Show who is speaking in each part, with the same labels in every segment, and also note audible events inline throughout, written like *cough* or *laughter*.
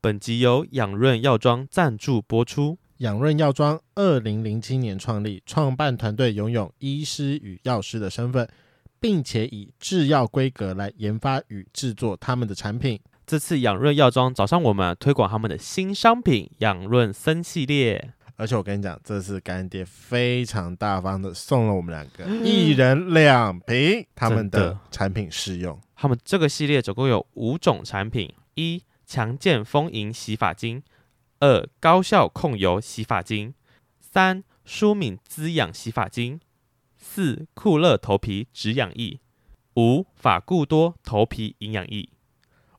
Speaker 1: 本集由养润药妆赞助播出。
Speaker 2: 养润药妆二零零七年创立，创办团队拥有医师与药师的身份，并且以制药规格来研发与制作他们的产品。
Speaker 1: 这次养润药妆找上我们推广他们的新商品养润森系列，
Speaker 2: 而且我跟你讲，这次干爹非常大方的送了我们两个一人两瓶他们
Speaker 1: 真
Speaker 2: 的
Speaker 1: 的
Speaker 2: 产品试用。
Speaker 1: 他们这个系列总共有五种产品：一、强健丰盈洗发精；二、高效控油洗发精；三、舒敏滋养洗发精；四、酷乐头皮止痒液；五、法固多头皮营养液。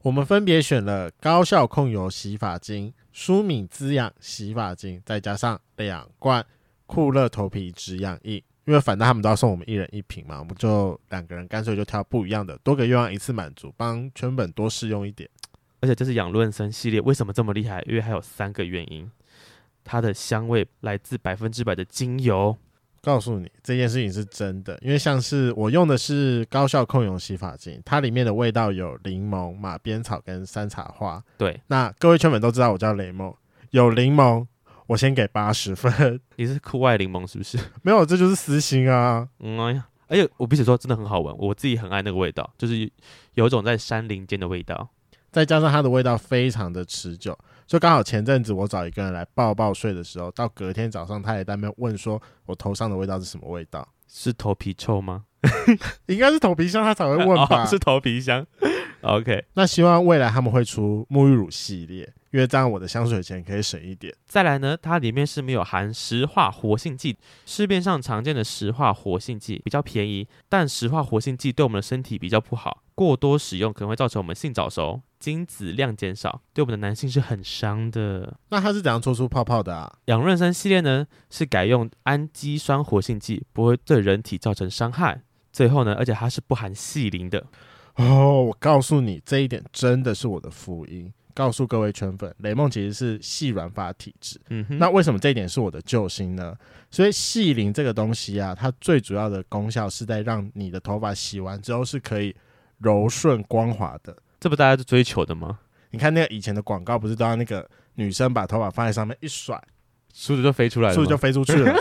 Speaker 2: 我们分别选了高效控油洗发精、舒敏滋养洗发精，再加上两罐酷乐头皮止痒液。因为反正他们都要送我们一人一瓶嘛，我们就两个人干脆就挑不一样的，多个愿望一次满足，帮圈粉多试用一点。
Speaker 1: 而且这是养润森系列为什么这么厉害？因为还有三个原因：它的香味来自百分之百的精油，
Speaker 2: 告诉你这件事情是真的，因为像是我用的是高效控油洗发精，它里面的味道有柠檬、马鞭草跟山茶花。
Speaker 1: 对，
Speaker 2: 那各位圈粉都知道我叫雷梦，有柠檬，我先给八十分，
Speaker 1: 你是酷爱柠檬是不 *laughs* 是？
Speaker 2: 没有这就是私心啊。
Speaker 1: 嗯哎呀，而且我必须说，真的很好闻，我自己很爱那个味道，就是有一种在山林间的味道。
Speaker 2: 再加上它的味道非常的持久，就刚好前阵子我找一个人来抱抱睡的时候，到隔天早上他也在那边问说我头上的味道是什么味道，
Speaker 1: 是头皮臭吗？
Speaker 2: 应该是头皮香他才会问吧。
Speaker 1: *laughs* 哦是头皮香。OK，
Speaker 2: 那希望未来他们会出沐浴乳系列，因为这样我的香水钱可以省一点。
Speaker 1: 再来呢，它里面是没有含石化活性剂，市面上常见的石化活性剂比较便宜，但石化活性剂对我们的身体比较不好，过多使用可能会造成我们性早熟、精子量减少，对我们的男性是很伤的。
Speaker 2: 那它是怎样搓出泡泡的啊？
Speaker 1: 养润生系列呢是改用氨基酸活性剂，不会对人体造成伤害。最后呢，而且它是不含细磷的，
Speaker 2: 哦，我告诉你这一点真的是我的福音。告诉各位圈粉，雷梦其实是细软发体质，
Speaker 1: 嗯哼，
Speaker 2: 那为什么这一点是我的救星呢？所以细鳞这个东西啊，它最主要的功效是在让你的头发洗完之后是可以柔顺光滑的。
Speaker 1: 这不大家都追求的吗？
Speaker 2: 你看那个以前的广告，不是都要那个女生把头发放在上面一甩，
Speaker 1: 梳子就飞出来了吗，
Speaker 2: 所以就飞出去了？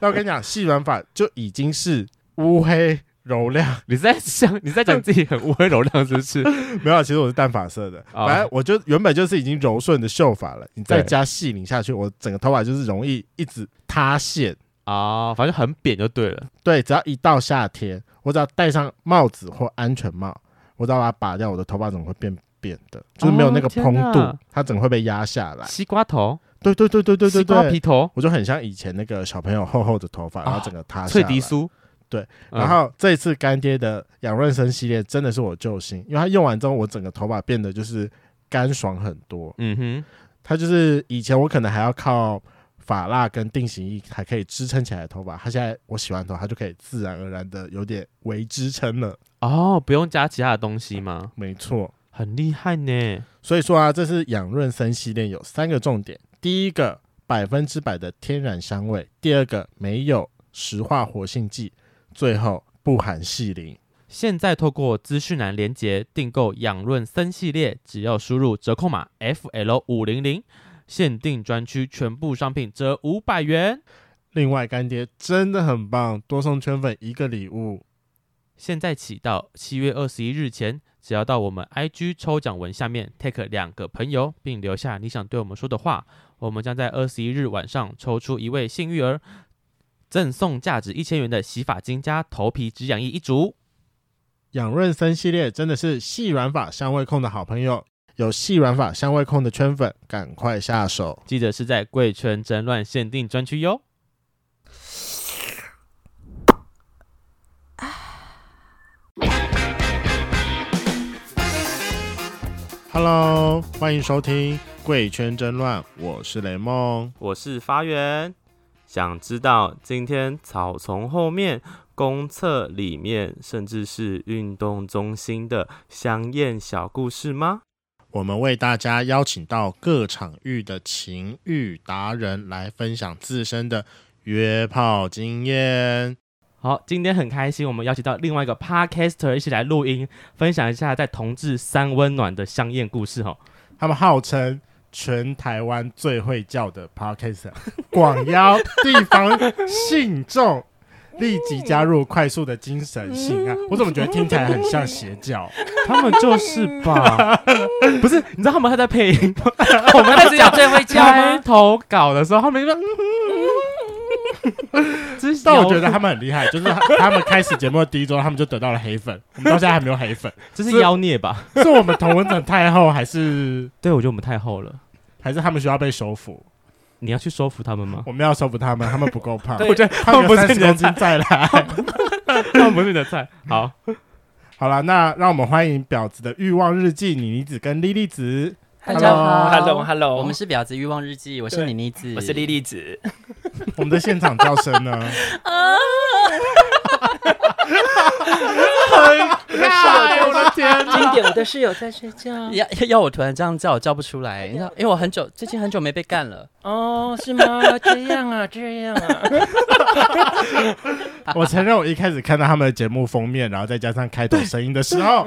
Speaker 2: 那我跟你讲，细软发就已经是乌黑柔亮， *laughs*
Speaker 1: 你是在想 *laughs* 你是在讲自己很无黑柔亮是不是？ *laughs*
Speaker 2: 没有啊，其实我是淡发色的，
Speaker 1: 哦
Speaker 2: 反正我就原本就是已经柔顺的秀发了，你再
Speaker 1: 对
Speaker 2: 加细鳞下去，我整个头发就是容易一直塌陷。
Speaker 1: 哦，反正很扁就对了。
Speaker 2: 对，只要一到夏天，我只要戴上帽子或安全帽，我只要把它拔掉，我的头发怎么会变扁的？就是没有那个
Speaker 1: 哦天
Speaker 2: 蓬度，
Speaker 1: 哪
Speaker 2: 它整个会被压下来。
Speaker 1: 西瓜头，
Speaker 2: 对对对对对对
Speaker 1: 西瓜
Speaker 2: 对
Speaker 1: 皮，头，
Speaker 2: 我就很像以前那个小朋友厚厚的头发，然后
Speaker 1: 啊
Speaker 2: 整个塌下
Speaker 1: 脆
Speaker 2: 来。
Speaker 1: 皮酥。
Speaker 2: 对
Speaker 1: 嗯，
Speaker 2: 然后这一次干爹的养润生系列真的是我救星，因为它用完之后，我整个头发变得就是干爽很多。
Speaker 1: 嗯哼，
Speaker 2: 它就是以前我可能还要靠发蜡跟定型液才可以支撑起来的头发，它现在我洗完头，它就可以自然而然的有点微支撑了。
Speaker 1: 哦，不用加其他的东西吗？
Speaker 2: 没错，
Speaker 1: 很厉害呢。
Speaker 2: 所以说啊，这是养润森系列有三个重点：第一个，百分之百的天然香味；第二个，没有石化活性剂；最后，不含细磷。
Speaker 1: 现在透过资讯栏连接订购养润森系列，只要输入折扣码 F L 五零零，限定专区全部商品折五百元。
Speaker 2: 另外，干爹真的很棒，多送圈粉一个礼物。
Speaker 1: 现在起到七月二十一日前，只要到我们 IG 抽奖文下面 take 两个朋友，并留下你想对我们说的话，我们将在二十一日晚上抽出一位幸运儿，赠送价值一千元的洗发精加头皮止痒液一组。
Speaker 2: 养润森系列真的是细软发香味控的好朋友，有细软发香味控的圈粉，赶快下手！
Speaker 1: 记得是在贵圈争乱限定专区哟。
Speaker 2: Hello，欢迎收听《贵圈争乱》，我是雷梦。
Speaker 1: 我是发源，想知道今天草丛后面、公厕里面，甚至是运动中心的香艳小故事吗？
Speaker 2: 我们为大家邀请到各场域的情欲达人来分享自身的约炮经验。
Speaker 1: 好，今天很开心，我们邀请到另外一个 podcaster 一起来录音，分享一下在同志三温暖的香艳故事哈。
Speaker 2: 他们号称全台湾最会叫的 podcast，广 *laughs* 邀地方信众立即加入快速的精神性爱。我怎么觉得听起来很像嗯 *laughs* 邪教？
Speaker 3: 他们就是吧？
Speaker 1: *laughs* 不是，你知道他们还在配音 *laughs* 吗？
Speaker 3: 我们
Speaker 1: 在
Speaker 3: 只有
Speaker 1: 讲嗯
Speaker 3: 最会叫
Speaker 1: 开
Speaker 3: 吗？
Speaker 1: 投稿的时候，他们就说，嗯 *laughs* 真
Speaker 2: 但我觉得他们很厉害， *laughs* 就是他他们开始节目的第一周，他们就得到了黑粉， *laughs* 我们到现在还没有黑粉，
Speaker 1: 这是妖孽吧？
Speaker 2: 是我们同文层太厚，还是
Speaker 1: 对，我觉得我们太厚了。
Speaker 2: 还是他们需要被收服？
Speaker 1: 你要去说服他们 *laughs* 吗？
Speaker 2: 我们要收服他们，他们不够胖，
Speaker 3: 对
Speaker 1: 我觉得
Speaker 2: 他们
Speaker 1: 不
Speaker 2: 不
Speaker 1: 是
Speaker 2: 是
Speaker 1: 你的
Speaker 2: 公
Speaker 1: 菜
Speaker 2: 斤，再来。 *laughs*
Speaker 1: 他们不是你的菜。好，
Speaker 2: 好了，那让我们欢迎婊子的欲望日记，妮妮子跟莉莉子。
Speaker 4: 大家好
Speaker 3: Hello Hello，
Speaker 4: 我们是婊子欲望日记，我是
Speaker 3: 对
Speaker 4: 妮妮子，
Speaker 3: 我是莉莉子，
Speaker 2: *laughs* 我们的现场叫声呢？
Speaker 1: 哎我的天！
Speaker 5: 经典，我的室友在睡
Speaker 3: *laughs*
Speaker 5: 觉
Speaker 4: 要要我突然这样叫，我叫不出来，你知道，因为我很久，最近很久没被干了。
Speaker 5: 哦，是吗？这样
Speaker 4: *laughs*
Speaker 5: 啊，这样啊，
Speaker 2: 我承认，我一开始看到他们的节目封面，然后再加上开头声音的时候，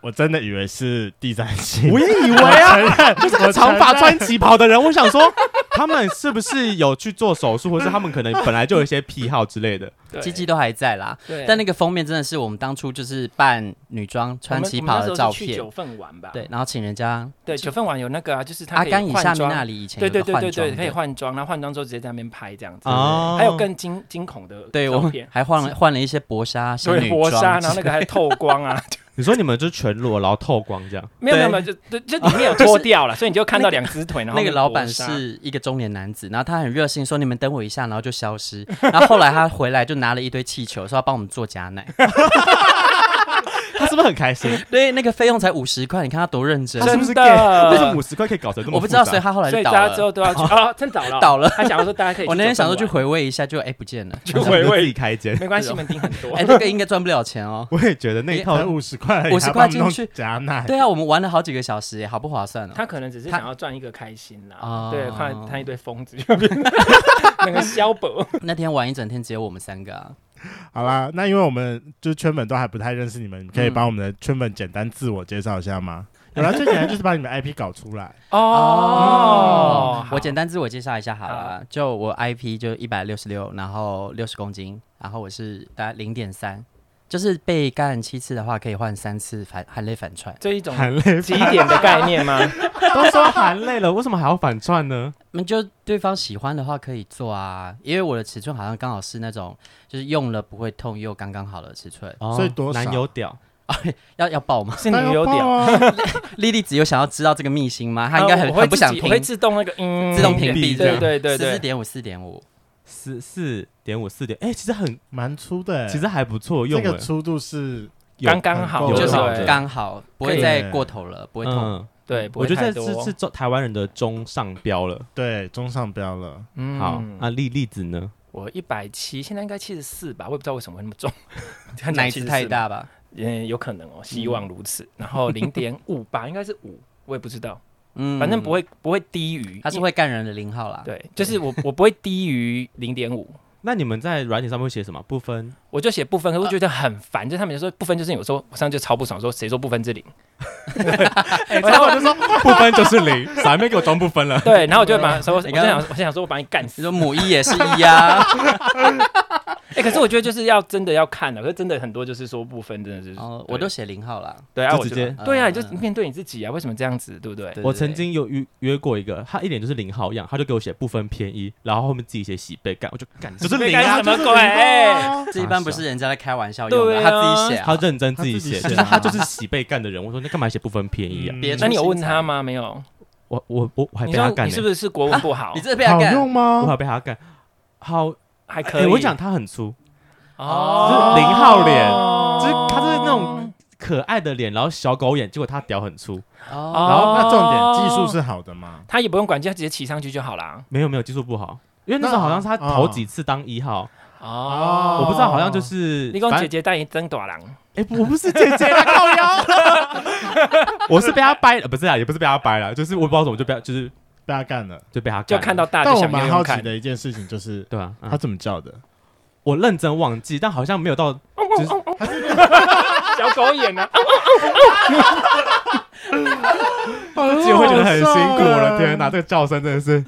Speaker 2: 我真的以为是第三性。 *laughs*
Speaker 1: 我也以为啊， *laughs* 就是个长发穿旗袍的人，我想说他们是不是有去做手术，或是他们可能本来就有一些癖好之类的。 *laughs*
Speaker 3: 对
Speaker 4: 鸡鸡都还在啦，
Speaker 3: 对
Speaker 4: 但那个封面真的是我们当初就是扮女装穿旗袍的照
Speaker 3: 我们我们那时候是去
Speaker 4: 片
Speaker 3: 九，份玩吧？
Speaker 4: 对，然后请人家
Speaker 3: 对，九份玩有那个啊，就是他
Speaker 4: 阿
Speaker 3: 可以
Speaker 4: 甘以下
Speaker 3: 换
Speaker 4: 面
Speaker 3: 装
Speaker 4: 那里以前
Speaker 3: 对
Speaker 4: 有
Speaker 3: 对
Speaker 4: 个
Speaker 3: 对
Speaker 4: 换
Speaker 3: 对
Speaker 4: 装
Speaker 3: 对，
Speaker 4: 的
Speaker 3: 可以换装，然后换装之后直接在那边拍这样子。
Speaker 1: 哦
Speaker 3: 还有更惊惊恐的
Speaker 4: 对我
Speaker 3: 照
Speaker 4: 们
Speaker 3: 片，
Speaker 4: 还换了换了一些薄纱小
Speaker 3: 对
Speaker 4: 女
Speaker 3: 薄
Speaker 4: 装，
Speaker 3: 纱，然后那个还透
Speaker 4: *laughs*
Speaker 3: 光啊，
Speaker 1: 你说你们就是全裸，然后透光这样， *laughs*
Speaker 3: 没有没有没有，就就就里面有脱
Speaker 4: *laughs*
Speaker 3: 掉了，所以你就看到两只腿，然后
Speaker 4: 那个老板
Speaker 3: 薄纱
Speaker 4: 是一个中年男子，然后他很热心说你们等我一下，然后就消失。然后后来他回来就拿了一堆气球，说要帮我们做假奶。
Speaker 1: 他是不是很开心？
Speaker 4: 对，那个费用才五十块，你看他多认真
Speaker 1: 他。是不是
Speaker 3: 真的
Speaker 1: 为什么五十块可以搞成这么复杂？
Speaker 4: 我不知道，所以他后来
Speaker 3: 所
Speaker 4: 就
Speaker 3: 以
Speaker 4: 倒
Speaker 3: 大家之
Speaker 4: 了。
Speaker 3: 后都
Speaker 4: *laughs*
Speaker 3: 要去啊，真倒了
Speaker 4: 倒了
Speaker 3: 他想要说大家可以，
Speaker 4: 我那天想说去，回味一下，就哎、不见
Speaker 3: *laughs*
Speaker 4: 了。
Speaker 3: 去回
Speaker 1: 自
Speaker 3: 味
Speaker 1: *laughs* 己，开间。
Speaker 3: 没关系，门钉很多
Speaker 4: 哎、。那个应该赚不了钱
Speaker 3: *laughs*
Speaker 4: 哦。
Speaker 1: 我也觉得那一套
Speaker 2: 才五十块而已，
Speaker 4: 50
Speaker 2: 还帮我
Speaker 4: 块
Speaker 2: 们
Speaker 4: 进
Speaker 2: 弄
Speaker 4: 去
Speaker 2: 假奶。
Speaker 4: 对啊，我们玩了好几个小时，好不划算哦。
Speaker 3: 他可能只是想要赚一个开心
Speaker 4: 哦
Speaker 3: 啦，对，看看一堆疯子就变 *laughs* 那个萧伯，
Speaker 4: 那天玩一整天，只有我们三个啊。
Speaker 2: 好啦，那因为我们就是圈粉都还不太认识你们，你可以
Speaker 4: 嗯
Speaker 2: 帮我们的圈粉简单自我介绍一下吗？有啦，最简单就是把你们 IP 搞出来。
Speaker 3: 哦，
Speaker 4: 嗯我简单自我介绍一下好了，就我 IP 就一百六十六，然后六十公斤，然后我是大概零点三，就是被干七次的话可以换三次反含泪反踹。
Speaker 3: 这一种
Speaker 2: 含泪
Speaker 3: 极点的概念
Speaker 4: *laughs*
Speaker 3: 吗？
Speaker 1: 都说含泪了，为什么还要反串呢？
Speaker 4: 那嗯就对方喜欢的话可以做啊，因为我的尺寸好像刚好是那种就是用了不会痛又刚刚好的尺寸，
Speaker 2: *laughs*
Speaker 3: 哦
Speaker 2: 所以多少
Speaker 1: 男友屌，
Speaker 4: 要要爆吗？ *laughs*
Speaker 3: 是女友
Speaker 2: 当然
Speaker 3: 屌，
Speaker 2: 要爆啊！
Speaker 4: 莉莉只有想要知道这个秘辛吗？她应该
Speaker 3: 啊
Speaker 4: 很
Speaker 3: 我会
Speaker 4: 很不
Speaker 3: 自
Speaker 4: 想
Speaker 3: 己
Speaker 4: 听
Speaker 3: 我，会自动那个嗯，
Speaker 4: 自动屏蔽这
Speaker 3: 对
Speaker 4: 样
Speaker 3: 对对
Speaker 4: 十四
Speaker 3: 对，
Speaker 4: 点五四点五，
Speaker 1: 四四点五四点，哎，其实很，
Speaker 2: 蛮粗的欸，
Speaker 1: *laughs* 其实还不错，
Speaker 2: 这
Speaker 1: 用
Speaker 2: 个
Speaker 1: 了
Speaker 2: 粗度是
Speaker 1: 有
Speaker 3: 刚刚好，
Speaker 2: 有
Speaker 4: 就
Speaker 3: 对
Speaker 4: 是
Speaker 1: 少的
Speaker 4: 刚好不
Speaker 3: 可
Speaker 4: 会
Speaker 3: 以
Speaker 4: 再过头了，不会痛。
Speaker 1: 嗯，
Speaker 3: 对，不
Speaker 1: 我
Speaker 3: 会
Speaker 1: 觉
Speaker 3: 太
Speaker 1: 得这是
Speaker 3: 多
Speaker 1: 是这台湾人的中上标了。
Speaker 2: 对中上标了。
Speaker 3: 嗯
Speaker 1: 好，那莉莉子呢？
Speaker 3: 我一百七，现在应该七十四吧，我也不知道为什么会那么重， *laughs* 嗯看起来
Speaker 4: 奶子
Speaker 3: 74
Speaker 4: 太
Speaker 3: 嘛，
Speaker 4: 大吧？
Speaker 3: 嗯，有可能哦，希望如此。然后零点五吧，应该是五，我也不知道，
Speaker 4: 嗯
Speaker 3: 反正不会不会低于，
Speaker 4: 他是
Speaker 3: 因
Speaker 4: 会干人的零号啦。，
Speaker 3: 对，就是我我不会低于零点五。
Speaker 1: 那你们在软体上面会写什么？不分
Speaker 3: 我就写不分，可是
Speaker 4: 啊
Speaker 3: 我觉得很烦，就是他们就说不分就是零，我说我上次就超不爽，说谁说不
Speaker 4: *laughs*
Speaker 3: 分之零？
Speaker 4: 哎
Speaker 1: 然后我就说不分就是零，傻妹给我装不分了。
Speaker 3: 对，然后我就会把说，我
Speaker 4: 你
Speaker 3: 就
Speaker 4: 刚
Speaker 3: 想，我就想说我把你干
Speaker 4: 你
Speaker 3: 死。
Speaker 4: 说母一也是一
Speaker 3: *laughs*
Speaker 4: 呀、啊。
Speaker 3: 哎，可是我觉得就是要真的要看啊的，可是真的很多就是说不分，真的就是
Speaker 4: 哦，
Speaker 3: 对
Speaker 4: 我都写零号啦。
Speaker 3: 对啊，
Speaker 1: 就
Speaker 3: 我
Speaker 1: 直接
Speaker 3: 就对啊，
Speaker 4: 嗯
Speaker 3: 你就面对你自己啊，为什么这样子，对不对？
Speaker 4: 对
Speaker 1: 我曾经有约约过一个，他一脸就是零号样，他就给我写不分偏一，然后后面自己写喜被干，我就干就是零
Speaker 3: 干
Speaker 1: 啊
Speaker 3: 什，么
Speaker 1: 就是
Speaker 3: 鬼？哎
Speaker 4: 这一般不是人家在开玩笑用
Speaker 3: 对
Speaker 4: 的，
Speaker 3: 啊
Speaker 4: 他自己写、
Speaker 1: 他
Speaker 4: 啊。
Speaker 1: 认真自己
Speaker 2: 他
Speaker 1: 写，
Speaker 2: 自己
Speaker 1: 就
Speaker 2: 写
Speaker 1: 是他就是喜被干的人。我说那干嘛写不分偏一啊？
Speaker 2: 嗯
Speaker 4: 别出
Speaker 3: 那你有
Speaker 4: 心
Speaker 3: 问
Speaker 4: 裁
Speaker 3: 他？吗？没有。
Speaker 1: 我我我我还
Speaker 3: 你
Speaker 1: 被
Speaker 3: 说
Speaker 1: 他干
Speaker 3: 你是
Speaker 1: 呢，
Speaker 3: 不是国文不好
Speaker 4: 你？这被他
Speaker 2: 好
Speaker 4: 干
Speaker 2: 用
Speaker 1: 我
Speaker 2: 吗？
Speaker 1: 还被他干，好。
Speaker 3: 还可以。
Speaker 1: 哎，我讲他很粗，
Speaker 3: 哦，
Speaker 1: 就是零号脸
Speaker 3: 哦
Speaker 1: 就是他是那种可爱的脸，然后小狗眼，结果他屌很粗。
Speaker 4: 哦，
Speaker 2: 然后
Speaker 3: 哦
Speaker 2: 那重点技术是好的吗？
Speaker 3: 他也不用管，就他直接骑上去就好啦。
Speaker 1: 没有没有，技术不好，因为那时候好像是他头几次当一号，
Speaker 3: 哦
Speaker 1: 我不知道，好像就是
Speaker 3: 你跟
Speaker 1: 反
Speaker 3: 姐
Speaker 1: 正
Speaker 3: 姐带你登短廊，
Speaker 1: 哎，我不是姐姐啦， *laughs* 靠腰， *laughs* 我是被他掰了，不是啊，也不是被他掰了，就是我不知道怎么就被他就是
Speaker 2: 被他干了。
Speaker 1: 就被他干
Speaker 3: 就
Speaker 1: 了
Speaker 3: 看到大
Speaker 2: 但
Speaker 3: 就
Speaker 2: 我
Speaker 3: 想用
Speaker 2: 蛮
Speaker 3: 用
Speaker 2: 好奇
Speaker 3: 看。
Speaker 2: 的一件事情就是，
Speaker 1: 对啊，嗯
Speaker 2: 他怎么叫的？
Speaker 1: 我认真忘记，但好像没有到
Speaker 3: *laughs* 小狗眼啊，哦
Speaker 1: 自己会觉得很辛苦了。天哪，这个叫声真的是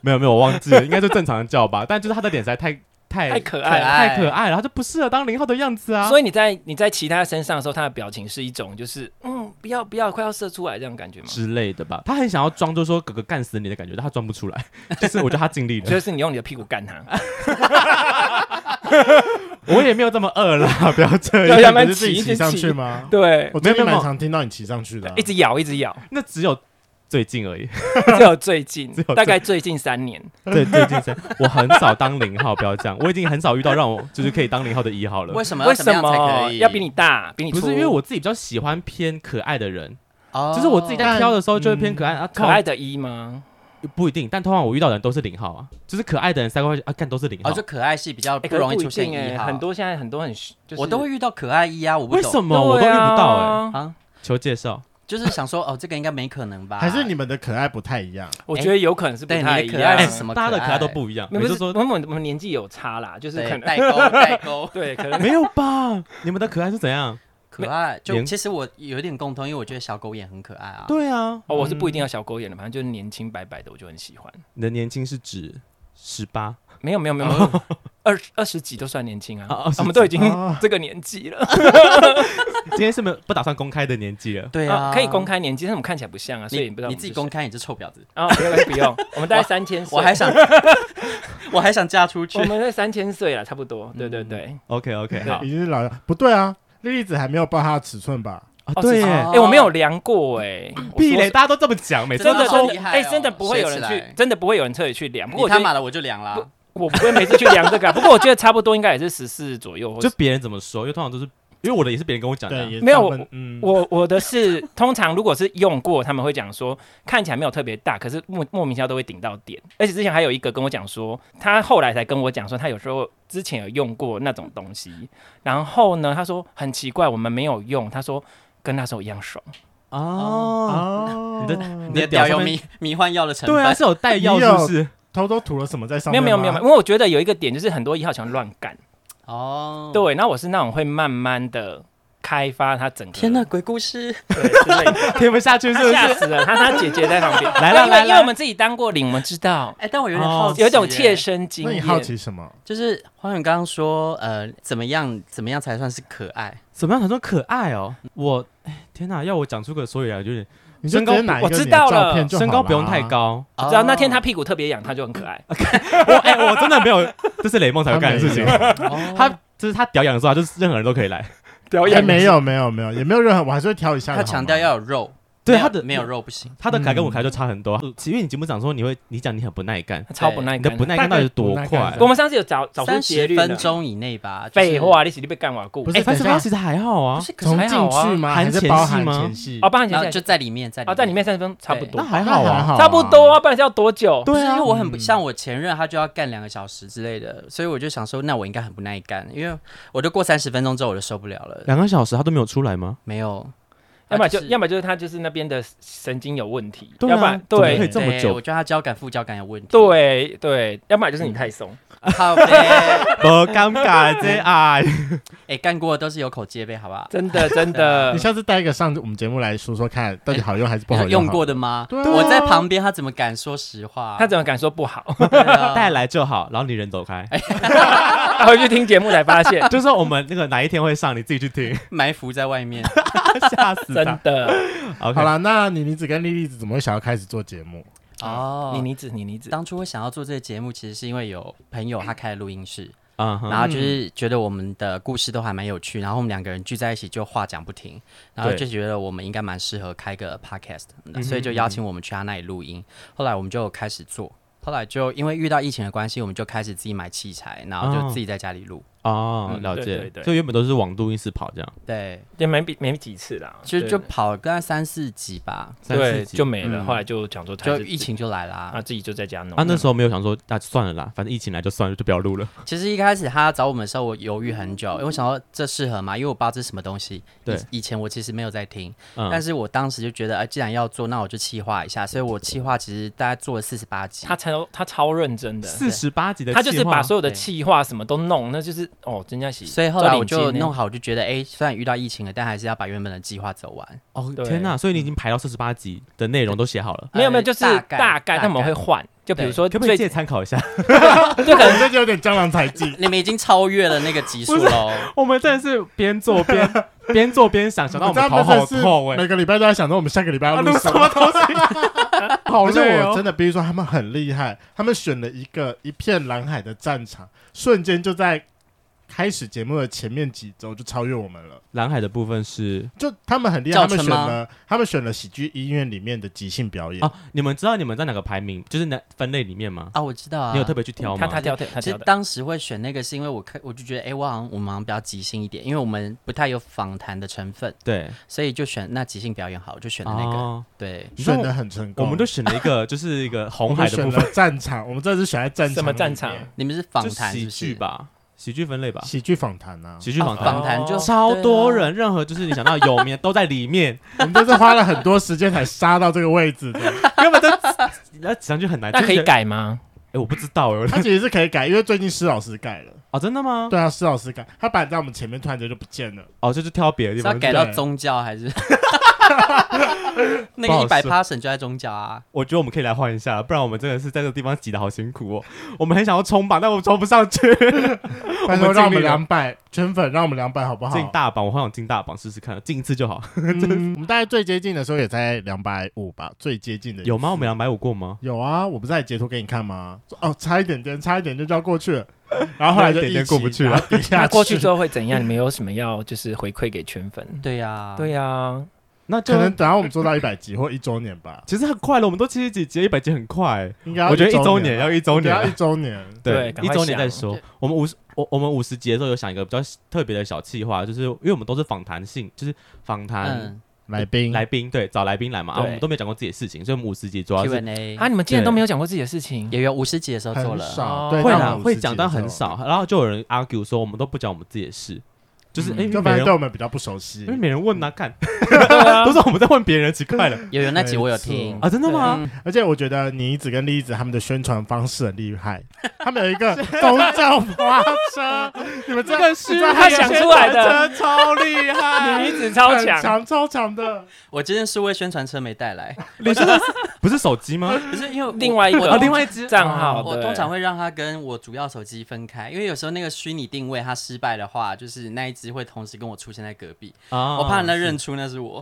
Speaker 1: 没有没有，我忘记了，应该就正常的叫吧。但就是他的脸实在太太
Speaker 3: 太哎可爱了
Speaker 1: 太
Speaker 3: 啊
Speaker 1: 哎太可爱了，他就不适合当零号的样子啊。
Speaker 3: 所
Speaker 1: 以
Speaker 3: 以你在你在骑他身上的时候，他的表情是一种就是嗯，不要不要，快要射出来这样的感觉吗？
Speaker 1: 之类的吧，他很想要装，就说哥哥干死你的感觉，但他装不出
Speaker 3: *laughs*
Speaker 1: 来。就是我觉得他尽力了， *laughs*
Speaker 3: 就是你用你的屁股干他，
Speaker 4: *laughs*
Speaker 1: 我也没有这么饿啦，不要这
Speaker 3: 要
Speaker 1: 样。
Speaker 3: 要
Speaker 2: 你
Speaker 3: 慢
Speaker 2: 哎不
Speaker 3: 慢
Speaker 2: 是自
Speaker 3: 骑
Speaker 2: 己骑上
Speaker 3: 一直
Speaker 2: 去
Speaker 3: 骑
Speaker 2: 吗？
Speaker 3: 对，
Speaker 2: 我最近
Speaker 1: 没有没
Speaker 2: 蛮
Speaker 1: 有
Speaker 2: 常听到你骑上去的啊， *laughs*
Speaker 3: 一直咬一直
Speaker 1: *laughs*
Speaker 3: 咬，
Speaker 1: 那只有最近而已，
Speaker 3: 只有最近
Speaker 1: 只有最
Speaker 3: 大概最近三年，
Speaker 1: 对，最近
Speaker 3: *laughs*
Speaker 1: 才我很少当零号，不要这样，我已经很少遇到让我就是可以当零号的一号了
Speaker 4: 为。什么要
Speaker 3: 为
Speaker 4: 怎么
Speaker 3: 什
Speaker 4: 样才可
Speaker 3: 么
Speaker 4: 以？
Speaker 3: 要比你大，比你
Speaker 1: 不
Speaker 3: 粗？
Speaker 1: 是因为我自己比较喜欢偏可爱的人，
Speaker 4: 哦，
Speaker 1: 就是我自己在挑的时候就会偏可爱啊，
Speaker 3: 可爱的一吗？
Speaker 1: 不一定，但通常我遇到的人都是零号啊，就是可爱的人三个会啊，干都是零号
Speaker 4: 哦，就。可爱系比较
Speaker 3: 哎，
Speaker 4: 不
Speaker 3: 可是
Speaker 4: 容易
Speaker 3: 不
Speaker 4: 出
Speaker 3: 一
Speaker 4: 现
Speaker 3: 定哎
Speaker 4: 一，号，
Speaker 3: 很多现在很多很就是
Speaker 4: 我都会遇到可爱一啊，我不
Speaker 1: 为
Speaker 4: 懂
Speaker 1: 什么我都遇
Speaker 3: 对
Speaker 1: 不到哎、
Speaker 3: 啊
Speaker 4: 啊，
Speaker 1: 求介绍，
Speaker 4: 就是想说哦，这个应该没可能吧？
Speaker 2: 还是你们的可爱不太一样？
Speaker 3: 我觉得有可能是不
Speaker 4: 对哎你
Speaker 3: 太
Speaker 4: 的
Speaker 3: 一啊
Speaker 4: 可爱啊
Speaker 3: 样
Speaker 4: 是。什么？
Speaker 1: 大家的可爱都不一样。
Speaker 3: 没
Speaker 1: 每
Speaker 3: 有
Speaker 1: 次
Speaker 3: 不
Speaker 1: 都
Speaker 3: 是，我 *laughs*
Speaker 1: 说
Speaker 3: 们我们年纪有差啦，就是可
Speaker 4: 对，
Speaker 3: 能，
Speaker 4: 代沟代沟 *laughs*
Speaker 3: 对，可能
Speaker 1: 没有吧？你们的可爱是怎样？
Speaker 4: 可爱。就
Speaker 1: 连
Speaker 4: 其实我有点共通，因为我觉得小狗眼很可爱啊。
Speaker 1: 对啊，
Speaker 3: 哦，我是不一定要小狗眼的，反正就是年轻白白的，我就很喜欢。
Speaker 1: 你的年轻是指十八，
Speaker 3: 没有没有没有
Speaker 4: 哦
Speaker 3: 没有，二十二十几都算年轻
Speaker 1: 啊
Speaker 3: 啊
Speaker 1: 二十，几
Speaker 3: 我们都已经
Speaker 2: 哦
Speaker 3: 这个年纪了，
Speaker 1: 今天是没有不打算公开的年纪了。
Speaker 4: 对
Speaker 3: 啊
Speaker 4: 啊，
Speaker 3: 可以公。开年纪，但是我们看起来不像啊，所以
Speaker 4: 你
Speaker 3: 也不知道
Speaker 4: 你
Speaker 3: 我们
Speaker 4: 自己
Speaker 3: 是
Speaker 4: 公
Speaker 3: 谁
Speaker 4: 开你这臭婊子！
Speaker 3: 啊，不用不用，我们大概三千
Speaker 4: *laughs*
Speaker 3: 岁，
Speaker 4: 我还
Speaker 3: *laughs*
Speaker 4: 想，我还想嫁出去
Speaker 3: 我。们在三千岁了，差不多，对
Speaker 4: 嗯
Speaker 3: 对对。
Speaker 1: OK OK，好
Speaker 2: 已经是老人，不对啊，莉莉子还没有报她的尺寸吧？
Speaker 1: 啊，
Speaker 3: 哦
Speaker 1: 对
Speaker 3: 是
Speaker 1: 耶
Speaker 4: 哦，
Speaker 3: 哎，我没有量过哎，我
Speaker 1: 屁
Speaker 3: 说
Speaker 1: 嘞，大家都这么讲，每次
Speaker 3: 真的
Speaker 4: 真的好
Speaker 3: 说
Speaker 4: 厉害哦
Speaker 3: 哎，真的不会有人
Speaker 4: 学起来
Speaker 3: 去，真的不会有人特意去量。不
Speaker 4: 你
Speaker 3: 过我觉
Speaker 4: 他
Speaker 3: 得
Speaker 4: 妈的，我就凉啦。
Speaker 3: 我不会每次去量这个啊，不过我觉得差不多应该也是十四左右，或
Speaker 1: 就
Speaker 3: 者
Speaker 1: 别人怎么说，因为通常都是因为我的也是别人跟我讲的啊
Speaker 2: 对，。也
Speaker 3: 没有
Speaker 2: 大部分嗯，
Speaker 3: 我我的是通常如果是用过，他们会讲说看起来没有特别大，可是莫莫名其妙都会顶到点。而且之前还有一个跟我讲说，他后来才跟我讲说，他有时候之前有用过那种东西，然后呢，他说很奇怪，我们没有用，他说跟那时候一样爽。
Speaker 1: 哦，
Speaker 2: 哦，
Speaker 1: 你的你
Speaker 4: 你的
Speaker 1: 的屌
Speaker 4: 屌有
Speaker 1: 上面
Speaker 4: 迷迷幻药的成
Speaker 1: 对啊，
Speaker 4: 分，
Speaker 1: 是有带药是不是？
Speaker 2: 偷偷涂了什么在上
Speaker 3: 没有
Speaker 2: 面吗？
Speaker 3: 没有没有，因为我觉得有一个点就是很多一号喜欢乱干，
Speaker 4: 哦，
Speaker 3: 对，那我是那种会慢慢的开发他整个
Speaker 4: 天哪，鬼故事，
Speaker 3: 对之类的，
Speaker 1: 听不下去是
Speaker 3: 他
Speaker 1: 不
Speaker 3: 吓
Speaker 1: 是？。
Speaker 3: 死了，他他姐姐在旁边
Speaker 1: 来了
Speaker 3: 因为
Speaker 1: 来
Speaker 3: 因为我
Speaker 1: 了，
Speaker 3: 们自己当过领，我们知道
Speaker 4: 哎，但我有点
Speaker 1: 哦
Speaker 4: 好奇耶，
Speaker 3: 有一种切身经
Speaker 2: 那你
Speaker 3: 验。
Speaker 2: 好奇什么？
Speaker 4: 就是黄远刚刚说，呃，怎么样怎么样才算是可爱？
Speaker 1: 怎么样才说可爱哦？我哎天哪，要我讲出个所以然，有点
Speaker 2: 你就直接拿一个
Speaker 3: 我知
Speaker 2: 你的
Speaker 3: 道
Speaker 2: 照
Speaker 3: 了
Speaker 2: 片就好啊
Speaker 1: 身高不用
Speaker 2: 啦
Speaker 1: 太，高。
Speaker 3: 只要那天他屁股特别痒，他就很可爱。
Speaker 1: 我哎，我真的没有， *laughs* 这是雷梦才会干的事情。他
Speaker 3: *laughs* 哦
Speaker 4: 他
Speaker 1: 就是他屌痒的时候，他就是任何人都可以来。
Speaker 3: 表
Speaker 2: 也哎没有没有没有，也没有任何，我还是会挑一下的。
Speaker 4: 他强调
Speaker 2: 好吗
Speaker 4: 要有肉，
Speaker 1: 对
Speaker 4: 没有
Speaker 1: 他的
Speaker 4: 没有嗯肉不行。
Speaker 1: 他的可爱跟我可爱就差很多啊。其实你节目讲说你会，你讲你很不耐干，
Speaker 3: 超不耐
Speaker 1: 你的
Speaker 3: 干
Speaker 1: 哎不
Speaker 3: 的。
Speaker 1: 耐干到底是多快？
Speaker 3: 我们上次有找找出
Speaker 4: 三
Speaker 3: 节
Speaker 4: 十
Speaker 3: 律的
Speaker 4: 分，钟以内吧。就是
Speaker 3: 废，话，你是你被干瓦固
Speaker 2: 不。是
Speaker 1: 哎，
Speaker 2: 等
Speaker 1: 三十八
Speaker 2: 一下
Speaker 1: 其实还好啊
Speaker 4: 不。是，可
Speaker 2: 从
Speaker 4: 是
Speaker 3: 还好啊
Speaker 2: 进去吗？
Speaker 1: 含
Speaker 2: 还是
Speaker 1: 前
Speaker 2: 包
Speaker 1: 戏
Speaker 2: 含
Speaker 1: 吗
Speaker 2: 前戏？
Speaker 3: 哦，，帮你
Speaker 4: 然
Speaker 3: 想
Speaker 4: 后
Speaker 3: 起
Speaker 4: 就
Speaker 3: 来，
Speaker 4: 在里面，在
Speaker 3: 哦，在里面三十分钟差不
Speaker 1: 那
Speaker 3: 多，
Speaker 1: 还
Speaker 2: 那
Speaker 1: 好
Speaker 2: 还
Speaker 1: 啊，
Speaker 2: 好，
Speaker 3: 差不多。啊，不然是要多久？
Speaker 4: 不是因为我很
Speaker 2: 嗯
Speaker 4: 不像我前任，他就要干两个小时之类的，所以我就想说，那我应该很不耐干，因为我就过三十分钟之后我就受不了了。
Speaker 1: 两个小时他都没有出来吗？
Speaker 4: 没有，啊
Speaker 3: 啊要么
Speaker 4: 他
Speaker 3: 啊就是要么就是他就是那边的神经有问题，
Speaker 1: 对啊
Speaker 3: 要不然
Speaker 1: 怎么可
Speaker 3: 对
Speaker 1: 以这么
Speaker 4: 对
Speaker 1: 久
Speaker 4: 我觉得他交感副交感有问题。，
Speaker 3: 对 *laughs* 对，要不然就是你太松。
Speaker 4: 好呗，
Speaker 1: 不尴尬这啊，
Speaker 4: 哎，干过的都是有口皆碑，好不好？
Speaker 3: 真 *laughs* 的真的
Speaker 2: 你，下次带一个上我们节目来说说看，到底好用还是不
Speaker 4: 你
Speaker 2: 好
Speaker 4: 说
Speaker 2: 哎用？
Speaker 4: 用过的吗？
Speaker 2: 对啊
Speaker 4: 我在旁边，他怎么敢说实话？
Speaker 3: 他怎么敢说不好？ *laughs*
Speaker 4: 对 *laughs* 啊
Speaker 1: 带来就好，然后你人走开。
Speaker 3: 他回去听节目才发 *laughs* 现，
Speaker 1: 就说我们那个哪一天会上，你自己去听，
Speaker 4: 埋伏在外面。
Speaker 1: 吓死
Speaker 3: 真
Speaker 1: 他。
Speaker 3: 的。
Speaker 1: OK，
Speaker 2: 好了，那你妮子跟莉莉子怎么会想要开始做节 *laughs* 目？
Speaker 4: 哦，
Speaker 3: 你妮子，你妮子，
Speaker 4: 当初会想要做这个节目，其实是因为有朋友他开了录音室，
Speaker 1: 嗯哼，
Speaker 4: 然后就是觉得我们的故事都还蛮有趣，然后我们两个人聚在一起就话讲不停，然后
Speaker 1: 对
Speaker 4: 就觉得我们应该蛮适合开个 podcast，的所以就邀请我们去他那里录音。后来我们就开始做，后来就因为遇到疫情的关系，我们就开始自己买器材，然后就自己在家里录。
Speaker 1: 哦，
Speaker 3: 嗯
Speaker 1: 了
Speaker 3: 对
Speaker 1: 解
Speaker 3: 对。对
Speaker 1: 就原本都是往录音室跑这样，
Speaker 4: 对，
Speaker 3: 也没比没几次啦，
Speaker 4: 就
Speaker 3: 对
Speaker 4: 就跑了大概三四集吧，
Speaker 1: 三
Speaker 3: 对
Speaker 1: 四
Speaker 3: 就
Speaker 1: 集。
Speaker 3: 没了。
Speaker 4: 嗯
Speaker 3: 后来就讲说，
Speaker 4: 就疫情就来啦、
Speaker 3: 啊，自己就在家弄。
Speaker 1: 啊，那时候没有想说，那算了啦，反正疫情来就算了，就不要录了。
Speaker 4: 其实一开始他找我们的时候，我犹豫很久，因为我想说这适合吗？因为我不知道这是什么东西。
Speaker 1: 对
Speaker 4: 以以前我其实没有在听，
Speaker 1: 嗯
Speaker 4: 但是我当时就觉得，哎、既然要做，那我就企划一下。所以我企划其实大概做了四十八集。
Speaker 3: 他超他超认真的，
Speaker 1: 四十八集的计
Speaker 3: 他
Speaker 1: 划，
Speaker 3: 就是把所有的
Speaker 4: 对
Speaker 3: 气话什么都弄，那就是哦，真正是，
Speaker 4: 所以后来我
Speaker 3: 做
Speaker 4: 就
Speaker 3: 零斤呢
Speaker 4: 弄好，我就觉得，哎、虽然遇到疫情了，但还是要把原本的计划走完。
Speaker 1: 哦，
Speaker 3: 对
Speaker 1: 天哪！所以你已经排到四十八集的内容都写好了，
Speaker 3: 没有没有，就是
Speaker 4: 呃大概
Speaker 3: 大概，
Speaker 4: 大
Speaker 3: 但我们
Speaker 4: 概
Speaker 3: 会换，就比如
Speaker 4: 对
Speaker 3: 说
Speaker 1: 可不可以
Speaker 3: 呃最
Speaker 1: 借参考一下？
Speaker 3: 就
Speaker 1: *laughs*
Speaker 3: 可能
Speaker 2: 这就有点江郎才尽。
Speaker 4: 你们已经超越了那哦个级数
Speaker 1: *laughs*
Speaker 4: 喽。
Speaker 6: 我们真的是边做边边做边想，想到我们头好痛
Speaker 1: *laughs*
Speaker 6: 哎、
Speaker 2: 每个礼拜都在想着我们下个礼拜要
Speaker 6: 啊
Speaker 2: 录
Speaker 6: 录
Speaker 2: 什
Speaker 6: 什
Speaker 2: 么
Speaker 6: 么。东西？好
Speaker 2: 而且
Speaker 6: 累
Speaker 2: 我
Speaker 6: 哦
Speaker 2: 真！的必须说，他们很厉害，他们选了一个一片蓝海的战场，瞬间就在开始节目的前面几周就超越我们了。
Speaker 1: 蓝海的部分是
Speaker 2: 就他们很厉害，
Speaker 4: 教
Speaker 2: 他们选
Speaker 4: 程吗
Speaker 2: 了他们选了喜剧医院里面的即兴表演。
Speaker 1: 哦，你们知道你们在哪个排名，就是哪分类里面吗？
Speaker 4: 啊，我知道啊。
Speaker 1: 你有特别去挑
Speaker 3: 他
Speaker 1: 吗？
Speaker 3: 他挑的他
Speaker 4: 其
Speaker 3: 挑
Speaker 4: 实
Speaker 3: 的，
Speaker 4: 当时会选那个，是因为我看我就觉得，哎、我好像我们好像比较即兴一点，因为我们不太有访谈的成分，
Speaker 1: 对，
Speaker 4: 所以就选那即兴表演好，我就选了那个。
Speaker 1: 哦，
Speaker 4: 对，
Speaker 1: 你知道
Speaker 2: 选的很成
Speaker 1: 我
Speaker 2: 功，
Speaker 1: 们都选了一个，就是一个
Speaker 2: 我
Speaker 1: 红
Speaker 2: 们
Speaker 1: 海的
Speaker 2: 选
Speaker 1: 部分，
Speaker 2: 了战场，我们这次选在战场
Speaker 3: 什么战
Speaker 2: 里面
Speaker 1: 哦
Speaker 3: 场？
Speaker 4: 你们是访
Speaker 1: 就
Speaker 4: 谈是
Speaker 1: 喜
Speaker 4: 不
Speaker 1: 剧
Speaker 4: 是？
Speaker 1: 吧，喜剧分类吧，
Speaker 2: 喜剧访谈啊，
Speaker 1: 喜剧
Speaker 4: 啊，
Speaker 1: 访谈
Speaker 4: 访谈就
Speaker 3: 哦
Speaker 1: 超多。
Speaker 4: 对啊
Speaker 1: 人，任何就是你想到有名的都在里
Speaker 4: *laughs*
Speaker 1: 面，
Speaker 2: 我们这次花了很多时间才杀到这个
Speaker 1: *laughs*
Speaker 2: 位置的。
Speaker 1: 根本都那上去很难。
Speaker 3: 那可
Speaker 1: 就
Speaker 3: 以
Speaker 1: 是觉得？
Speaker 3: 改吗？
Speaker 1: 哎，我不知道哎，
Speaker 2: 它其实是可以改，因为最近施老师改了。
Speaker 1: 哦，真的吗？
Speaker 2: 对啊，施老师改，他摆在我们前面，突然间就不见了。
Speaker 1: 哦，这就挑别的地
Speaker 4: 是
Speaker 1: 方
Speaker 4: 要
Speaker 1: 去。
Speaker 4: 改到
Speaker 2: 对
Speaker 4: 宗教
Speaker 1: *laughs*
Speaker 4: 还是？那
Speaker 1: 不好
Speaker 4: 个一百
Speaker 1: 说
Speaker 4: passion 就在宗教啊，
Speaker 1: 我觉得我们可以来换一下，不然我们真的是在这个地方挤得好辛苦哦。我们很想要冲吧，但我冲不上去。
Speaker 2: 拜托，让我
Speaker 1: 尽
Speaker 2: 们
Speaker 1: 力了
Speaker 2: 两百圈粉，让我们两百好
Speaker 4: 哦
Speaker 2: 不好？
Speaker 1: 进大榜，我好想进大榜试试看，进一次就好。
Speaker 2: 嗯我们大概最接近的时候也才两百五吧，最接近的
Speaker 1: 有吗？我们两百五过吗？
Speaker 2: 有啊，我不是还截图给你看吗？哦，差一点点，差一点就就要过去了，然后后来就
Speaker 1: 那一点点
Speaker 2: 一起
Speaker 1: 过不去了，
Speaker 2: 然后跌下
Speaker 3: 那过去之
Speaker 2: 后，
Speaker 3: 后会怎样？你们有什么要就是回馈给圈粉？
Speaker 4: 对啊呀，
Speaker 3: 对呀，
Speaker 1: 那就
Speaker 2: 可能等到我们做到一百集或一周年吧，
Speaker 1: 其实很快了，我们都七十几集，一百集很快。
Speaker 2: 应该要
Speaker 1: 我觉得一周
Speaker 2: 周
Speaker 1: 年
Speaker 2: 了
Speaker 1: 要一周
Speaker 2: 对
Speaker 1: 年
Speaker 2: 要
Speaker 1: 了
Speaker 2: 一，周年，
Speaker 3: 对赶
Speaker 1: 一
Speaker 3: 快
Speaker 1: 周年
Speaker 3: 想
Speaker 1: 再说。我们五十，我我们五十集的时候有想一个比较特别的小计划，就是因为我们都是访谈性，就是访谈
Speaker 4: 嗯
Speaker 2: 来宾
Speaker 1: 来宾，对，找来宾来嘛，啊，
Speaker 3: 对
Speaker 1: 我们都没有讲过自己的事情，所以我们五十集主要是
Speaker 4: ，Q&A
Speaker 3: 啊，你们竟然都没有讲过自己的事情，
Speaker 4: 也有五十集的时候做
Speaker 2: 很
Speaker 4: 了，
Speaker 2: 少，
Speaker 3: 哦
Speaker 2: 对，
Speaker 1: 会
Speaker 2: 到
Speaker 1: 啦
Speaker 2: 我，们
Speaker 1: 会
Speaker 2: 50
Speaker 1: 讲，但
Speaker 2: 集的
Speaker 1: 很
Speaker 2: 时候，
Speaker 1: 少。然后就有人 argue 说，我们都不讲我们自己的事，就是
Speaker 3: 嗯
Speaker 1: 哎，因为
Speaker 2: 就嗯
Speaker 1: 没
Speaker 2: 反正对
Speaker 1: 人，
Speaker 2: 我们比较不熟悉
Speaker 1: 因为。没人问啊，看，
Speaker 3: 对啊
Speaker 1: *laughs* 都是我们在问别人，奇怪了
Speaker 4: 有有那集我有
Speaker 2: 没错
Speaker 4: 听
Speaker 1: 啊，真的吗？
Speaker 4: 嗯
Speaker 2: 而且我觉得妮子跟栗子他们的宣传方式很厉害， *laughs* 他们有一个公教花车，你们这
Speaker 1: 这个是
Speaker 3: 他想出来的，
Speaker 1: 超厉
Speaker 3: *laughs*
Speaker 1: 害。
Speaker 3: 啊女子超
Speaker 2: 很
Speaker 3: 强，
Speaker 2: 强超强的，
Speaker 4: 我今天数位宣传车没带来，
Speaker 1: 你真的是不是手机吗？
Speaker 4: 可是因为我
Speaker 3: 另外一
Speaker 4: 我
Speaker 3: 个
Speaker 4: 通
Speaker 1: 啊，另外一只
Speaker 3: 账号，
Speaker 4: 我
Speaker 3: 对
Speaker 4: 通常会让它跟我主要手机分开，因为有时候那个虚拟定位它失败的话，就是那一只会同时跟我出现在隔壁，
Speaker 1: 啊
Speaker 4: 哦我怕人家认出那是我。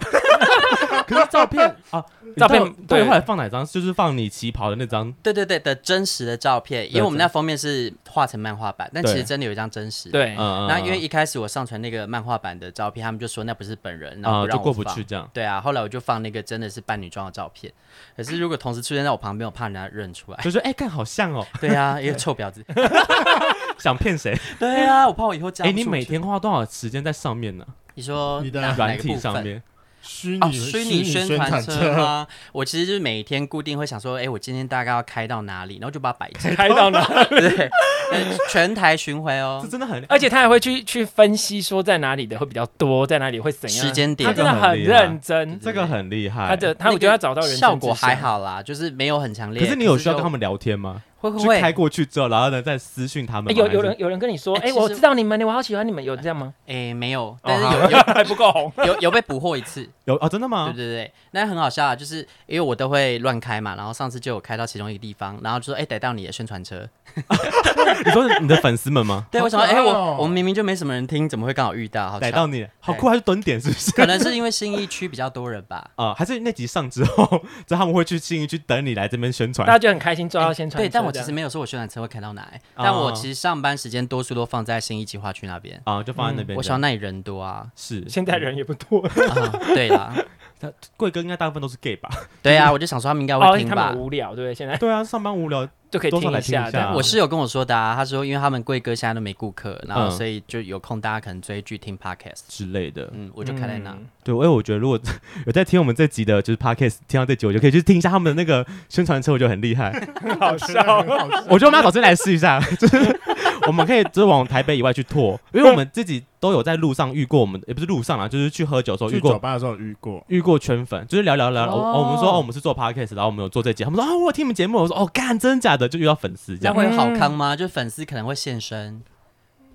Speaker 1: 可是照片 *laughs* 啊，
Speaker 3: 照片
Speaker 1: 你到对，
Speaker 3: 对
Speaker 1: 后来放哪张？就是放你旗袍的那张，
Speaker 4: 对对对的真实的照片，因为我们那封面是画成漫画版，但
Speaker 1: 对
Speaker 4: 其实真的有一张真实。。
Speaker 3: 对，
Speaker 1: 嗯，
Speaker 4: 哎那因为一开始我上传那个漫画版的照片，他们就说那不是本人，然后
Speaker 1: 啊
Speaker 4: 不
Speaker 1: 就
Speaker 4: 让我
Speaker 1: 过不
Speaker 4: 放
Speaker 1: 去。这样。
Speaker 4: 对啊，后来我就放那个真的是扮女装的照片，可是如果同时出现在我旁边，我怕人家认出来。 *laughs*
Speaker 1: 就说哎，看好像哦，
Speaker 4: 对啊，一个臭婊子。
Speaker 1: 想骗谁？
Speaker 4: 对啊，我怕我以后加
Speaker 1: 哎，
Speaker 4: 不出
Speaker 1: 你每
Speaker 4: 去
Speaker 1: 天花多少时间在上面呢？
Speaker 4: 你说
Speaker 2: 你的
Speaker 4: 哪哪
Speaker 1: 软
Speaker 4: 个
Speaker 1: 体
Speaker 4: 部
Speaker 1: 上
Speaker 4: 分
Speaker 1: 面，
Speaker 2: 虚
Speaker 4: 哦，
Speaker 2: 拟
Speaker 4: 虚
Speaker 2: 拟
Speaker 4: 拟
Speaker 2: 宣
Speaker 4: 宣传车
Speaker 2: 车，
Speaker 4: 吗？我其实就是每天固定会想说，哎、我今天大概要开到哪里，然后就把它摆 *laughs* 正，
Speaker 3: 开到哪？
Speaker 4: 对，呃全台巡回
Speaker 1: 这
Speaker 4: 哦，
Speaker 1: 真的很
Speaker 3: 而且他还会去去分析说在哪里的会比较多，在哪里会怎样，
Speaker 4: 时间点
Speaker 3: 他真的很认真，
Speaker 1: 这个很厉害。
Speaker 3: 他的他我觉得他找到人生
Speaker 4: 效果
Speaker 3: 志向
Speaker 4: 还，好啦，就是没有很强烈。
Speaker 1: 可是你有需要
Speaker 4: 就
Speaker 1: 跟他们聊天吗？
Speaker 4: 会会
Speaker 1: 就开
Speaker 4: 会，
Speaker 1: 过去之后，然后呢再私讯他
Speaker 3: 哎
Speaker 1: 们吗。
Speaker 3: 有有
Speaker 1: 还是
Speaker 3: 人有人跟你说，
Speaker 4: 哎
Speaker 3: 哎，
Speaker 4: 其实
Speaker 3: 我知道你们，我好喜欢你们，有这样吗？
Speaker 4: 哎、没有，但是有、
Speaker 3: 哦，好嗯还不够红，
Speaker 4: 有有被捕获一次，
Speaker 1: 有哦，真的
Speaker 4: 对
Speaker 1: 吗？
Speaker 4: 对对，那很好笑啊，就是因为我都会乱开嘛，然后上次就有开到其中一个地方，然后就说，哎、逮到你的宣传车，
Speaker 1: 你说是你的粉丝们吗？
Speaker 4: 对
Speaker 2: 好
Speaker 4: 我想说，
Speaker 2: 可
Speaker 4: 哎、
Speaker 2: 爱哦
Speaker 3: ，Oh
Speaker 4: 我我们明明就没什么人听，怎么会刚好遇 *laughs* 到？好
Speaker 1: 逮
Speaker 4: 巧，
Speaker 1: 到你，好酷，还是蹲点是不
Speaker 4: *laughs*
Speaker 1: 是？
Speaker 4: 可能是因为新一区比较多人吧。
Speaker 1: 啊，还是那集上之后， *laughs* 就他们会去信义区等你来这边宣
Speaker 3: *laughs* 大家
Speaker 1: 传。
Speaker 3: 就很开心抓到宣传车这样。哦
Speaker 4: 对，但我其实没有说我宣传车会开到哪、欸但我其实上班时间多数都放在新一计划区那边。
Speaker 1: 啊，就放在那边这样。，
Speaker 4: 嗯我想那里人多啊
Speaker 1: 是
Speaker 3: 现在人也不多，
Speaker 4: 啊对啦，
Speaker 1: 贵哥应该大部分都是 gay 吧？
Speaker 4: 对啊，我就想说他们应该
Speaker 3: 哦
Speaker 4: 会，听
Speaker 3: 他
Speaker 4: 吧
Speaker 3: 们。无聊，对不对？现在
Speaker 1: *laughs* 对啊，上班无聊，
Speaker 3: 就可以
Speaker 1: 多少
Speaker 3: 听
Speaker 1: 来
Speaker 3: 一
Speaker 1: 听一
Speaker 3: 下，
Speaker 1: 下
Speaker 3: 这样
Speaker 1: 啊
Speaker 4: 我室友跟我说的啊，他说因为他们贵哥现在都没顾客，然后
Speaker 1: 嗯
Speaker 4: 所以就有空大家可能追剧听 podcast，
Speaker 1: 之类的。
Speaker 4: 嗯，我就开在那。
Speaker 3: 嗯
Speaker 1: 对，因哎为我觉得如果 *laughs* 有在听我们这集的，就是 podcast 听到这集，我就可以去听一下他们的那个宣传车，我觉得很 *laughs* 厉害。
Speaker 2: 好笑，很好笑。
Speaker 1: 我觉得我们要找真来试一下， *laughs* 就是我们可以就是往台北以外去拓，因为我们自己都有在路上遇过，我们也不是路上啊，就是去喝酒的时候遇
Speaker 2: 去酒
Speaker 1: 过。
Speaker 2: 吧的时候有遇过，
Speaker 1: 遇过圈粉，就是聊聊聊，
Speaker 4: 哦
Speaker 1: 哦哦我们说哦，我们是做 podcast，然后我们有做这集，他们说啊，我有听你们节目，我说哦，干，真假的，就遇到粉丝这
Speaker 4: 那
Speaker 1: 样，
Speaker 4: 会有好康吗？就粉丝可能会现身，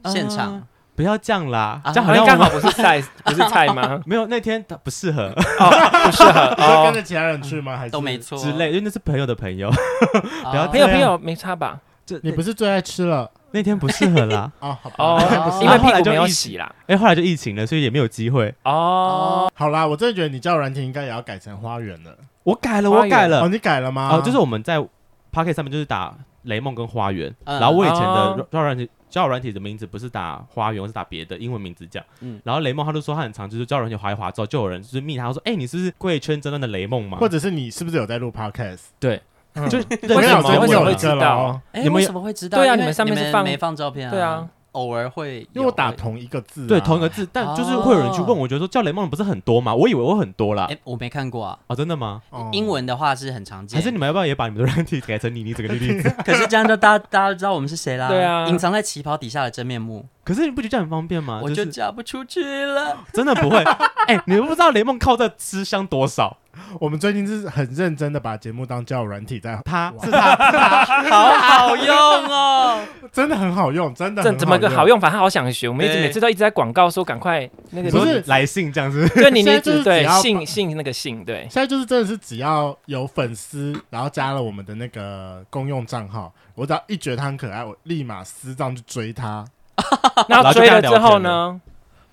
Speaker 4: 现场
Speaker 1: 啊不要这样啦，
Speaker 4: 啊
Speaker 1: 这样哎好像
Speaker 3: 好像
Speaker 1: 我
Speaker 3: 刚好
Speaker 1: 们？
Speaker 3: 不是 *laughs* 菜，不是菜吗
Speaker 1: 没有那天他不适合
Speaker 3: 哦不适合
Speaker 2: 你 *laughs* 是跟
Speaker 3: 哦。
Speaker 2: 着其他人去吗？还是
Speaker 4: 都没？错哦
Speaker 1: 之类，因为那是朋友的朋友， *laughs*
Speaker 4: 不
Speaker 1: 要
Speaker 3: 朋友朋友没差吧？
Speaker 1: 这
Speaker 2: 你不是最爱吃了。
Speaker 1: 那天不适合啦
Speaker 2: 哦？好吧
Speaker 3: 哦
Speaker 4: 不是，
Speaker 3: 因为屁股没有洗啦。
Speaker 1: 哎，后来就疫情了，所以也没有机会。
Speaker 3: 哦，
Speaker 2: 好啦，我真的觉得你叫软体应该也要改成花园了。
Speaker 1: 我改了，
Speaker 3: 花
Speaker 1: 我
Speaker 3: 园
Speaker 1: 改 *laughs*
Speaker 2: 哦，
Speaker 1: 了。
Speaker 2: 你改了吗？
Speaker 1: 哦，就是我们在 Pocket 上面就是打雷梦跟花园，
Speaker 4: 嗯
Speaker 1: 然后我以前的
Speaker 3: 哦
Speaker 1: 交友软体交友软体的名字不是打花园，我是打别的英文名字这样。
Speaker 4: 嗯
Speaker 1: 然后雷梦他就说他很常就是交友软体划一划之后，就有人就是密他，他说：“哎，你是不是贵圈争端的雷梦吗？”
Speaker 2: 或者是你是不是有在录 podcast？
Speaker 3: 嗯
Speaker 1: *laughs* 就认
Speaker 2: 我
Speaker 3: 为
Speaker 1: 识
Speaker 2: 想
Speaker 3: 什
Speaker 1: 某
Speaker 3: 么
Speaker 1: 个
Speaker 2: 最近
Speaker 3: 为什么
Speaker 2: 有
Speaker 1: 人
Speaker 2: 一
Speaker 3: 会
Speaker 1: 吗
Speaker 3: 知
Speaker 2: 个
Speaker 3: 道
Speaker 2: 了哦，
Speaker 4: 哎、
Speaker 1: 你们
Speaker 4: 为
Speaker 1: 有
Speaker 4: 什么会知道？
Speaker 3: 对啊
Speaker 4: 因为
Speaker 3: 你们上面是放
Speaker 4: 没放照片啊？
Speaker 3: 对啊，
Speaker 4: 偶尔会有，
Speaker 2: 因为我打同一个字啊，
Speaker 1: 对同一个字，但就是会有人去问
Speaker 4: 哦
Speaker 1: 我，觉得说叫雷梦的不是很多吗？我以为我很多啦
Speaker 4: 哎、。我没看过啊。
Speaker 1: 哦，真的吗？
Speaker 2: 哦
Speaker 4: 英文的话是很常见，
Speaker 1: 还是你们要不要也把你们的软体改成你你整个例
Speaker 4: *laughs*
Speaker 1: 子？
Speaker 4: 可是这样就大家大家都知道我们是谁啦。
Speaker 3: 对啊
Speaker 4: 隐藏在旗袍底下的真面目，
Speaker 1: 可是你不觉得这样很方便吗？
Speaker 4: 我
Speaker 1: 啊就
Speaker 4: 就是嫁不出去了。
Speaker 1: 真的不会。哎、你们不知道雷梦靠这吃香多少？
Speaker 2: 我们最近是很认真的把节目当交友软体在，
Speaker 1: 他
Speaker 2: 哇
Speaker 1: 是他，
Speaker 4: 好好用哦，
Speaker 2: 真的很好用，真的
Speaker 3: 这
Speaker 2: 很
Speaker 3: 怎么个好？用法？他好想学，我们一直
Speaker 4: 对
Speaker 3: 每次都一直在广告说赶快那个
Speaker 2: 不是
Speaker 1: 你说来信这样子，
Speaker 3: 对你
Speaker 2: 现在
Speaker 3: 你
Speaker 2: 就是只
Speaker 3: 只对
Speaker 2: 要
Speaker 3: 信信那个信对
Speaker 2: 现在就是真的是只要有粉丝，然后加了我们的那个公用账号，我只要一觉得他很可爱，我立马私账去追他。
Speaker 3: 然后
Speaker 1: 后就跟
Speaker 3: 追
Speaker 1: 他
Speaker 3: 了
Speaker 1: 聊
Speaker 3: 之后
Speaker 1: 天
Speaker 3: 呢，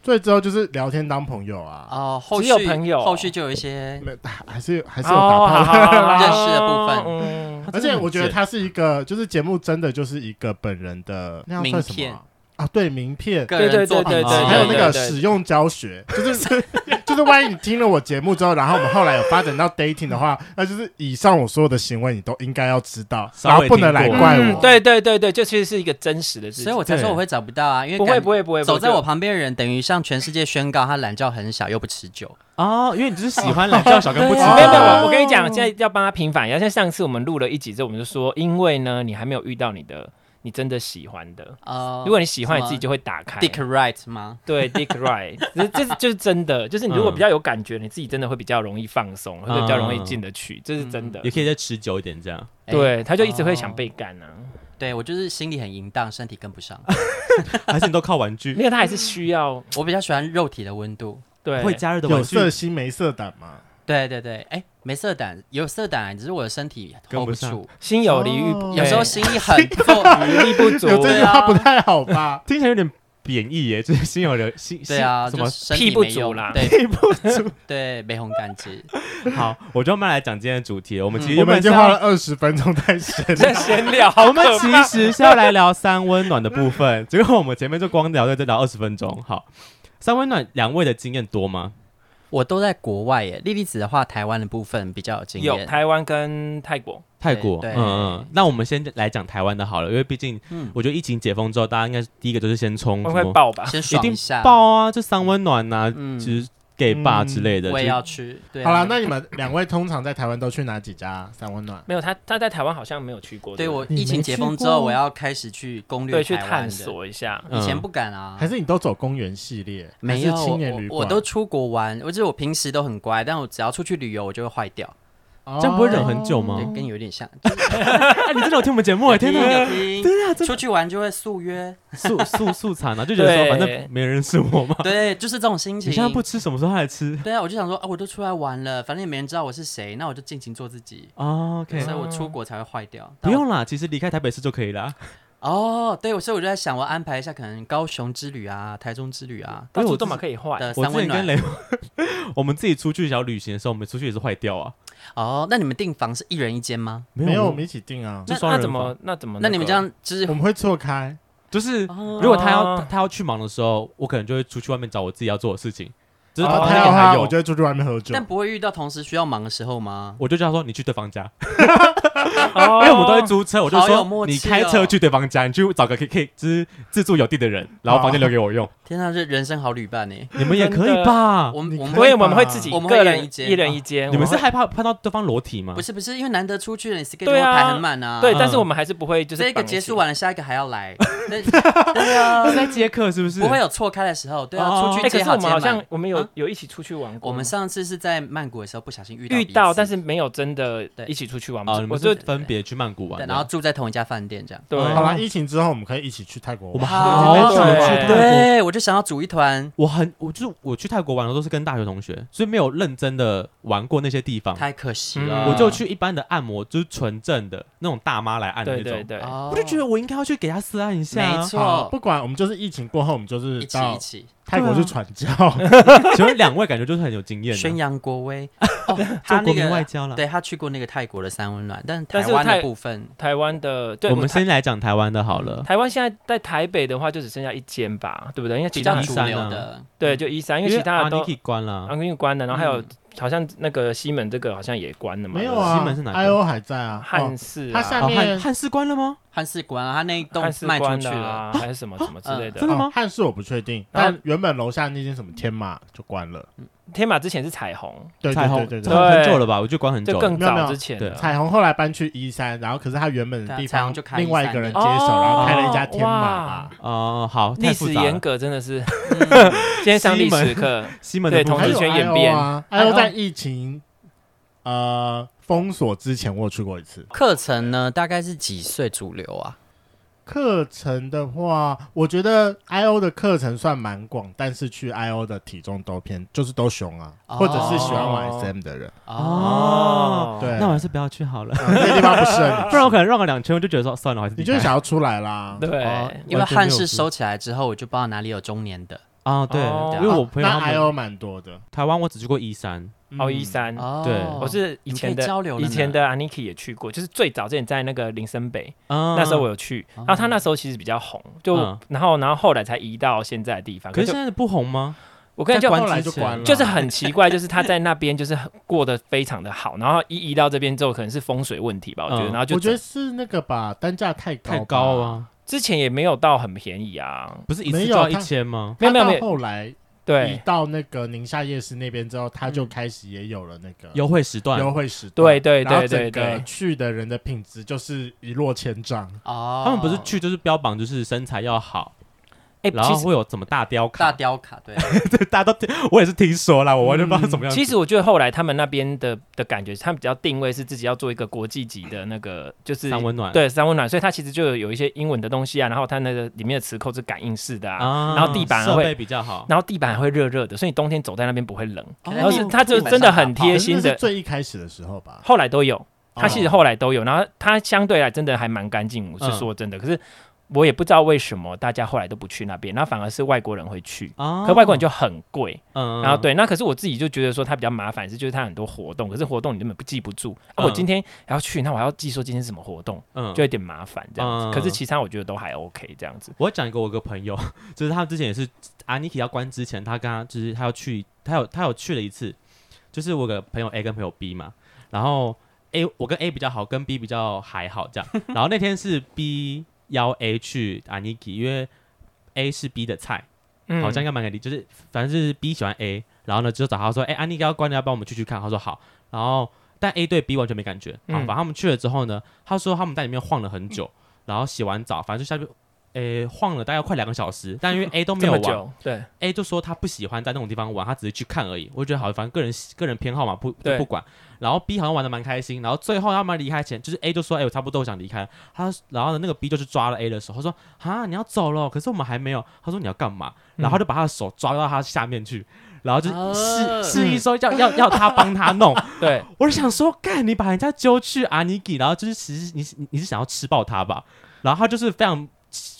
Speaker 2: 最之后就是聊天当朋友啊，
Speaker 4: 哦，后
Speaker 3: 只有
Speaker 4: 续
Speaker 3: 朋友
Speaker 4: 后续就有一些
Speaker 2: 没还是还
Speaker 3: 还
Speaker 2: 是有打炮的。
Speaker 4: 认识的部分
Speaker 3: 分。
Speaker 2: 而且我觉得他是一个，就是节目真的就是一个本人的那样算什
Speaker 4: 名
Speaker 2: 么
Speaker 4: 片
Speaker 2: 啊啊？对，名片，
Speaker 4: 个人作品啊
Speaker 3: 对
Speaker 4: 集
Speaker 3: 对对对
Speaker 2: 还有那个
Speaker 3: 对
Speaker 2: 使用教学，就是 *laughs* 就是万一你听了我节目之后，然后我们后来有发展到 dating 的话，那就是以上我所有的行为你都应该要知道，
Speaker 1: 稍微
Speaker 2: 然后不能来怪
Speaker 3: 嗯
Speaker 2: 我。
Speaker 3: 对对对对，这其实是一个真实的事情。
Speaker 4: 所以我才说我会找不到啊，因为
Speaker 3: 不会
Speaker 4: 感
Speaker 3: 不会不会，
Speaker 4: 走在
Speaker 3: 不
Speaker 4: 我
Speaker 3: 会
Speaker 4: 旁边的人等于向全世界宣告他懒觉很小又不持久。
Speaker 1: 哦，因为你就是喜欢懒觉小跟不吃
Speaker 3: 哦没有没有，没有
Speaker 2: 啊
Speaker 3: 我我跟你讲，现在要帮他平反一下。像上次我们录了一集之后，我们就说，因为呢，你还没有遇到你的，你真的喜欢的。
Speaker 4: 哦，
Speaker 3: 如果你喜欢，
Speaker 4: 什
Speaker 3: 你
Speaker 4: 么
Speaker 3: 自己就会打开。
Speaker 4: Dick Wright 吗？
Speaker 3: 对 Dick Right，这 *laughs* 这是就是真的，就是你
Speaker 1: 嗯
Speaker 3: 如果比较有感觉，你自己真的会比较容易放松，会比较容易进得去，这是真的
Speaker 1: 也。可以再持久一点这样。
Speaker 4: 哎，
Speaker 3: 对，他就一直
Speaker 1: 哦
Speaker 3: 会想被干啊，
Speaker 4: 对我就是心里很淫荡，身体跟不上。 *laughs*
Speaker 1: 还是你都靠玩具？
Speaker 3: 没有他还是需要
Speaker 4: 我比较喜欢肉体的温度。
Speaker 3: *laughs* 对
Speaker 1: 嗯会加热的玩
Speaker 2: 有
Speaker 1: 具
Speaker 2: 色心没色胆嘛？
Speaker 4: 对对对，哎，没色胆，有色胆，只是我的身体 hold
Speaker 1: 跟不上
Speaker 4: 住，
Speaker 3: 心有余欲，
Speaker 1: 哦
Speaker 4: 有时候
Speaker 3: 对
Speaker 4: 心意很
Speaker 3: *laughs*
Speaker 4: 做
Speaker 3: 余力不足
Speaker 2: 有，这句
Speaker 4: 对
Speaker 2: 话
Speaker 4: 啊
Speaker 2: 不太好吧？
Speaker 1: 听起来有点贬义耶， *laughs* 就是心有留心
Speaker 4: 对啊，
Speaker 1: 什
Speaker 4: 就
Speaker 1: 么
Speaker 4: 是身
Speaker 3: 屁
Speaker 4: 体
Speaker 3: 不
Speaker 4: 没有
Speaker 3: 足
Speaker 4: *laughs*
Speaker 3: 啦 *laughs*
Speaker 4: 对
Speaker 1: 屁不足。
Speaker 4: 对，没红干枝。
Speaker 1: 好，我就慢慢来讲今天的主题了。我们其实
Speaker 2: 我
Speaker 1: 原
Speaker 2: 们
Speaker 1: 本
Speaker 2: 已
Speaker 1: 是
Speaker 2: 经花了
Speaker 1: 要，
Speaker 2: 二十分钟在闲
Speaker 3: 在
Speaker 1: *laughs*
Speaker 3: 闲聊，好
Speaker 1: 我们
Speaker 3: 可
Speaker 1: 其
Speaker 3: 怕
Speaker 1: 实是要来聊三温暖的部分，结果我们前面就光聊在这聊二十分钟。好，三温暖两位的经验多吗？
Speaker 4: 我都在国外耶，莉莉子的话，台湾的部分比较有经
Speaker 3: 有
Speaker 4: 验。
Speaker 3: 台湾跟泰国，
Speaker 1: 泰国，
Speaker 4: 对
Speaker 1: 嗯
Speaker 4: 对
Speaker 1: 嗯，那我们先来讲台湾的好了，因为毕竟
Speaker 4: 嗯，
Speaker 1: 我觉得疫情解封之后，大家应该第一个就是先冲嗯
Speaker 3: 会
Speaker 1: 什
Speaker 3: 会
Speaker 1: 么
Speaker 3: 爆吧？
Speaker 4: 先
Speaker 1: 一
Speaker 4: 爽
Speaker 1: 定
Speaker 4: 下，
Speaker 1: 爆啊，就三温暖呐、
Speaker 4: 嗯
Speaker 1: 其实 gay 吧之类的。
Speaker 4: 我也
Speaker 1: 就
Speaker 4: 要去。对啊，
Speaker 2: 好啦，那你们两位通常在台湾都去哪几家三温暖？
Speaker 3: 没有他，他在台湾好像没有去过，
Speaker 4: 对
Speaker 3: 不
Speaker 4: 我
Speaker 2: 你
Speaker 4: 疫情
Speaker 2: 没
Speaker 4: 解
Speaker 2: 去
Speaker 4: 封之
Speaker 2: 过
Speaker 4: 后，我要开始去攻略
Speaker 3: 对去
Speaker 4: 台湾
Speaker 3: 探
Speaker 4: 的。
Speaker 3: 索一下。
Speaker 4: 以前
Speaker 1: 嗯
Speaker 4: 不敢啊，
Speaker 2: 还是你都走公园系列？
Speaker 4: 没
Speaker 2: 还
Speaker 4: 有
Speaker 2: 是青年旅
Speaker 4: 我我
Speaker 2: 馆？
Speaker 4: 都出国玩，我就是我平时都很乖，但我只要出去旅游，我就会坏掉，
Speaker 2: 哦
Speaker 1: 哎这样不会忍很久吗
Speaker 4: 对，？
Speaker 1: *laughs*
Speaker 4: 跟你有点像。就是
Speaker 1: 哎，你真的有听我们节目
Speaker 4: *laughs*
Speaker 1: 哎？天
Speaker 4: 有
Speaker 1: 哪，
Speaker 4: 听，对啊，出去玩就会速约，
Speaker 1: 素素素惨啊，就觉得说
Speaker 3: 对
Speaker 1: 反正没人是我
Speaker 4: *laughs*
Speaker 1: 嘛。
Speaker 4: 对，就是这种心情。
Speaker 1: 你现在不吃，什么时候还吃
Speaker 4: 对啊，我就想说啊，我都出来玩了，反正也没人知道我是谁，那我就尽情做自己。
Speaker 1: 哦
Speaker 4: 所
Speaker 1: ？OK，
Speaker 4: 以我出国才会坏掉。
Speaker 1: 不用啦，其实离开台北市就可以啦。
Speaker 4: 哦，对，所以我就在想，我安排一下可能高雄之旅啊、台中之旅啊
Speaker 3: 到
Speaker 1: 因为
Speaker 3: 处
Speaker 1: 我
Speaker 3: 都
Speaker 1: 自
Speaker 3: 嘛可以换，
Speaker 4: 的
Speaker 1: 我
Speaker 4: 三
Speaker 1: 之
Speaker 4: 温
Speaker 1: 前跟
Speaker 4: 暖。
Speaker 1: 雷， *laughs* 我们自己出去小旅行的时候，我们出去也是坏掉啊。
Speaker 4: 哦，那你们订房是一人一间吗？
Speaker 1: 没
Speaker 2: 没有，我们一起订啊，
Speaker 1: 就
Speaker 3: 那
Speaker 1: 双
Speaker 3: 那
Speaker 1: 人
Speaker 3: 怎
Speaker 1: 房
Speaker 3: 哦么那怎么个？
Speaker 4: 那你们这样就是
Speaker 2: 我们会错开。
Speaker 1: 就是
Speaker 4: 哦
Speaker 1: 如果他要
Speaker 3: 哦
Speaker 1: 他要去忙的时候，我可能就会出去外面找我自己要做的事情，就是他
Speaker 2: 然后
Speaker 1: 哦那
Speaker 2: 他
Speaker 1: 边
Speaker 2: 要的
Speaker 1: 还
Speaker 2: 话，我
Speaker 1: 有。
Speaker 2: 就会出去外面喝酒
Speaker 4: 但。不会遇到同时需要忙的时候吗？
Speaker 1: 我就叫他说你去对方家，
Speaker 3: 哦，
Speaker 1: *laughs* 因哎为我们都会租车，我就
Speaker 4: 好有
Speaker 1: 说
Speaker 4: 默
Speaker 1: 你
Speaker 4: 契
Speaker 1: 开
Speaker 4: 哦
Speaker 1: 车去对方家，你去找个可以可以就是自助有地的人，然后房间留给我用。
Speaker 4: 天啊，这人生好旅伴呢。
Speaker 1: 你们也
Speaker 3: 真
Speaker 1: 可以
Speaker 3: 的
Speaker 1: 吧？
Speaker 4: 我
Speaker 2: 你
Speaker 4: 们我
Speaker 2: 看
Speaker 4: 们
Speaker 3: 所以我们会自己
Speaker 4: 我们会一
Speaker 3: 个
Speaker 4: 人
Speaker 3: 人
Speaker 4: 一间
Speaker 3: 一人一间。
Speaker 1: 你们是
Speaker 3: 我会
Speaker 1: 害怕看到对方裸体吗？
Speaker 4: 不是不是，因为难得出去了，你 schedule
Speaker 3: 对
Speaker 4: 会
Speaker 3: 啊
Speaker 4: 排很满啊。
Speaker 3: 对，
Speaker 1: 嗯
Speaker 3: 但是我们还是不会就是
Speaker 4: 这个
Speaker 3: 绑一起
Speaker 4: 结束，完了，下一个还要来，那对啊，
Speaker 1: 在接客是不是？
Speaker 4: 不会有错开的时候。对
Speaker 1: 哦
Speaker 4: 啊，出
Speaker 3: 哎，
Speaker 4: 去
Speaker 3: 可
Speaker 4: 接
Speaker 3: 是我
Speaker 4: 好
Speaker 3: 们
Speaker 4: 接
Speaker 3: 好
Speaker 4: 满啊
Speaker 3: 像。我们有有有一起出去玩过
Speaker 4: 我
Speaker 3: 吗？
Speaker 4: 们上次是在曼谷的时候不小心遇到
Speaker 3: 遇
Speaker 4: 彼
Speaker 3: 到，
Speaker 4: 此
Speaker 3: 但是没有真的
Speaker 4: 对
Speaker 3: 一起出去玩。
Speaker 1: 啊，你
Speaker 3: 我
Speaker 1: 们
Speaker 3: 就是
Speaker 1: 分别去曼谷玩
Speaker 4: 对，
Speaker 1: 的，
Speaker 4: 然后住在同一家饭店这样。
Speaker 3: 对，啊
Speaker 2: 好了，疫情之后我们可以一起去泰国
Speaker 1: 我们
Speaker 2: 玩。
Speaker 1: 好久没去泰国玩
Speaker 4: 对，我就想要组一团
Speaker 1: 我很，我就是我去泰国玩的都是跟大学同学，所以没有认真的玩过那些地方。
Speaker 4: 太可惜了。
Speaker 3: 嗯
Speaker 1: 我就去一般的按摩，就是纯正的那种大妈来按的那
Speaker 3: 对
Speaker 1: 种。
Speaker 3: 对对，
Speaker 4: 哦，
Speaker 1: 我就觉得我应该要去给她私按一下、
Speaker 4: 没
Speaker 1: 啊。
Speaker 2: *laughs* 好，
Speaker 4: 错，
Speaker 2: 不管我们就是疫情过后，我们就是
Speaker 4: 一起一
Speaker 2: 到
Speaker 4: 起
Speaker 2: 泰国去传
Speaker 1: *laughs*
Speaker 2: 教。
Speaker 1: 请问两位感觉就是很有经验
Speaker 4: 宣
Speaker 1: 的，
Speaker 4: 扬国
Speaker 3: *laughs*
Speaker 4: 威。哦
Speaker 1: 做
Speaker 4: 他
Speaker 1: 国
Speaker 4: 那
Speaker 1: 民外
Speaker 4: 个
Speaker 1: 交了。
Speaker 4: 啊对他去过那个泰国的三温暖，但
Speaker 3: 但
Speaker 4: 台
Speaker 3: 是
Speaker 4: 湾
Speaker 3: 泰
Speaker 4: 的部分
Speaker 3: 台湾的，对
Speaker 1: 我们
Speaker 3: 台
Speaker 1: 先来讲台湾的好了。
Speaker 3: 台湾现在在台北的话，就只剩下一间吧，对不对？因为其
Speaker 4: 比
Speaker 3: 他
Speaker 4: 较
Speaker 1: 一
Speaker 4: 主
Speaker 1: 三
Speaker 4: 流
Speaker 1: 啊
Speaker 4: 的，
Speaker 3: 对就一三，因为其他的都
Speaker 1: Aniki 关了
Speaker 3: 安，运关了，然后还有
Speaker 4: 嗯
Speaker 3: 好像那个西门这个好像也关了嘛，
Speaker 2: 没有
Speaker 1: 西
Speaker 2: *laughs* 啊
Speaker 1: 门是哪个
Speaker 2: ，I O 还在啊，
Speaker 3: 汉
Speaker 2: 哦
Speaker 3: 室
Speaker 2: 它
Speaker 3: 啊，
Speaker 2: 下
Speaker 1: 哦汉
Speaker 2: 面
Speaker 1: 汉室关了吗？
Speaker 4: 汉士馆啊，他那一栋
Speaker 3: 汉室
Speaker 4: 卖出
Speaker 3: 关
Speaker 4: 去
Speaker 3: 了
Speaker 4: 了。嗯
Speaker 3: 啊，还是什么什么之类
Speaker 1: 真
Speaker 4: *laughs*
Speaker 1: 的
Speaker 3: 的。
Speaker 1: 吗
Speaker 2: 哦汉室我不确定，
Speaker 3: 然后
Speaker 2: 但原本楼下那间什么天马就关了。
Speaker 3: 天马之前是彩虹，
Speaker 2: 对
Speaker 1: 彩
Speaker 2: 对
Speaker 1: 虹
Speaker 2: 对对
Speaker 1: 彩虹
Speaker 2: 对，
Speaker 1: 很久了吧？我就关很
Speaker 3: 就
Speaker 1: 久。
Speaker 3: 更
Speaker 2: 没有没有啊
Speaker 3: 早之前
Speaker 1: 对
Speaker 3: 了。
Speaker 2: 彩虹后来搬去一三，然后可是他原本的
Speaker 4: 对啊
Speaker 2: 地
Speaker 4: 彩
Speaker 2: 方
Speaker 4: 虹就开
Speaker 2: 另外一
Speaker 4: 13
Speaker 2: 个人接
Speaker 4: 了
Speaker 2: 手，
Speaker 3: 哦
Speaker 2: 然后开了一家天马
Speaker 3: 哇
Speaker 2: 吧。
Speaker 1: 哦，好，
Speaker 3: 历
Speaker 1: 太复
Speaker 3: 史
Speaker 1: 杂
Speaker 3: 严
Speaker 1: 了。
Speaker 3: 格真的是，
Speaker 4: 嗯
Speaker 3: 今天上历史课，
Speaker 1: 西门的
Speaker 3: 对
Speaker 1: 同
Speaker 3: 同
Speaker 2: 还
Speaker 1: 志
Speaker 3: 志
Speaker 2: 有
Speaker 3: 圈演
Speaker 2: IO
Speaker 3: 变
Speaker 2: 啊，I O
Speaker 3: IO
Speaker 2: 在疫情呃封锁之前，我有去过一次。
Speaker 4: 课程呢，大概是几岁主流啊？
Speaker 2: 课程的话，我觉得 I O 的课程算蛮广，但是去 I O 的体重都偏，就是都熊啊，
Speaker 4: 哦
Speaker 2: 或者是喜欢玩 SM 的人，
Speaker 3: 啊
Speaker 1: 哦
Speaker 2: 对，
Speaker 1: 那我还是不要去好了，
Speaker 2: 嗯那个地方不适
Speaker 1: *laughs*
Speaker 2: 合你，
Speaker 1: 不然我可能绕个两圈，我就觉得说算了，我还是
Speaker 2: 你
Speaker 1: 离
Speaker 2: 就
Speaker 1: 开
Speaker 2: 是想要出来啦。
Speaker 4: 哦
Speaker 3: 对，
Speaker 4: 因为汉室收起来之后，我就不知道哪里有中年的
Speaker 1: 啊，对，
Speaker 3: 哦
Speaker 1: 因为我朋友
Speaker 2: 那
Speaker 1: 他
Speaker 2: I
Speaker 1: 们
Speaker 2: O 蛮多的，嗯
Speaker 1: 台湾，我只去过一山，
Speaker 3: 奥一三，
Speaker 4: 哦。
Speaker 1: 对
Speaker 3: 嗯我是以前
Speaker 4: 你们可
Speaker 3: 的
Speaker 4: 以交流了
Speaker 3: 以
Speaker 4: 呢
Speaker 3: 前的 Aniki 也去过，就是最早之前在那个林森北，
Speaker 1: 那
Speaker 3: 那时候我有去，然后他那时候其实比较红，就
Speaker 1: 嗯
Speaker 3: 然后然后后来才移到现在的地方。
Speaker 1: 可
Speaker 3: 可
Speaker 1: 是
Speaker 3: 是
Speaker 1: 现在不红吗？
Speaker 3: 我跟你
Speaker 1: 在
Speaker 3: 讲，
Speaker 1: 关
Speaker 2: 后来
Speaker 1: 之
Speaker 2: 就
Speaker 1: 前
Speaker 2: 关了，
Speaker 3: 就是很奇怪，就是他在那边就是很过得非常的好，然后一移到这边之后，可能是风水问题吧，我觉得，
Speaker 1: 嗯
Speaker 3: 然后就
Speaker 2: 我觉得是那个吧，单价太高，
Speaker 1: 太高了，啊，
Speaker 3: 之前也没有到很便宜啊，
Speaker 1: 不是一
Speaker 2: 没
Speaker 1: 次
Speaker 2: 有
Speaker 1: 就要一
Speaker 2: 他
Speaker 1: 千吗？
Speaker 3: 没有没有
Speaker 2: 他
Speaker 3: 没
Speaker 2: 到
Speaker 3: 有，
Speaker 2: 后来移
Speaker 3: 对
Speaker 2: 到那个宁夏夜市那边之后，他
Speaker 1: 嗯
Speaker 2: 就开始也有了那个
Speaker 1: 优惠时段，
Speaker 2: 优惠时段，
Speaker 3: 对对
Speaker 2: 然后
Speaker 3: 对
Speaker 2: 整
Speaker 3: 对
Speaker 2: 个
Speaker 3: 对，
Speaker 2: 去的人的品质就是一落千丈。
Speaker 4: 哦，
Speaker 1: 他们不是去就是标榜就是身材要好，
Speaker 3: 哎，
Speaker 1: 然
Speaker 3: 其
Speaker 1: 后
Speaker 3: 实
Speaker 1: 会有怎么大雕卡，
Speaker 4: 大雕卡，
Speaker 3: *laughs*
Speaker 4: 对，
Speaker 1: 对， *laughs* 大家都听我也是听说啦，我完全不知道怎么样。
Speaker 3: 其实我觉得后来他们那边的的感觉，他们比较定位是自己要做一个国际级的那个，就是
Speaker 1: 三温暖
Speaker 3: 嗯对三温暖，所以它其实就有一些英文的东西啊，然后它那个里面的磁扣是感应式的啊，
Speaker 1: 啊
Speaker 3: 然后地板
Speaker 1: 设
Speaker 3: 会
Speaker 1: 备比较好，
Speaker 3: 然后地板还会热热的，所以你冬天走在那边不会冷。
Speaker 1: 哦
Speaker 4: 可
Speaker 3: 然
Speaker 4: 能
Speaker 3: 后
Speaker 4: 哎你
Speaker 3: 是它就
Speaker 4: 地板
Speaker 3: 真的
Speaker 4: 上打
Speaker 3: 很
Speaker 4: 炮
Speaker 3: 贴
Speaker 2: 可是那
Speaker 3: 心的
Speaker 2: 是，最一开始的时候吧。
Speaker 3: 后来都有，它其实
Speaker 2: 哦
Speaker 3: 后来都有，然后它相对来真的还蛮干净，我
Speaker 1: 嗯
Speaker 3: 是说真的，可是我也不知道为什么大家后来都不去那边，然后反而是外国人会去。
Speaker 1: 啊
Speaker 3: *laughs* 可外国人就很贵，
Speaker 1: 嗯，
Speaker 3: 然后对，那可是我自己就觉得说它比较麻烦，是就是它很多活动，可是活动你根本不记不住。啊、我
Speaker 1: 嗯
Speaker 3: 今天还要去，那我还要记说今天是什么活动，
Speaker 1: 嗯
Speaker 3: 就有点麻烦这样子。
Speaker 1: 嗯
Speaker 3: 可是其他我觉得都还 OK 这样子。
Speaker 1: 我讲一个我有个朋友， *laughs* 就是他之前也是阿尼 i 要关之前，他跟他就是他要去，他有他有去了一次，就是我有个朋友 A 跟朋友 B 嘛，然后 A 我跟 A 比较好，跟 B 比较还好
Speaker 3: *laughs*
Speaker 1: 这样，然后那天是 B 邀 A 去阿尼 i 因为 A 是 B 的菜，
Speaker 3: 嗯
Speaker 1: 好像应该蛮给力，就是反正就是 B 喜欢 A，然后呢就找他说，哎、安妮要关掉，要不然我们去去看。他说好，然后但 A 对 B 完全没感觉。好，
Speaker 3: 嗯
Speaker 1: 反正他们去了之后呢，他说他们在里面晃了很久，然后洗完澡，反正就下去，诶、晃了大概快两个小时，但因
Speaker 3: *laughs*
Speaker 1: 为 A 都没
Speaker 3: 这
Speaker 1: 有
Speaker 3: 么
Speaker 1: 玩
Speaker 3: 久，对，
Speaker 1: ，A 就说他不喜欢在那种地方玩，他只是去看而已。我就觉得好，反正个人个人偏好嘛，不就
Speaker 3: 对
Speaker 1: 不管。然后 B 好像玩的蛮开心，然后最后他们离开前，就是 A 就说：“哎、我差不多我想离开。”他然后呢，那个 B 就去抓了 A 的手，他说：“啊，你要走了？可是我们还没有。”他说：“你要干嘛？”然后他就把他的手抓到他下面去，然后就
Speaker 4: 哦
Speaker 1: 示示意说要要要他帮他弄。 *laughs*
Speaker 3: 对， *laughs*
Speaker 1: 我就想说，干你把人家揪去阿尼基，然后就是其实你你你是想要吃爆他吧？然后他就是非常，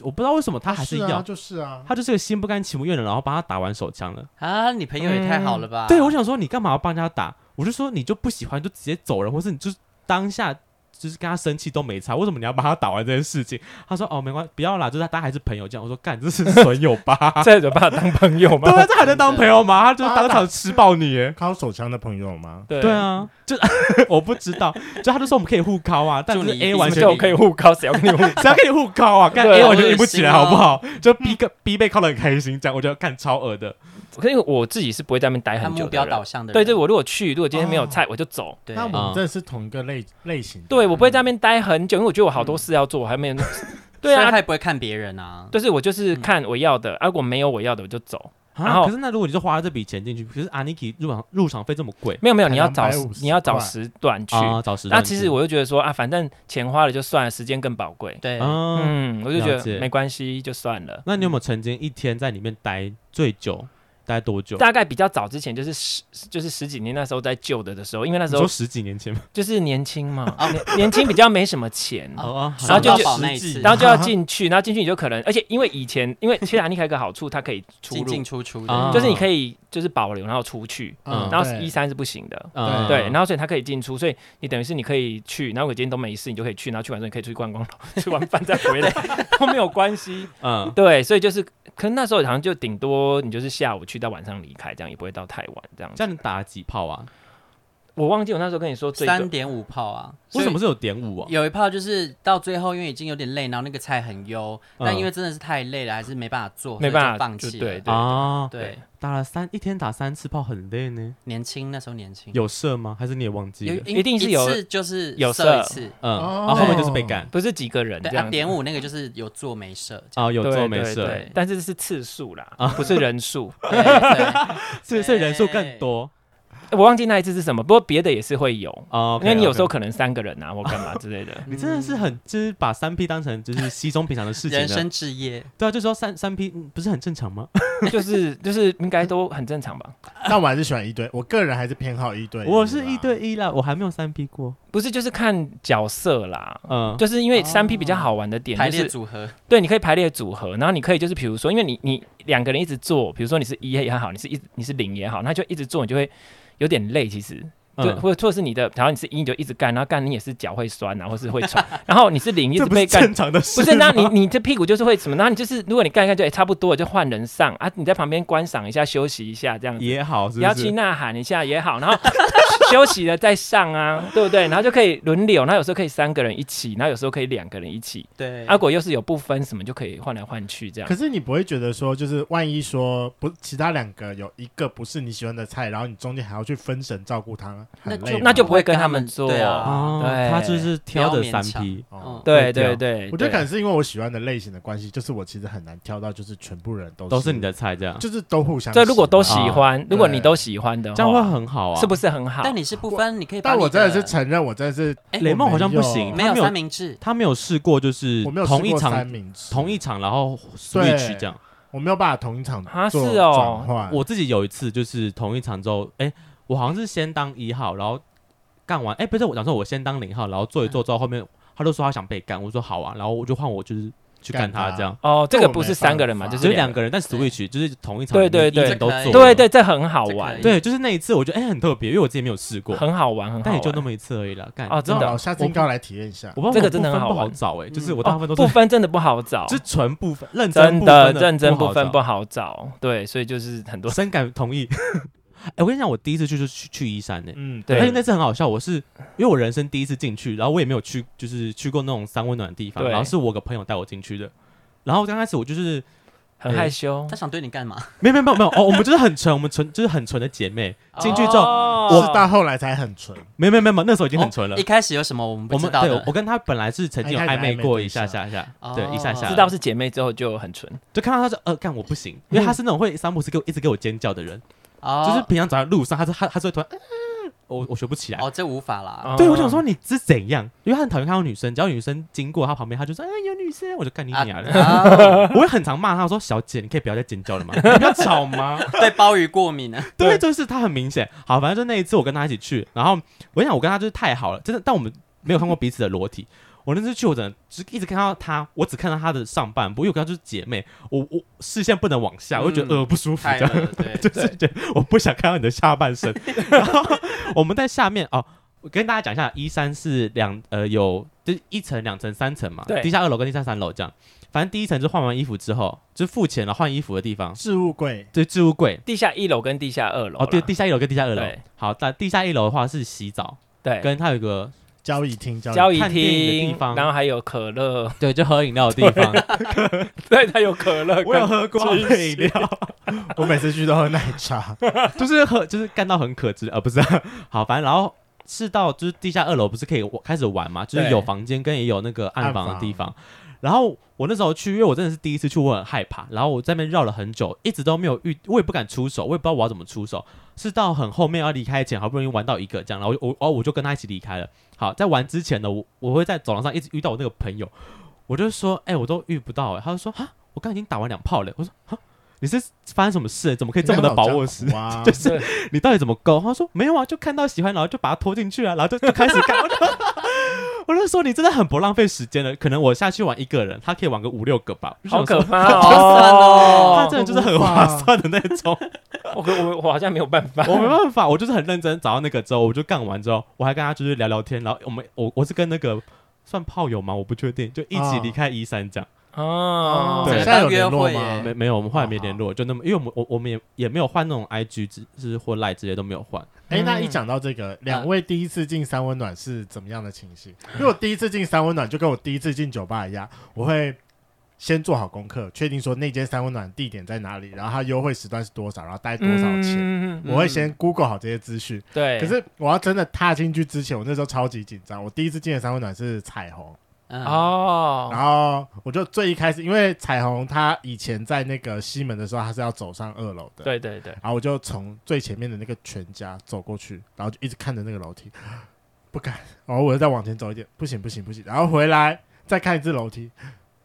Speaker 1: 我不知道为什么他还是
Speaker 2: 啊
Speaker 1: 要。
Speaker 2: 就是啊，
Speaker 1: 他就是个心不甘情不愿的，然后帮他打完手枪了。
Speaker 4: 啊，你朋友也太好了
Speaker 3: 嗯啊
Speaker 4: 吧？
Speaker 1: 对，我想说你干嘛要帮人家打？我就说你就不喜欢就直接走人，或是你就是当下就是跟他生气都没差，为什么你要帮他打完这件事情？他说哦没关系，不要啦，就是大家还是朋友这样。我说干这是损友吧？
Speaker 3: *laughs* 这有把它当朋友吗
Speaker 1: 对？啊，这还能当朋友吗？他就是当场吃爆你耶。
Speaker 2: 靠手枪的朋友吗？
Speaker 3: 对
Speaker 1: 对，啊，就 *laughs* 我不知道，就他就说我们可以互敲啊，但
Speaker 4: 祝
Speaker 1: 是
Speaker 4: 你
Speaker 1: A
Speaker 4: 一
Speaker 1: 完
Speaker 4: 直
Speaker 1: 全
Speaker 4: 都
Speaker 3: 就可以互高，谁要跟你互？
Speaker 1: 谁要跟你互敲啊？干
Speaker 3: 对
Speaker 1: A
Speaker 3: 啊
Speaker 1: 完全
Speaker 4: 我
Speaker 1: 赢不
Speaker 4: 恶
Speaker 1: 起
Speaker 4: 心
Speaker 1: 来，好不
Speaker 4: 哦
Speaker 1: 好？就 B 个 B 被敲的很开心，这样我觉得干超额的。 *laughs*
Speaker 3: 可是我自己是不会在那边待
Speaker 4: 他
Speaker 3: 很久
Speaker 4: 目
Speaker 3: 的
Speaker 4: 标
Speaker 3: 人
Speaker 4: 导向的人，
Speaker 3: 对对，我如果去，如果今天没有
Speaker 2: 哦
Speaker 3: 菜，我就走。
Speaker 4: 对
Speaker 2: 那我
Speaker 1: 啊
Speaker 2: 们这是同一个类类型的。
Speaker 3: 对，我不会在那边待很久，因为我觉得我好多事要做，我还没有。 *laughs*
Speaker 1: 嗯
Speaker 4: 所
Speaker 3: 对
Speaker 4: 以
Speaker 3: 啊
Speaker 4: 他，也不会看别人啊。
Speaker 3: 就是我就是看我要的，啊如果没有我要的我就走。然后
Speaker 1: 可是那如果你就花了这笔钱进去，可是 Aniki 入场入场费这么贵
Speaker 3: 没有没有，你要
Speaker 2: 才
Speaker 3: 找
Speaker 2: 250
Speaker 3: 你要找
Speaker 2: 块
Speaker 3: 时段去。
Speaker 1: 啊，找时
Speaker 3: 那
Speaker 1: 段
Speaker 3: 其
Speaker 1: 去
Speaker 3: 实我就觉得说啊，反正钱花了就算了，时间更宝贵。
Speaker 4: 对，
Speaker 1: 嗯，
Speaker 3: 嗯，我就觉
Speaker 1: 了解
Speaker 3: 得没关系，就算了。
Speaker 1: 那你有没有曾经一天在里面待最久？待多久？
Speaker 3: 大概比较早之前，就是十就是十几年那时候在旧的的时候，因为那
Speaker 1: 你
Speaker 3: 时候
Speaker 1: 说十几年
Speaker 3: *laughs*
Speaker 1: 前吗？
Speaker 3: 就是年轻嘛，
Speaker 1: *laughs*
Speaker 3: 年年轻比较没什么钱，
Speaker 1: 哦，
Speaker 4: 爽
Speaker 3: 然后就
Speaker 4: 到
Speaker 3: 就
Speaker 4: 饱那一次，
Speaker 3: 然后就要进去，然后进去你就可能，而且因为以前因为其实阿尼卡有一个好处，它可以出
Speaker 4: 进
Speaker 3: 入
Speaker 4: 进，出出
Speaker 1: 啊
Speaker 4: 的，
Speaker 3: 就是你可以就是保留然后出去，
Speaker 1: 嗯
Speaker 3: 然后一三是不行的。
Speaker 1: 嗯
Speaker 3: 对，然后所以它可以进出，所以你等于是你可以去，然后我今天都没事，你就可以去，然后去完之后你可以出去逛逛， *laughs* 吃完饭再
Speaker 4: *laughs*
Speaker 3: 回来都没有关系。
Speaker 1: 嗯，
Speaker 3: 对，所以就是，可能那时候好像就顶多你就是下午去到晚上离开，这样也不会到太晚这样子。
Speaker 1: 这样你打了几炮啊？
Speaker 3: 我忘记我那时候跟你说最多
Speaker 4: 三点五炮啊。
Speaker 1: 为什么是有点五啊？
Speaker 4: 有一炮就是到最后，因为已经有点累，然后那个菜很优，
Speaker 1: 嗯
Speaker 4: 但因为真的是太累了，还是没办法做，
Speaker 3: 没办法
Speaker 4: 所以就放
Speaker 3: 就
Speaker 4: 弃
Speaker 3: 对
Speaker 4: 了。
Speaker 3: 对
Speaker 1: 啊，
Speaker 4: 对，
Speaker 1: 打了三一天打三次炮很累呢。
Speaker 4: 年轻那时候年轻，
Speaker 1: 有射吗？还是你也忘记
Speaker 4: 有
Speaker 1: 了？
Speaker 3: 一定嗯是有
Speaker 4: 一次就是
Speaker 3: 有
Speaker 4: 射一
Speaker 3: 射
Speaker 4: 次，
Speaker 1: 嗯，
Speaker 2: 哦
Speaker 1: 然后后面就是被干
Speaker 3: 不是几个人
Speaker 4: 对
Speaker 3: 这
Speaker 4: 啊，
Speaker 3: 样子。
Speaker 4: 点五那个就是有做没射，
Speaker 1: 哦，有
Speaker 3: 对
Speaker 1: 做
Speaker 3: 对
Speaker 1: 没射，
Speaker 3: 对但是是次数啦，
Speaker 4: 啊
Speaker 3: 不是人数。
Speaker 4: 对对
Speaker 1: 所以所以人数更多
Speaker 3: 我忘记那一次是什么，不过别的也是会有，
Speaker 1: 哦，
Speaker 3: 因为你有时候
Speaker 1: OK，OK。
Speaker 3: 可能三个人啊，或干嘛之类的
Speaker 1: 你真的
Speaker 3: 嗯
Speaker 1: 是很就是把三 P 当成就是稀松平常的事情
Speaker 4: 人
Speaker 1: 了。
Speaker 4: 生置业，
Speaker 1: 对啊，就说三三 P 嗯不是很正常
Speaker 3: 哎
Speaker 1: 吗？
Speaker 3: 就是就是应该都很正常吧？
Speaker 2: 但我还是喜欢一对，我个人还是偏好一对啦。
Speaker 1: 我是一对一啦，我还没有三 P 过。
Speaker 3: 不是，就是看角色啦。
Speaker 1: 嗯，
Speaker 3: 就是因为三 P 比较好玩的点，
Speaker 4: 排
Speaker 3: 就
Speaker 4: 列
Speaker 3: 是
Speaker 4: 组合，
Speaker 3: 对，你可以排列组合，然后你可以就是比如说，因为你你两个人一直做，比如说你是一也好，你是一你是零也好，那就一直做，你就会有点累，其实。对，
Speaker 1: 嗯
Speaker 3: 或者或者是你的，然后你是一，你就一直干，然后干你也是脚会酸啊，或是会喘，然后你
Speaker 1: *laughs*
Speaker 3: 是零，一直
Speaker 1: 这不
Speaker 3: 被
Speaker 1: 是
Speaker 3: 干，
Speaker 1: 正常的事
Speaker 3: 不
Speaker 1: 吗。
Speaker 3: 是，那你你这屁股就是会什么？然后你就是，如果你干一干就、哎差不多了，就换人上啊，你在旁边观赏一下，休息一下这样子，
Speaker 1: 也好，是
Speaker 3: 你要
Speaker 1: 不
Speaker 3: 去
Speaker 1: 是？
Speaker 3: 呐喊一下也好，然后 *laughs* 休息了再上啊，对不对？然后就可以轮流，然后有时候可以三个人一起，然后有时候可以两个人一起。
Speaker 4: 对，
Speaker 3: 阿果又是有不分什么，就可以换来换去这样
Speaker 2: 可。是你不会觉得说，就是万一说不，其他两个有一个不是你喜欢的菜，然后你中间还要去分神照顾他，很累吗。啊
Speaker 3: 那就不会跟他们做
Speaker 4: 对啊，
Speaker 1: 哦，
Speaker 3: 对
Speaker 1: 他就是挑
Speaker 4: 不要
Speaker 1: 着
Speaker 4: 勉
Speaker 1: 三
Speaker 4: 强
Speaker 1: P。
Speaker 2: 哦，
Speaker 3: 对啊
Speaker 1: 对啊
Speaker 3: 对对，
Speaker 2: 我觉得可
Speaker 3: 对
Speaker 2: 能是因为我喜欢的类型的关系，就是我其实很难挑到，就是全部人都
Speaker 1: 都是你，的菜，这样
Speaker 2: 就是都互相喜
Speaker 3: 这
Speaker 2: 欢。啊
Speaker 3: 如果都喜欢，如果
Speaker 2: 对
Speaker 3: 你都喜欢的
Speaker 1: 这样会
Speaker 3: 话，
Speaker 1: 很好啊。
Speaker 3: 是不是很好？
Speaker 4: 但你是不分，你可以把
Speaker 2: 但
Speaker 4: 你，
Speaker 2: 我真的是承认，我真的是
Speaker 4: 哎
Speaker 1: 雷梦好像不行，
Speaker 4: 没
Speaker 1: 他
Speaker 4: 有
Speaker 1: 没有
Speaker 4: 三明治，
Speaker 1: 他没有试过，就是
Speaker 2: 我没有试
Speaker 1: 同一
Speaker 2: 过三
Speaker 1: 场
Speaker 2: 明治，
Speaker 1: 同一场，然后 switch 这样。
Speaker 2: 我没有办法同一场
Speaker 3: 啊
Speaker 2: 做
Speaker 3: 是哦
Speaker 2: 转换
Speaker 1: 我自己有一次就是同一场之后，哎，我好像是先当一号，然后干完，哎，不是我讲说我先当零号，然后做一做之后，后面他就说他想被干，我说好啊，然后我就换我就是去干
Speaker 2: 干
Speaker 1: 他
Speaker 2: 他
Speaker 1: 这样，
Speaker 3: 哦，这
Speaker 2: 这
Speaker 3: 个
Speaker 2: 我
Speaker 3: 不
Speaker 2: 没
Speaker 3: 是三个
Speaker 2: 办
Speaker 3: 人嘛，
Speaker 2: 法
Speaker 3: 就
Speaker 1: 就是是两
Speaker 3: 两个。
Speaker 1: 个人，但 switch 就是同一场，
Speaker 3: 对对
Speaker 1: 你一人
Speaker 4: 对
Speaker 1: 都
Speaker 4: 这
Speaker 1: 做，
Speaker 4: 可以
Speaker 3: 对对，这很好
Speaker 4: 这
Speaker 3: 玩
Speaker 4: 可以，
Speaker 1: 对，就是那一次我觉得哎很特别，因为我自己没有试过，
Speaker 3: 很好玩，很好
Speaker 1: 但也
Speaker 3: 玩。
Speaker 1: 就那么一次而已啦，干
Speaker 3: 哦真的
Speaker 2: 哦下次应该要来体验一下。
Speaker 1: 我不知道
Speaker 3: 这个
Speaker 1: 我
Speaker 3: 真的
Speaker 1: 部分
Speaker 3: 很好
Speaker 1: 不好
Speaker 3: 玩
Speaker 1: 找哎，就是
Speaker 2: 嗯
Speaker 1: 我大部分都
Speaker 3: 哦不
Speaker 1: 是
Speaker 3: 分真的不好找，
Speaker 1: 是纯部分认真
Speaker 3: 真
Speaker 1: 部分
Speaker 3: 认真
Speaker 1: 不
Speaker 3: 不
Speaker 1: 好
Speaker 3: 分
Speaker 1: 找
Speaker 3: 不好找，对，所以就是很多
Speaker 1: 深感同意。 *laughs* 哎、我跟你讲，我第一次去就是去去依山呢、
Speaker 2: 嗯，
Speaker 3: 对
Speaker 1: 而且那次很好笑，我是因为我人生第一次进去，然后我也没有去，就是去过那种三温暖的地方，
Speaker 3: 对
Speaker 1: 然后是我个朋友带我进去的。然后刚开始我就是
Speaker 3: 很害羞
Speaker 4: 他。想对你干嘛？
Speaker 1: 没有没有没有没有哦，我们就是很纯，我们纯就是很纯的姐妹。
Speaker 4: 哦
Speaker 1: 进
Speaker 3: 哦
Speaker 1: 去之后，
Speaker 3: 后
Speaker 2: 我是到后来才很纯，
Speaker 1: 没有没有没有没有，那时候已经很纯了。
Speaker 4: 哦一开始有什么我们
Speaker 1: 我
Speaker 4: 不知
Speaker 1: 们
Speaker 4: 道
Speaker 1: 对
Speaker 4: 的
Speaker 1: 我？跟她本来是曾经有
Speaker 2: 还
Speaker 1: 暧
Speaker 2: 开始
Speaker 1: 昧
Speaker 2: 暧昧
Speaker 1: 过
Speaker 2: 对
Speaker 1: 一下下下，对一下下了，
Speaker 4: 哦
Speaker 3: 知道是姐妹之后就很纯，
Speaker 1: 就看到她是呃干我不行，因为她是那种会三不四给我一直给我尖叫的人，
Speaker 4: 哦，
Speaker 1: 就是平常走在路上，她是她她是会突然，嗯我我学不起来，
Speaker 4: 哦，这无法啦，
Speaker 1: 对，我想说你是怎样？因为他很讨厌看到女生，只要女生经过他旁边，他就说：“哎，有女生。”我就干你娘的！
Speaker 4: 啊，
Speaker 1: *laughs* 我会很常骂他，我说：“小姐，你可以不要再尖叫了
Speaker 4: *laughs*
Speaker 1: 吗？你不要吵吗
Speaker 4: 对鲍鱼过敏了，？”啊
Speaker 1: 对，就是他很明显。好，反正就那一次我跟他一起去，然后我想我跟他就是太好了，真的，但我们没有看过彼此的裸体。我那次去，我真的只一直看到他，我只看到他的上半部，因为我跟他就是姐妹，我我视线不能往下，我就觉
Speaker 4: 嗯
Speaker 1: 得呃不舒服
Speaker 4: 太
Speaker 1: 这
Speaker 4: 饿
Speaker 1: 样。
Speaker 4: 了，对，
Speaker 1: 就是觉得我不想看到你的下半身。 *laughs* 然后我们在下面哦，我跟大家讲一下，一三是两呃有就是一层、两层、三层嘛，
Speaker 3: 对
Speaker 1: 地下二楼跟地下三楼这样。反正第一层就换完衣服之后，就付钱了换衣服的地方，
Speaker 2: 置物柜
Speaker 1: 对，置物柜。
Speaker 3: 地下一楼跟地下二楼
Speaker 1: 哦，
Speaker 3: 啦。
Speaker 1: 对，地下一楼跟地下二楼
Speaker 3: 对。
Speaker 1: 好，但地下一楼的话是洗澡，
Speaker 3: 对，
Speaker 1: 跟它有一个
Speaker 2: 交易厅交
Speaker 3: 交
Speaker 2: 易
Speaker 3: 易
Speaker 1: 看电影的地
Speaker 3: 厅
Speaker 1: 方，
Speaker 3: 然后还有可乐，
Speaker 1: 对，就喝饮料的地方。
Speaker 3: 对，它有可乐，
Speaker 1: 我有喝过 *laughs* 它的饮料，
Speaker 2: 厅，我每次去都喝奶
Speaker 1: *laughs*
Speaker 2: 茶。
Speaker 1: 就是喝，就是干到很可知，呃，不是， *laughs* 好，反正然后是到就是地下二楼不是可以玩开始玩嘛，就是
Speaker 2: 对
Speaker 1: 有房间跟也有那个暗
Speaker 2: 暗
Speaker 1: 房的
Speaker 2: 房
Speaker 1: 地方，然后我那时候去，因为我真的是第一次去，我很害怕。然后我在那边绕了很久，一直都没有遇，我也不敢出手，我也不知道我要怎么出手。是到很后面要离开前，好不容易玩到一个这样，然后我我哦我就跟他一起离开了。好，在玩之前呢，我我会在走廊上一直遇到我那个朋友，我就说，哎、我都遇不到、哎，他就说，哈，我刚已经打完两炮了。我说，哈，你是发生什么事？怎么可以这么的把握时
Speaker 2: 哇，
Speaker 1: 就是你到底怎么勾？他说没有啊，就看到喜欢，然后就把他拖进去啊，然后就就开始
Speaker 3: *laughs*
Speaker 1: 干。我就我就说你真的很不浪费时间了，可能我下去玩一个人，他可以玩个五六个吧。我就
Speaker 3: 好
Speaker 1: 想说
Speaker 3: 可怕
Speaker 4: 好算
Speaker 3: 哦！
Speaker 1: 他真的就是很划算的那种，
Speaker 3: 我我我好像没有办法，
Speaker 1: 我没办法，我就是很认真找到那个之后，我就干完之后，我还跟他就是聊聊天，然后我们我我是跟那个算炮友吗？我不确定，就一起离开一山这样。
Speaker 3: 哦，
Speaker 2: 对，
Speaker 4: 整个
Speaker 2: 现在有
Speaker 4: 当哦约
Speaker 2: 联络
Speaker 4: 会
Speaker 2: 吗
Speaker 3: 嗯
Speaker 4: 耶？
Speaker 1: 没没有，我们后来没联络，就那么，因为我们我我们也也没有换那种 IG 之之或 Line 之类都没有换。
Speaker 2: 哎、
Speaker 3: 嗯
Speaker 2: 那一讲到这个，两位第一次进三温暖是怎么样的情形？
Speaker 3: 嗯
Speaker 2: 因为我第一次进三温暖就跟我第一次进酒吧一样，我会先做好功课，确定说那间三温暖地点在哪里，然后它优惠时段是多少，然后大概多少钱，
Speaker 3: 嗯
Speaker 2: 我会先 Google 好这些资讯。
Speaker 3: 对，
Speaker 2: 可是我要真的踏进去之前，我那时候超级紧张。我第一次进的三温暖是彩虹，
Speaker 4: 嗯，
Speaker 3: 哦，
Speaker 2: 然后我就最一开始，因为彩虹它以前在那个西门的时候，它是要走上二楼的，
Speaker 3: 对对对，
Speaker 2: 然后我就从最前面的那个全家走过去，然后就一直看着那个楼梯，不敢。然后我又再往前走一点，不行不行不行。然后回来再看一次楼梯，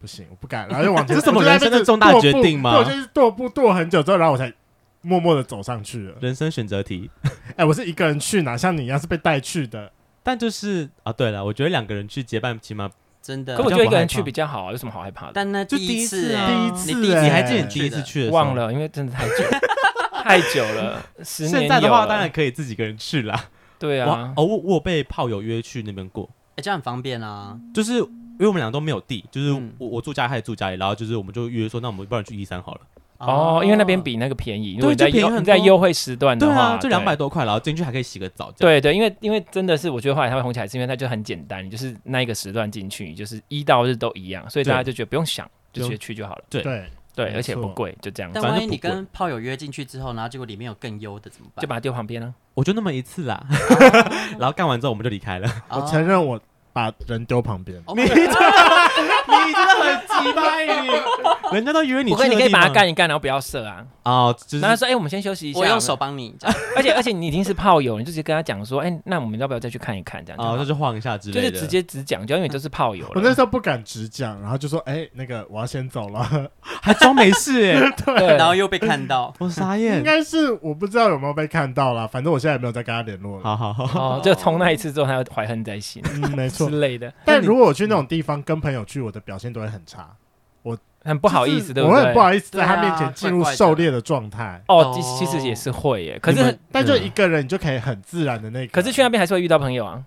Speaker 2: 不行，我不敢。然后就往前，
Speaker 1: 这是什么
Speaker 2: 我就在
Speaker 1: 人生的
Speaker 2: 那边
Speaker 1: 重大
Speaker 2: 踱步
Speaker 1: 决定吗
Speaker 2: 对，我就是踱步踱很久之后，然后我才默默的走上去了。
Speaker 1: 人生选择题，
Speaker 2: 哎，我是一个人去，哪像你一样是被带去的？
Speaker 1: 但就是啊，对了，我觉得两个人去结伴，起码
Speaker 4: 真的
Speaker 3: 可。我觉得一个人去
Speaker 1: 比较不害怕
Speaker 3: 比较好啊，有什么好害怕的？
Speaker 4: 但那
Speaker 1: 就第
Speaker 4: 一
Speaker 1: 一
Speaker 4: 次
Speaker 1: 次啊
Speaker 4: 欸，
Speaker 2: 第一
Speaker 4: 你
Speaker 2: 次
Speaker 4: 第一次
Speaker 2: 欸
Speaker 1: 你
Speaker 2: 对
Speaker 1: 还记得你第一次去的时候
Speaker 3: 哎忘。了，因为真的太久太久了，十年
Speaker 1: 现在的
Speaker 3: 有
Speaker 1: 话，
Speaker 3: 了
Speaker 1: 当然可以自己一个人去啦。
Speaker 3: 对啊
Speaker 1: 哇，哦，我我有被炮友约去那边过，
Speaker 4: 哎，这样很方便啊。
Speaker 1: 就是因为我们俩都没有地，就是我、
Speaker 4: 嗯
Speaker 1: 我住家，他也住家里，然后就是我们就约说，那我们不然去一三好了。
Speaker 3: 哦，因为那边比那个便宜，如果你在
Speaker 1: 对就便宜
Speaker 3: 优
Speaker 1: 很多
Speaker 3: 你在优惠时段的
Speaker 1: 对啊，
Speaker 3: 话，
Speaker 1: 就
Speaker 3: 对
Speaker 1: 两百。多块，然后进去还可以洗个澡。这样，
Speaker 3: 对对，因为因为真的是，我觉得后来它会红起来，是因为它就很简单，你就是那一个时段进去，你就是一到日都一样，所以大家
Speaker 1: 对
Speaker 3: 就觉得不用想，就直接去就好了。
Speaker 1: 对
Speaker 2: 对，
Speaker 3: 对，
Speaker 2: 没
Speaker 3: 而且不
Speaker 2: 错
Speaker 3: 贵，就这样
Speaker 4: 哦
Speaker 3: 子
Speaker 4: 但，
Speaker 1: 反正
Speaker 4: 万
Speaker 1: 就
Speaker 4: 一
Speaker 1: 不
Speaker 4: 你
Speaker 1: 贵
Speaker 4: 跟炮友约进去之后，然后结果里面有更优的怎么办？
Speaker 3: 就把它丢旁边啊了。
Speaker 1: 我就那么一次
Speaker 3: *laughs*
Speaker 1: 啦。然后干完之后我们就离开了。
Speaker 4: 哦
Speaker 2: 我承认我把人丢旁边。
Speaker 4: 哦
Speaker 1: 你真的，你真的很鸡掰你， *laughs* 人家都约你
Speaker 3: 不
Speaker 1: 去
Speaker 3: 会，
Speaker 1: 的地方，
Speaker 3: 你可以把它干一干，然后不要射啊。
Speaker 1: 哦，就是
Speaker 3: 然后说，哎，我们先休 *laughs* 息一下。
Speaker 4: 我用手帮你，这样
Speaker 3: 而且而且你已经是炮友，你就直接跟他讲说，哎，那我们要不要再去看一看？这样就
Speaker 1: 哦，
Speaker 3: 好
Speaker 1: 那就晃一下之
Speaker 3: 就
Speaker 1: 类
Speaker 3: 是
Speaker 1: 的，
Speaker 3: 直接只讲，就因为你都是炮友
Speaker 2: 我那
Speaker 3: 了
Speaker 2: 时。候不敢直讲，然后就说：“哎、那个我要先走了。
Speaker 1: 还装没事
Speaker 3: *laughs*
Speaker 1: 哎、。
Speaker 3: 对
Speaker 4: *laughs* 然后又被看到
Speaker 2: *laughs*
Speaker 1: 我傻”
Speaker 2: 应
Speaker 1: 眼。
Speaker 2: 该是我不知道有没有被看到啦，反正我现在也没有再跟他联络了。
Speaker 1: 好好好，
Speaker 3: 哦，就从那一次之后，他又怀恨在心
Speaker 2: 嗯，没错
Speaker 3: 之。类的，
Speaker 2: 但如果我去那种地方跟朋友去，我的表现都会很差，
Speaker 3: 很不好意
Speaker 2: 就
Speaker 3: 思，
Speaker 2: 是
Speaker 3: 对不
Speaker 2: 我会很
Speaker 3: 对
Speaker 2: 不？好意思在
Speaker 4: 对啊
Speaker 2: 他面前进入狩猎的状态。
Speaker 3: 哦，其其实也是会耶，可
Speaker 2: 你
Speaker 3: 是
Speaker 2: 们但就一个人，你就可以很自然的那个。
Speaker 3: 可是去那边还是会遇到朋友啊。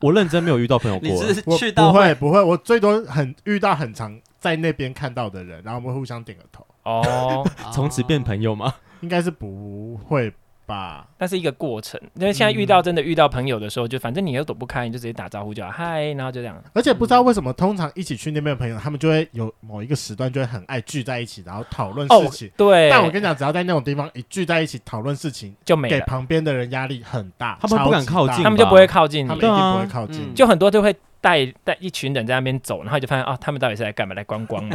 Speaker 1: 我认真没有遇到朋友
Speaker 4: 你
Speaker 1: 过，
Speaker 4: 是
Speaker 2: 我
Speaker 4: 去到
Speaker 2: 不会不会，我最多很遇到很常在那边看到的人，然后我们会互相点个头，
Speaker 3: 哦，
Speaker 1: 从此变朋友
Speaker 3: *laughs*
Speaker 1: 吗？
Speaker 2: 应该是不会吧？
Speaker 3: 那是一个过程，因为现在遇到真的遇到朋友的时候，就反正你又躲不开，你就直接打招呼就好，嗨，然后就这样。
Speaker 2: 而且不知道为什么，通常一起去那边的朋友，他们就会有某一个时段就会很爱聚在一起，然后讨论
Speaker 3: 哦
Speaker 2: 事情。，
Speaker 3: 对，
Speaker 2: 但我跟你讲，只要在那种地方一聚在一起讨论事情，
Speaker 3: 就没
Speaker 2: 给
Speaker 3: 了，
Speaker 2: 旁边的人压力很大，
Speaker 1: 他们不敢靠
Speaker 2: 超级
Speaker 1: 近
Speaker 2: 大
Speaker 3: 他们就不会靠近
Speaker 2: 他们一
Speaker 3: 你
Speaker 1: 对，
Speaker 2: 定
Speaker 1: 啊
Speaker 2: 不会靠近。
Speaker 4: 嗯
Speaker 3: 就很多就会带带一群人在那边走，然后你就发现啊，他们到底是来干嘛？来观光吗？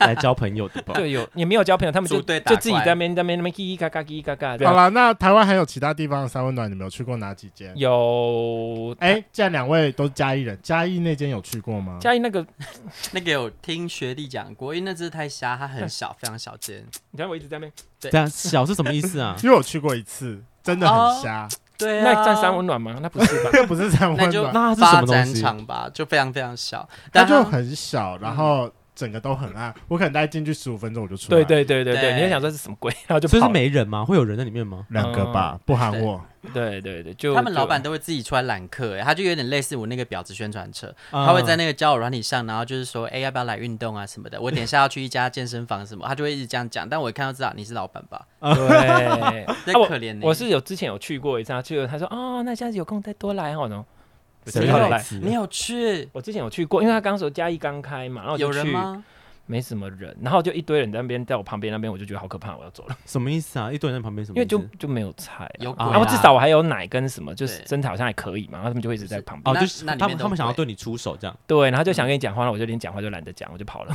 Speaker 1: 来交朋友的吧？
Speaker 3: 对，有也没有交朋友，他们就
Speaker 4: 组队打
Speaker 3: 就自己
Speaker 4: 怪
Speaker 3: 在那边在那边那边叽叽嘎嘎叽叽嘎嘎。
Speaker 2: 好了，那台湾还有其他地方的三温暖，你们有去过哪几间？
Speaker 3: 有
Speaker 2: 哎、既然两位都是嘉义人，嘉义那间有去过吗？？
Speaker 3: 嘉义那个，
Speaker 4: 哦那个有听学弟讲过，因为那只太瞎，它很小，非常小间。
Speaker 3: 你看我一直在那边，
Speaker 1: 这样小是什么意思
Speaker 3: *laughs*
Speaker 1: 啊
Speaker 2: 因为我去过一次，真的
Speaker 3: 哦
Speaker 2: 很瞎，
Speaker 4: 对啊，
Speaker 3: 那占三温暖吗？那不是吧？
Speaker 2: 这、不是三
Speaker 3: *laughs*
Speaker 4: 那
Speaker 2: 温
Speaker 4: 就
Speaker 2: 暖，
Speaker 1: 那是什
Speaker 4: 发
Speaker 1: 么东
Speaker 4: 展
Speaker 1: 西？
Speaker 4: 场吧，就非常非常小，
Speaker 2: 它
Speaker 4: 但
Speaker 2: 就
Speaker 4: 它
Speaker 2: 很小，然后整个都很暗，我可能大概进去十五分钟我就出来
Speaker 3: 嗯对
Speaker 2: 了，
Speaker 3: 对对对对，
Speaker 4: 对
Speaker 3: 你就想说是什么鬼，然后就
Speaker 1: 所以
Speaker 3: 跑
Speaker 1: 是
Speaker 3: 了。
Speaker 1: 没人吗？会有人在里面
Speaker 3: *laughs*
Speaker 1: 吗？
Speaker 2: 两个
Speaker 3: 嗯
Speaker 2: 吧，不含我，
Speaker 3: 对对对，就
Speaker 4: 他们
Speaker 3: 就
Speaker 4: 老板都会自己出来揽客、欸，他就有点类似我那个婊子宣传车，
Speaker 3: 嗯
Speaker 4: 他会在那个交友软体上，然后就是说，哎、要不要来运动啊什么的？我等一下要去一家健身房什么，他就会一直这样讲。但我一看到知道你是老板
Speaker 3: *laughs*
Speaker 4: 吧，
Speaker 3: 对，
Speaker 4: *laughs* 那
Speaker 3: 啊我
Speaker 4: 可怜你、
Speaker 3: 我是有之前有去过一次，他去了，他说哦，那下次有空再多来哦，然后我
Speaker 1: 谁
Speaker 3: 之前
Speaker 1: 要
Speaker 3: 有
Speaker 1: 来
Speaker 3: 来
Speaker 1: 吃？
Speaker 4: 没有去，
Speaker 3: 我之前有去过，因为他刚说嘉义刚开嘛，然后我啊
Speaker 4: 有
Speaker 3: 就
Speaker 4: 人
Speaker 3: 去，
Speaker 4: 吗？
Speaker 3: 没什么人，然后就一堆人在那边在我旁边那边，我就觉得好可怕，我要走了，
Speaker 1: 什么意思啊？一堆人在旁边什么
Speaker 3: 因
Speaker 1: 意
Speaker 3: 为
Speaker 1: 思？
Speaker 3: 就就没有菜啊，
Speaker 4: 有
Speaker 1: 啊
Speaker 4: 鬼
Speaker 3: 然后至少我还有奶跟什么，就是
Speaker 4: 对
Speaker 3: 真的好像还可以嘛，然后他们就会一直在旁
Speaker 1: 哦，
Speaker 3: 边。
Speaker 4: 那
Speaker 1: 就是
Speaker 4: 那里
Speaker 1: 他
Speaker 4: 面
Speaker 1: 们
Speaker 4: 都
Speaker 1: 他们想要
Speaker 4: 会
Speaker 1: 对你出手这样。
Speaker 3: 对，然后就想
Speaker 4: 嗯
Speaker 3: 跟你讲话，了，我就连讲话就懒得讲，我就跑
Speaker 4: *laughs*
Speaker 3: 了。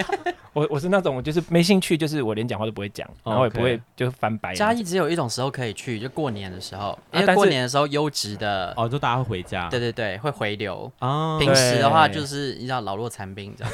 Speaker 3: *laughs* 我我是那种就是没兴趣，就是我连讲话都不会讲，然后也不会
Speaker 1: OK
Speaker 3: 就翻白
Speaker 4: 嘉
Speaker 3: 眼。
Speaker 4: 义只有一种时候可以去，就过年的时候，
Speaker 3: 啊
Speaker 4: 因为
Speaker 3: 但
Speaker 4: 过
Speaker 3: 是啊
Speaker 4: 年的时候优质的，
Speaker 1: 哦，就大家会回家。
Speaker 4: 对对对，会回流。
Speaker 1: 啊，
Speaker 4: 平时的话
Speaker 3: 嗯对
Speaker 4: 就是你知道老弱残兵这样，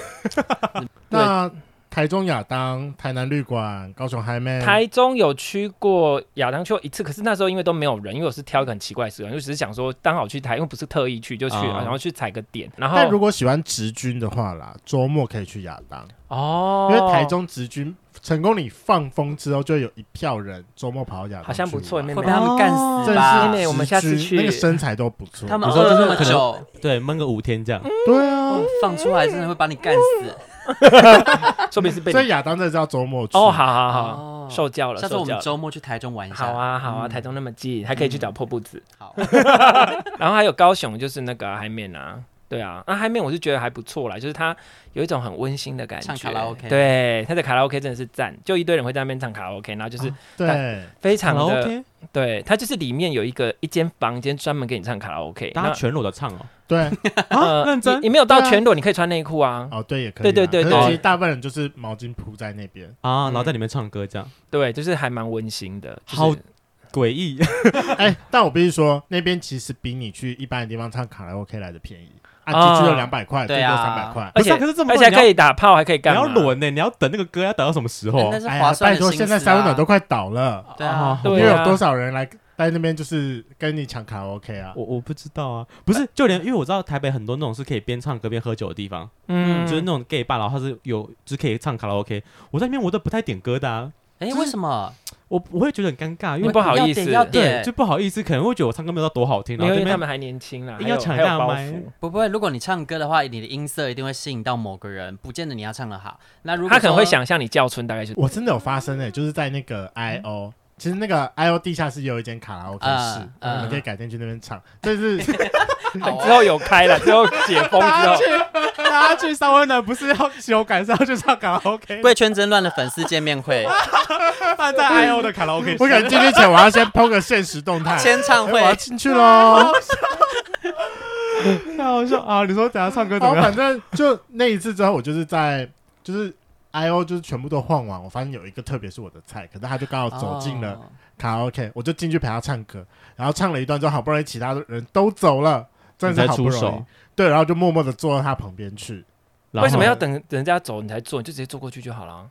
Speaker 2: 那台中亚当、台南绿馆、高雄海妹，
Speaker 3: 台中有去过亚当去过一次，可是那时候因为都没有人，因为我是挑一个很奇怪的时间，就只是想说刚好去台，因为不是特意去就去，
Speaker 1: 哦
Speaker 3: 然后去踩个点，然
Speaker 2: 啊但如
Speaker 3: 后
Speaker 2: 果喜欢直军的话啦，周末可以去亚当，
Speaker 3: 哦
Speaker 2: 因，为台中直军成功你放风之后，就有一票人周末跑到亚当去玩，
Speaker 3: 好像不错，妹
Speaker 4: 会
Speaker 3: 妹
Speaker 4: 被。他们干死
Speaker 2: 真
Speaker 4: 吧？
Speaker 2: 是
Speaker 3: 妹妹我们下次
Speaker 2: 直军
Speaker 3: 去
Speaker 2: 那个身材都不错，
Speaker 4: 他们
Speaker 1: 你说
Speaker 4: 饿
Speaker 1: 就是
Speaker 4: 那么
Speaker 1: 可能
Speaker 4: 久，
Speaker 1: 对，闷个五天这样。
Speaker 3: 嗯
Speaker 2: 对
Speaker 3: 哦
Speaker 2: 啊，
Speaker 4: 放出来真的会把你干死。
Speaker 3: 说不定是被
Speaker 2: 所以
Speaker 3: 你
Speaker 2: 亚当真的是要周末去
Speaker 3: 哦，好好好，
Speaker 4: 哦
Speaker 3: 受教了，
Speaker 4: 下次我
Speaker 3: 受教
Speaker 4: 们
Speaker 3: 了。
Speaker 4: 周末去台中玩一下。嗯
Speaker 3: 好，啊好啊，台中那么近，还可以去找破布子。 *laughs*
Speaker 4: 好，嗯
Speaker 3: 然后还有高雄，就是那个啊海面啊，对啊，那海面我是觉得还不错啦，就是它有一种很温馨的感觉。
Speaker 4: 唱卡拉 OK
Speaker 3: 对，它的卡拉 OK 真的是赞，就一堆人会在那边唱卡拉 OK，然后
Speaker 4: 啊
Speaker 3: 就是
Speaker 2: 对，
Speaker 3: 非常的，
Speaker 1: 卡拉 OK，
Speaker 3: 对，它就是里面有一个一间房间专门给你唱卡拉 OK，
Speaker 1: 大家全裸的唱
Speaker 3: *laughs*
Speaker 1: 哦。
Speaker 2: 对，
Speaker 3: 那呃
Speaker 1: 认真
Speaker 3: 你你没有到
Speaker 2: 对啊
Speaker 3: 全裸，你可以穿内裤啊，
Speaker 2: 哦，对，也可以啦。
Speaker 3: 对对对
Speaker 2: 可是
Speaker 3: 对
Speaker 2: 其实大部分人就是毛巾铺在那边。
Speaker 1: 啊，
Speaker 3: 嗯
Speaker 1: 然后在里面唱歌这样，
Speaker 3: 对，就是还蛮温馨的。就是
Speaker 1: 好诡异。
Speaker 2: 哎，但我必须说，那边其实比你去一般的地方唱卡拉 OK 来的便宜啊，
Speaker 3: 啊
Speaker 2: 只只有两百块，最
Speaker 4: 对
Speaker 2: 多
Speaker 4: 啊
Speaker 2: 三百块。
Speaker 3: 而
Speaker 1: *laughs* 不
Speaker 3: 且
Speaker 1: 是啊可是这么
Speaker 3: 而
Speaker 1: 多
Speaker 3: 且还
Speaker 1: 人
Speaker 3: 可以打炮，还可以
Speaker 1: 你
Speaker 3: 干
Speaker 1: 要
Speaker 3: 嘛？嗯
Speaker 1: 轮欸呢，你要等那个歌要等到什么时候
Speaker 4: 那？
Speaker 3: 哦
Speaker 4: 是
Speaker 2: 哎
Speaker 4: 划
Speaker 2: 呀，
Speaker 4: 算
Speaker 2: 拜
Speaker 4: 的心
Speaker 2: 托，
Speaker 4: 思啊。
Speaker 2: 现在三温暖都快倒了，
Speaker 4: 对啊，
Speaker 2: 因
Speaker 3: 对啊
Speaker 2: 为有多少人来在那边就是跟你抢卡拉 OK 啊？
Speaker 1: 我我不知道啊，不是，就连因为我知道台北很多那种是可以边唱歌边喝酒的地方，
Speaker 3: 嗯，
Speaker 1: 就是那种 gay 吧，然后它是有就是可以唱卡拉 OK。我在那边我都不太点歌的啊，
Speaker 4: 哎，
Speaker 1: 就是
Speaker 4: 为什么？
Speaker 1: 我我会觉得很尴尬，因
Speaker 3: 你
Speaker 1: 为
Speaker 3: 不好意思
Speaker 4: 要点要
Speaker 1: 对
Speaker 4: 点
Speaker 1: 就，不好意思，可能会觉得我唱歌没有到多好听，然
Speaker 3: 因
Speaker 1: 后这
Speaker 3: 为他
Speaker 1: 边
Speaker 3: 们还年轻啦，
Speaker 1: 硬
Speaker 3: 还
Speaker 1: 要
Speaker 3: 有
Speaker 1: 抢
Speaker 3: 还有
Speaker 1: 大
Speaker 3: 包
Speaker 1: 麦
Speaker 3: 袱。
Speaker 4: 不不会，如果你唱歌的话，你的音色一定会吸引到某个人，不见得你要唱的好。那如果
Speaker 3: 他可能
Speaker 4: 说
Speaker 3: 会，想象你叫春，大概就是
Speaker 2: *laughs* 我真的有发生诶，欸就是在那个 IO。其实那个 I O 地下室也有一间卡拉 OK 室，
Speaker 4: 嗯
Speaker 2: 我
Speaker 4: 嗯
Speaker 2: 们可以改天去那边唱。这
Speaker 4: *laughs*
Speaker 2: 是
Speaker 4: 好哦
Speaker 3: 之后有开了，之后解
Speaker 1: *laughs*
Speaker 3: 封之后，
Speaker 1: 大家去三温暖不是要修改，是要去唱卡拉 OK，
Speaker 4: 贵圈争乱的粉丝见面会、 *laughs*
Speaker 1: 放在 I O 哦的
Speaker 3: *laughs*
Speaker 1: 卡拉 OK
Speaker 2: 我可能进去前，我要先 PO 个现实动态。
Speaker 4: 签唱
Speaker 2: 哎
Speaker 4: 会
Speaker 2: 我，要进去
Speaker 4: *laughs*
Speaker 2: 喽。
Speaker 1: 太好笑啊！你说等下唱歌
Speaker 2: 然后？反正就那一次之后，我就是在就是 I O 就是全部都晃完，我发现有一个特别是我的菜，可是他就刚好走进了
Speaker 4: 哦
Speaker 2: 卡拉 OK，、我就进去陪他唱歌，然后唱了一段之后，好不容易其他的人都走了，真的
Speaker 1: 在
Speaker 2: 是好不
Speaker 1: 出
Speaker 2: 容易
Speaker 1: 手，，
Speaker 2: 对，然后就默默的坐到他旁边去。
Speaker 1: 然后
Speaker 3: 为什么要等人家走你才做？你就直接坐过去就好了。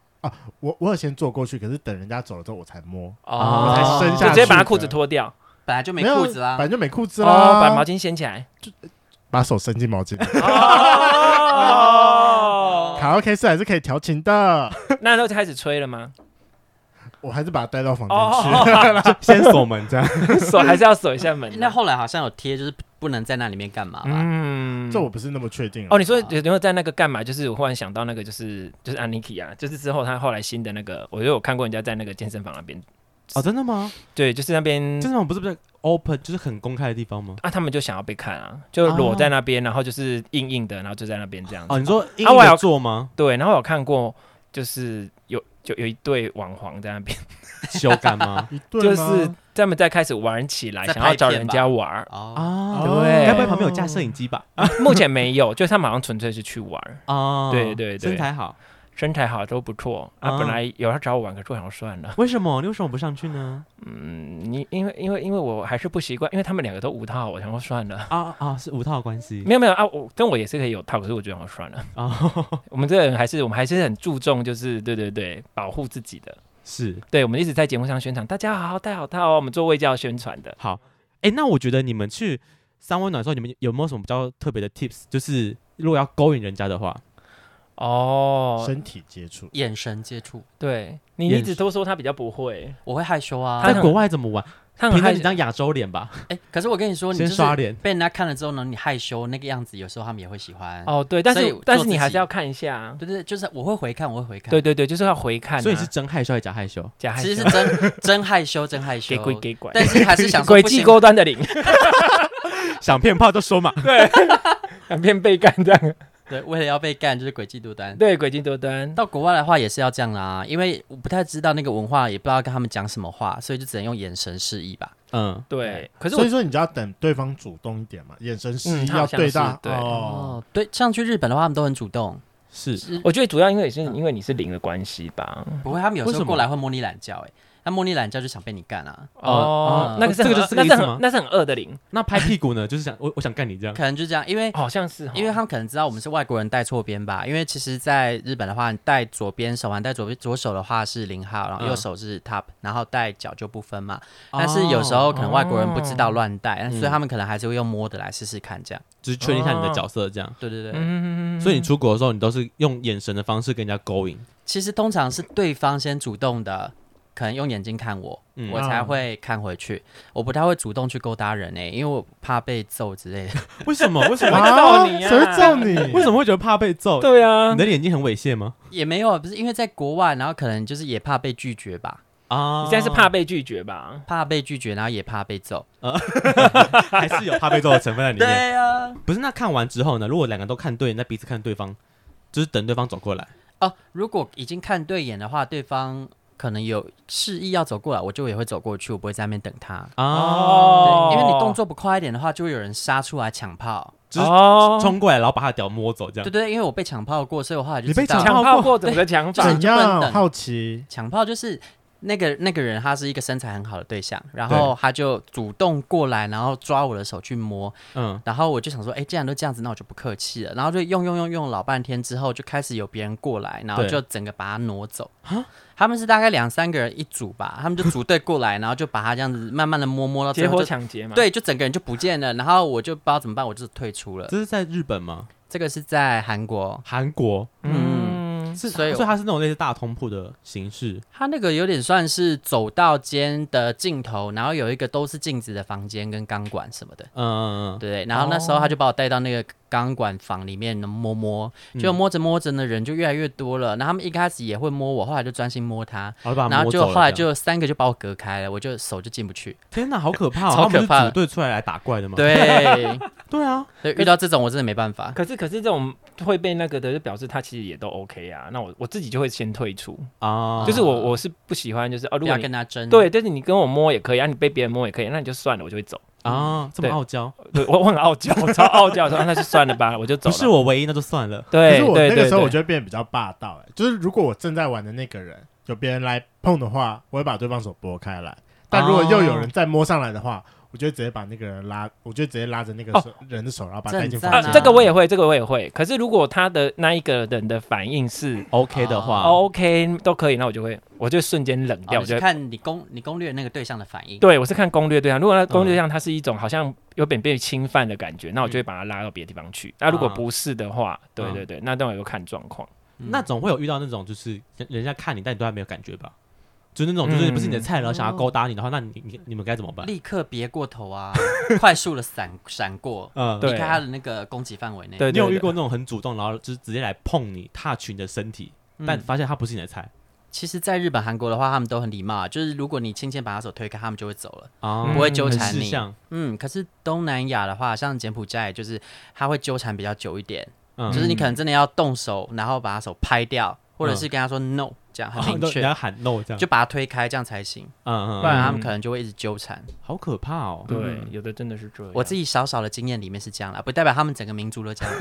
Speaker 2: 我我有先坐过去，可是等人家走了之后我才摸，
Speaker 1: 哦
Speaker 2: 我才伸下去，
Speaker 3: 就啊直接把他裤子，脱掉，
Speaker 4: 本来就没
Speaker 2: 有
Speaker 4: 裤子啊啦
Speaker 2: 反，正就没裤子
Speaker 1: 啊
Speaker 3: 哦，
Speaker 2: 啦，
Speaker 3: 把毛巾掀起来。
Speaker 2: 把手伸进毛
Speaker 3: *laughs*
Speaker 2: 巾里。
Speaker 3: 哦，
Speaker 2: 卡拉 OK 是还是可以调情的，
Speaker 3: 那都开始吹了吗？
Speaker 2: 我还是把他带到房间去。
Speaker 3: 哦，
Speaker 1: *laughs*
Speaker 3: *laughs*
Speaker 1: 先锁门这样？
Speaker 3: 锁还是哎要锁一下门啊
Speaker 4: 那
Speaker 3: 的。
Speaker 4: 后来好像有贴，就是不能在那里面干嘛吧？
Speaker 3: 嗯
Speaker 2: 这我不是那么确定啊？
Speaker 3: 哦，你说有没有在那个干嘛？就是我忽然想到那个，就是就是安妮 i 啊，就是之后他后来新的那个，我就有看过人家在那个健身房那边，
Speaker 1: 哦，真的吗？
Speaker 3: 对，就是那边
Speaker 1: 就那种不是不是 open，就是很公开的地方吗？
Speaker 3: 啊，他们就想要被看啊，就裸在那边，然后就是硬硬的，然后就在那边这样子。
Speaker 1: 哦，你说英
Speaker 3: 啊我有
Speaker 1: 有做
Speaker 3: *laughs*
Speaker 1: 吗？
Speaker 3: 对，然后我有看过，就是有就有一对网黄在那边，
Speaker 1: 修改吗
Speaker 3: *laughs*
Speaker 2: 一对
Speaker 3: 就
Speaker 2: 吗
Speaker 3: 是他们在开始玩起来，
Speaker 4: 在
Speaker 3: 想要
Speaker 4: 拍
Speaker 3: 找
Speaker 4: 片
Speaker 3: 人
Speaker 4: 吧
Speaker 3: 家玩儿。
Speaker 4: 哦，
Speaker 1: 啊，
Speaker 2: 哦
Speaker 3: 对
Speaker 1: 该不会旁边有架摄影机吧？
Speaker 3: 目前没有，就他们好像纯粹是去玩儿，
Speaker 1: 啊
Speaker 3: 哦对对对
Speaker 1: 身材好。
Speaker 3: 身材好都不错。啊，
Speaker 1: 啊
Speaker 3: 本来有要找我玩，可是我想算了，
Speaker 1: 为什么？你为什么不上去呢？
Speaker 3: 嗯，你因为因为因为我还是不习惯，因为他们两个都无套，我想说算了。
Speaker 1: 啊啊，是五套的关系
Speaker 3: 没有没有啊，我但我也是可以有套，可是我觉得我算了。
Speaker 1: 啊，
Speaker 3: 我们这个人还是我们还是很注重，就是对对对，保护自己的。
Speaker 1: *laughs* 是
Speaker 3: 对，我们一直在节目上宣传，大家好好戴好套哦，我们做卫教宣传的。
Speaker 1: 好。哎，那我觉得你们去三温暖的时候，你们有没有什么比较特别的 tips？就是如果要勾引人家的话，
Speaker 3: 哦，
Speaker 2: 身体接触。
Speaker 4: 眼神接触，
Speaker 3: 对你
Speaker 1: 眼
Speaker 3: 一直都说他比较不会，
Speaker 4: 我会害羞啊
Speaker 3: 他。
Speaker 1: 在
Speaker 3: 很
Speaker 1: 国外怎么玩？
Speaker 3: 他很
Speaker 1: 凭着
Speaker 3: 害
Speaker 1: 你张亚洲脸吧，
Speaker 4: 哎，可是我跟你说，你就
Speaker 1: 先
Speaker 4: 是
Speaker 1: 刷脸。
Speaker 4: 被人家看了之后呢，你害羞那个样子，有时候他们也会喜欢。
Speaker 3: 哦，对，但
Speaker 4: 所以
Speaker 3: 是
Speaker 4: 做
Speaker 3: 但是
Speaker 4: 自
Speaker 3: 你还
Speaker 4: 己
Speaker 3: 是要看一下啊。
Speaker 4: 对对，对就是我会回看，我会回看。
Speaker 3: 对，对对，就是要回看啊、
Speaker 1: 所以是真害羞还是假害羞？
Speaker 3: 假害
Speaker 4: 其实
Speaker 3: 羞
Speaker 4: 是真 *laughs* 真害羞，真害羞
Speaker 3: 给。鬼给拐，
Speaker 4: 但是还是
Speaker 3: *laughs*
Speaker 4: 想说
Speaker 3: 诡
Speaker 4: 不
Speaker 3: 计
Speaker 4: 行，
Speaker 3: 高端的零，
Speaker 1: *laughs* 想骗炮就说嘛。
Speaker 3: 两边被干这样。
Speaker 4: 对，为了要被干就是诡计多端。
Speaker 3: 对，诡计多端。
Speaker 4: 到国外的话也是要这样啦，因为我不太知道那个文化，也不知道跟他们讲什么话，所以就只能用眼神示意吧。
Speaker 1: 嗯，
Speaker 3: 对，可是
Speaker 2: 所
Speaker 3: 我
Speaker 2: 以说你就要等对方主动一点嘛，眼神示意
Speaker 3: 嗯
Speaker 2: 要
Speaker 3: 好像
Speaker 2: 对到
Speaker 3: 是对
Speaker 2: 哦，
Speaker 4: 哦，对，像去日本的话，他们都很主动，
Speaker 1: 是
Speaker 3: *laughs* 我觉得主要因为也是因为你是零的关系吧。
Speaker 4: 不会，他们有时
Speaker 1: 为什
Speaker 4: 候
Speaker 1: 么
Speaker 4: 过来会摸你懒觉、欸，哎，那摸你懒觉就想被你干啊，
Speaker 3: 哦
Speaker 4: 哦，
Speaker 3: 那个是
Speaker 1: 这
Speaker 3: 很
Speaker 1: 个就
Speaker 3: 恶
Speaker 1: 是这个
Speaker 3: 那
Speaker 1: 意
Speaker 3: 是
Speaker 1: 思吗
Speaker 3: 很那是很恶的零，
Speaker 1: 那拍屁股呢？就是想我我想干你这样，
Speaker 4: 可能就这样，因为。
Speaker 3: 好像是哦，
Speaker 4: 因为他们可能知道我们是外国人带错边吧，因为其实，在日本的话，你带左边手环，带左左手的话是零号，然
Speaker 1: 嗯
Speaker 4: 后
Speaker 1: 哦
Speaker 4: 右手是 top，、然后带脚就不分嘛。但是有时候可能外国人不知道乱带，那
Speaker 1: 嗯
Speaker 4: 所以他们可能还是会用摸的来试试看，这样。
Speaker 1: 只是确定一下你的角色这样。
Speaker 4: 对对对，
Speaker 3: 嗯，
Speaker 1: 所以你出国的时候，你都是用眼神的方式跟人家勾引。
Speaker 4: 其实通常是对方先主动的，可能用眼睛看我，
Speaker 1: 嗯
Speaker 4: 我才会看回去。我不太会主动去勾搭人欸诶、因为我怕被揍之类的。
Speaker 1: *laughs*
Speaker 4: *laughs*
Speaker 1: 为什么？为什 *laughs* 么？
Speaker 2: 啊
Speaker 3: 会揍你啊
Speaker 2: 谁会揍你？
Speaker 1: 为什么会觉得怕被揍？
Speaker 3: 对啊
Speaker 1: 你，的眼睛很猥亵吗？
Speaker 4: 也没有，啊不是因为在国外，然后可能就是也怕被拒绝吧，
Speaker 1: 啊，
Speaker 3: 你现在是怕被拒绝吧？
Speaker 4: 怕被拒绝，然后也怕被揍。
Speaker 1: *laughs* 还是有怕被揍的成分在里面？
Speaker 4: 呀、
Speaker 1: 不是，那看完之后呢？如果两个都看对眼，那彼此看对方，就是等对方走过来。
Speaker 4: 哦，如果已经看对眼的话，对方可能有示意要走过来，我就也会走过去，我不会在那边等他。
Speaker 1: 哦，
Speaker 4: 对，因为你动作不快一点的话，就会有人杀出来抢炮。
Speaker 1: 就是
Speaker 3: 哦
Speaker 1: 啊冲过来，然后把他的屌摸走，这
Speaker 4: 对
Speaker 1: 样。
Speaker 4: 对，因为我被抢炮过，所以我后来就
Speaker 1: 你被
Speaker 4: 知道
Speaker 1: 抢
Speaker 3: 强
Speaker 1: 炮过
Speaker 3: 暴过怎么个强法
Speaker 4: 对？
Speaker 2: 怎
Speaker 4: 就不能
Speaker 2: 样？
Speaker 4: 等
Speaker 2: 好奇，
Speaker 4: 强暴就是那个那个人，他是一个身材很好的对象，然后他就主动过来，然后抓我的手去摸，
Speaker 1: 嗯，
Speaker 4: 然后我就想说，哎，既然都这样子，那我就不客气了，然后就用用用用老半天之后，就开始有别人过来，然后
Speaker 1: 对
Speaker 4: 就整个把他挪走。他们是大概两三个人一组吧，他们就组队过来，然后就把他这样子慢慢的摸摸到最
Speaker 3: 结
Speaker 4: 后
Speaker 3: 伙
Speaker 4: 就。
Speaker 3: 抢劫嘛？，
Speaker 4: 对，就整个人就不见了，然后我就不知道怎么办，我就退出了。
Speaker 1: 这是在日本吗？
Speaker 4: 这个是在韩国，
Speaker 1: 韩国
Speaker 4: 嗯，
Speaker 3: 嗯，
Speaker 1: 是，所
Speaker 4: 所
Speaker 1: 以
Speaker 4: 以
Speaker 1: 它是那种类似大通铺的形式。
Speaker 4: 它那个有点算是走道间的尽头，然后有一个都是镜子的房间跟钢管什么的，
Speaker 1: 嗯，嗯嗯
Speaker 4: 对。然后那时候他就把我带到那个钢管房里面摸摸，
Speaker 1: 嗯
Speaker 4: 就摸着摸着呢，人就越来越多了。然后他们一开始也会摸我，后来就专心摸他，
Speaker 1: 嗯然后就把它
Speaker 4: 然
Speaker 1: 摸
Speaker 4: 后
Speaker 1: 走
Speaker 4: 就
Speaker 1: 了
Speaker 4: 后来
Speaker 1: 这样
Speaker 4: 就三个就把我隔开了，我就手就进不去。
Speaker 1: 天哪，好可怕哦！
Speaker 4: 超
Speaker 1: 他们
Speaker 4: 可怕
Speaker 1: 是
Speaker 4: 的
Speaker 1: 组队出来来打怪的吗？ *laughs*
Speaker 4: 对，
Speaker 1: 对啊，
Speaker 4: 对，遇到这种我真的没办法。
Speaker 3: 可是可是这种会被那个的，就表示他其实也都 OK 啊。那我我自己就会先退出，
Speaker 1: 啊，
Speaker 3: 就是我我是不喜欢，就是哦，
Speaker 4: 不
Speaker 3: 如
Speaker 4: 要
Speaker 3: 果
Speaker 4: 啊跟
Speaker 3: 你
Speaker 4: 他争，
Speaker 3: 对，就是你跟我摸也可以，啊，你被别人摸也可以，那你就算了，我就会走。
Speaker 1: 啊，这么
Speaker 3: 对
Speaker 1: 傲娇，
Speaker 3: 对我我很傲娇，我超傲娇，我说啊那就算了吧，我就走
Speaker 1: 不
Speaker 3: 了。
Speaker 1: 是我唯一，那就算了。
Speaker 2: 可
Speaker 3: 对
Speaker 2: 是我
Speaker 3: 对
Speaker 2: 那个
Speaker 3: 对
Speaker 2: 时候我
Speaker 3: 对，
Speaker 2: 就会变得比较霸道，哎，就是如果我正在玩的那个人有别人来碰的话，我会把对方手拨开来；但如果又有
Speaker 3: 哦
Speaker 2: 人再摸上来的话，我就会直接把那个人拉，我就直接拉着那个手人的手，然后把他带进
Speaker 4: 正
Speaker 2: 房
Speaker 4: 赞
Speaker 2: 间。
Speaker 3: 哦啊，这个我也会，这个我也会。可是如果他的那一个人的反应是
Speaker 1: OK 的
Speaker 3: 啊
Speaker 1: 话，
Speaker 3: 哦 OK 都可以，那我就会，我就瞬间冷掉。
Speaker 4: 哦，
Speaker 3: 我
Speaker 4: 你是
Speaker 3: 觉得，
Speaker 4: 看你攻你攻略那个对象的反应。
Speaker 3: 对我是看攻略对象，如果那攻略上它是一种好像有点被侵犯的感觉，那我就会把它拉到别的地方去。那如果不是的话，对对对，那当然要看状况。
Speaker 1: 嗯
Speaker 4: 嗯
Speaker 1: 那总会有遇到那种就是人人家看你，但你对他没有感觉吧？就那种就是不是你的菜，然后想要勾搭你的话，那你你你们该怎么办？
Speaker 4: 立刻别过头啊！ *laughs* 快速的闪闪过，
Speaker 1: 嗯，
Speaker 3: 对
Speaker 4: 离开他的那个攻击范围内。
Speaker 3: 对，
Speaker 1: 你有遇
Speaker 3: 对
Speaker 1: 过那种很主动，然后就是直接来碰你、touch 你的身体，
Speaker 4: 嗯
Speaker 1: 但发现他不是你的菜
Speaker 4: 其实，在日本、韩国的话，他们都很礼貌啊，就是如果你轻轻把他手推开，他们就会走了，
Speaker 3: 嗯
Speaker 1: 啊
Speaker 4: 不会纠缠
Speaker 1: 很识
Speaker 4: 你。
Speaker 1: 相
Speaker 4: 嗯，可是东南亚的话，像柬埔寨，就是他会纠缠比较久一点，
Speaker 1: 嗯
Speaker 4: 就是你可能真的要动手，然后把他手拍掉，或者是跟他说 no，这样
Speaker 1: 哦
Speaker 4: 很
Speaker 1: 都
Speaker 4: 明
Speaker 1: 你
Speaker 4: 确，
Speaker 1: 要喊 no 这样，
Speaker 4: 就把他推开，这样才行，
Speaker 1: 嗯
Speaker 4: 不
Speaker 1: 嗯，
Speaker 4: 然他们可能就会一直纠缠。
Speaker 1: 好可怕哦。
Speaker 3: 对对，有的真的是这样。
Speaker 4: 我自己少少的经验里面是这样啦，不代表他们整个民族都这样。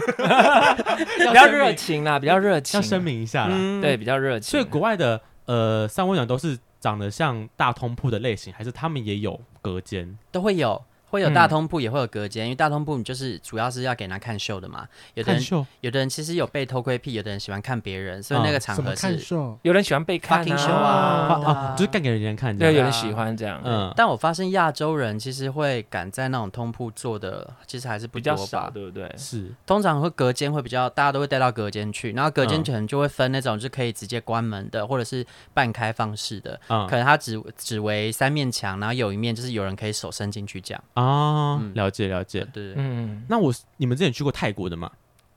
Speaker 3: 比较热情啦，比较热情，啊
Speaker 1: 要声，明一下啦，
Speaker 3: 对，比较热情。
Speaker 1: 所以国外的呃三温暖都是长得像大通铺的类型，还是他们也有隔间？
Speaker 4: 都会有，会有大
Speaker 3: 嗯
Speaker 4: 通铺，也会有隔间，因为大通铺你就是主要是要给人家看秀的嘛。有的
Speaker 1: 看
Speaker 4: 人
Speaker 1: 秀
Speaker 4: 有的人其实有被偷窥癖，有的人喜欢看别人，所以
Speaker 1: 啊
Speaker 4: 那个场
Speaker 2: 什么
Speaker 4: 合
Speaker 2: 看
Speaker 4: 是
Speaker 2: 秀？
Speaker 3: 有人喜欢被看
Speaker 4: fucking show
Speaker 3: 啊，
Speaker 4: 啊，
Speaker 1: 啊，就是干给人家看这样。
Speaker 3: 对，有人喜欢这样，嗯，
Speaker 1: 嗯，
Speaker 4: 但我发现亚洲人其实会敢在那种通铺做的，其实还是不
Speaker 3: 比较
Speaker 4: 多
Speaker 3: 少，
Speaker 4: 吧。
Speaker 3: 对不对？
Speaker 1: 是
Speaker 4: 通常会隔间会比较，大家都会带到隔间去，然后隔间
Speaker 1: 嗯
Speaker 4: 可能就会分那种就可以直接关门的，或者是半开放式的，
Speaker 1: 嗯
Speaker 4: 可能它只只为三面墙，然后有一面就是有人可以手伸进去这样。
Speaker 1: 啊，
Speaker 4: 嗯
Speaker 1: 了解了解。
Speaker 4: 对对对。
Speaker 3: 嗯，
Speaker 1: 那我你们之前去过泰国的吗？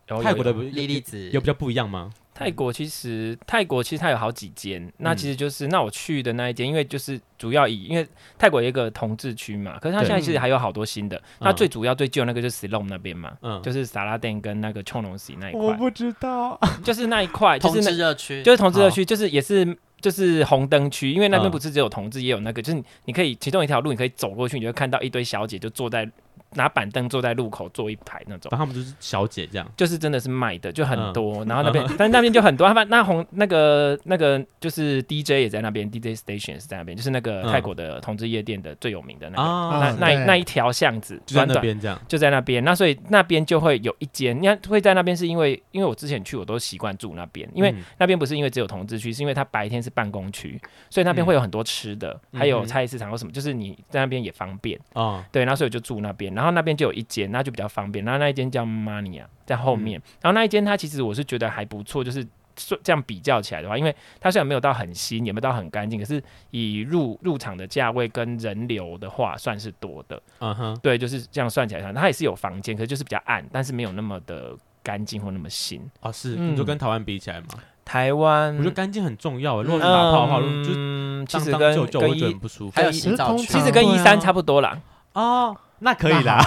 Speaker 3: 有有
Speaker 1: 泰国的
Speaker 3: 有
Speaker 1: 不
Speaker 4: 哦莉莉子
Speaker 1: 有比较不一样吗？
Speaker 3: 泰
Speaker 1: 嗯
Speaker 3: 国其实泰国其实它有好几间，那其实就是、那我去的那一间，因为就是主要以因为泰国有一个同志区嘛，可是它
Speaker 1: 对
Speaker 3: 现在其实还有好多新的，那最主要最旧那个就是 Silom 那边嘛。
Speaker 1: 嗯，
Speaker 3: 就是撒拉店跟那个冲龙席那一块，
Speaker 1: 知道，
Speaker 3: 就是那一块，就
Speaker 4: 同
Speaker 3: 是那
Speaker 4: 志热区，
Speaker 3: 就是同志的区，就是也是就是红灯区，因为那边
Speaker 1: 嗯
Speaker 3: 不是只有同志，也有那个，就是你你可以其中一条路，你可以走过去，你就会看到一堆小姐就坐在拿板凳坐在路口坐一排那种
Speaker 1: 然。后他们就是小姐这样，
Speaker 3: 就是真的是卖的就
Speaker 1: 嗯
Speaker 3: 很多，然后那边， *laughs* 但那边就很多。他们那红那个那个就是 DJ 也在那边，DJ station 也是在那边，就是那个
Speaker 1: 嗯
Speaker 3: 泰国的同志夜店的最有名的那个、
Speaker 1: 啊，
Speaker 3: 那
Speaker 2: 嗯
Speaker 3: 那一
Speaker 2: 对
Speaker 3: 那一条巷子，
Speaker 1: 就在
Speaker 3: 短
Speaker 1: 那
Speaker 3: 短
Speaker 1: 边这样，
Speaker 3: 就在那边，那所以那边就会有一间，你看会在那边是因为，因为我之前去我都习惯住那边，因为
Speaker 1: 嗯
Speaker 3: 那边不是因为只有同志区，是因为它白天是办公区，所以那边
Speaker 1: 嗯
Speaker 3: 会有很多吃的，还有菜市场或什么，就是你在那边也方便。
Speaker 1: 哦，
Speaker 3: 对，那所以我就住那边，然后那边就有一间，那就比较方便。然后那一间叫 Mania，在后面。然后那一间它其实我是觉得还不错，就是说这样比较起来的话，因为它虽然没有到很新，也没有到很干净，可是以入入场的价位跟人流的话，算是多的。
Speaker 1: 嗯哼，
Speaker 3: 对，就是这样算起来的话，它也是有房间，可是就是比较暗，但是没有那么的干净或那么新。
Speaker 1: 哦是，
Speaker 3: 嗯
Speaker 1: 你就跟台湾比起来嘛，
Speaker 3: 台湾，
Speaker 1: 我觉得干净很重要，啊如果你打炮的话，如果就
Speaker 3: 嗯，其
Speaker 1: 当
Speaker 3: 实
Speaker 1: 当
Speaker 3: 跟
Speaker 1: 舅舅，我
Speaker 3: 跟
Speaker 1: 会觉得
Speaker 3: 一
Speaker 1: 很不舒服
Speaker 4: 还有
Speaker 2: 其
Speaker 4: 洗
Speaker 2: 实
Speaker 4: 澡
Speaker 2: 通
Speaker 4: 区，
Speaker 3: 其实
Speaker 2: 常
Speaker 3: 跟一
Speaker 2: 对啊
Speaker 3: 三差不多啦。
Speaker 1: 哦，那可以
Speaker 2: *laughs*
Speaker 1: 啦，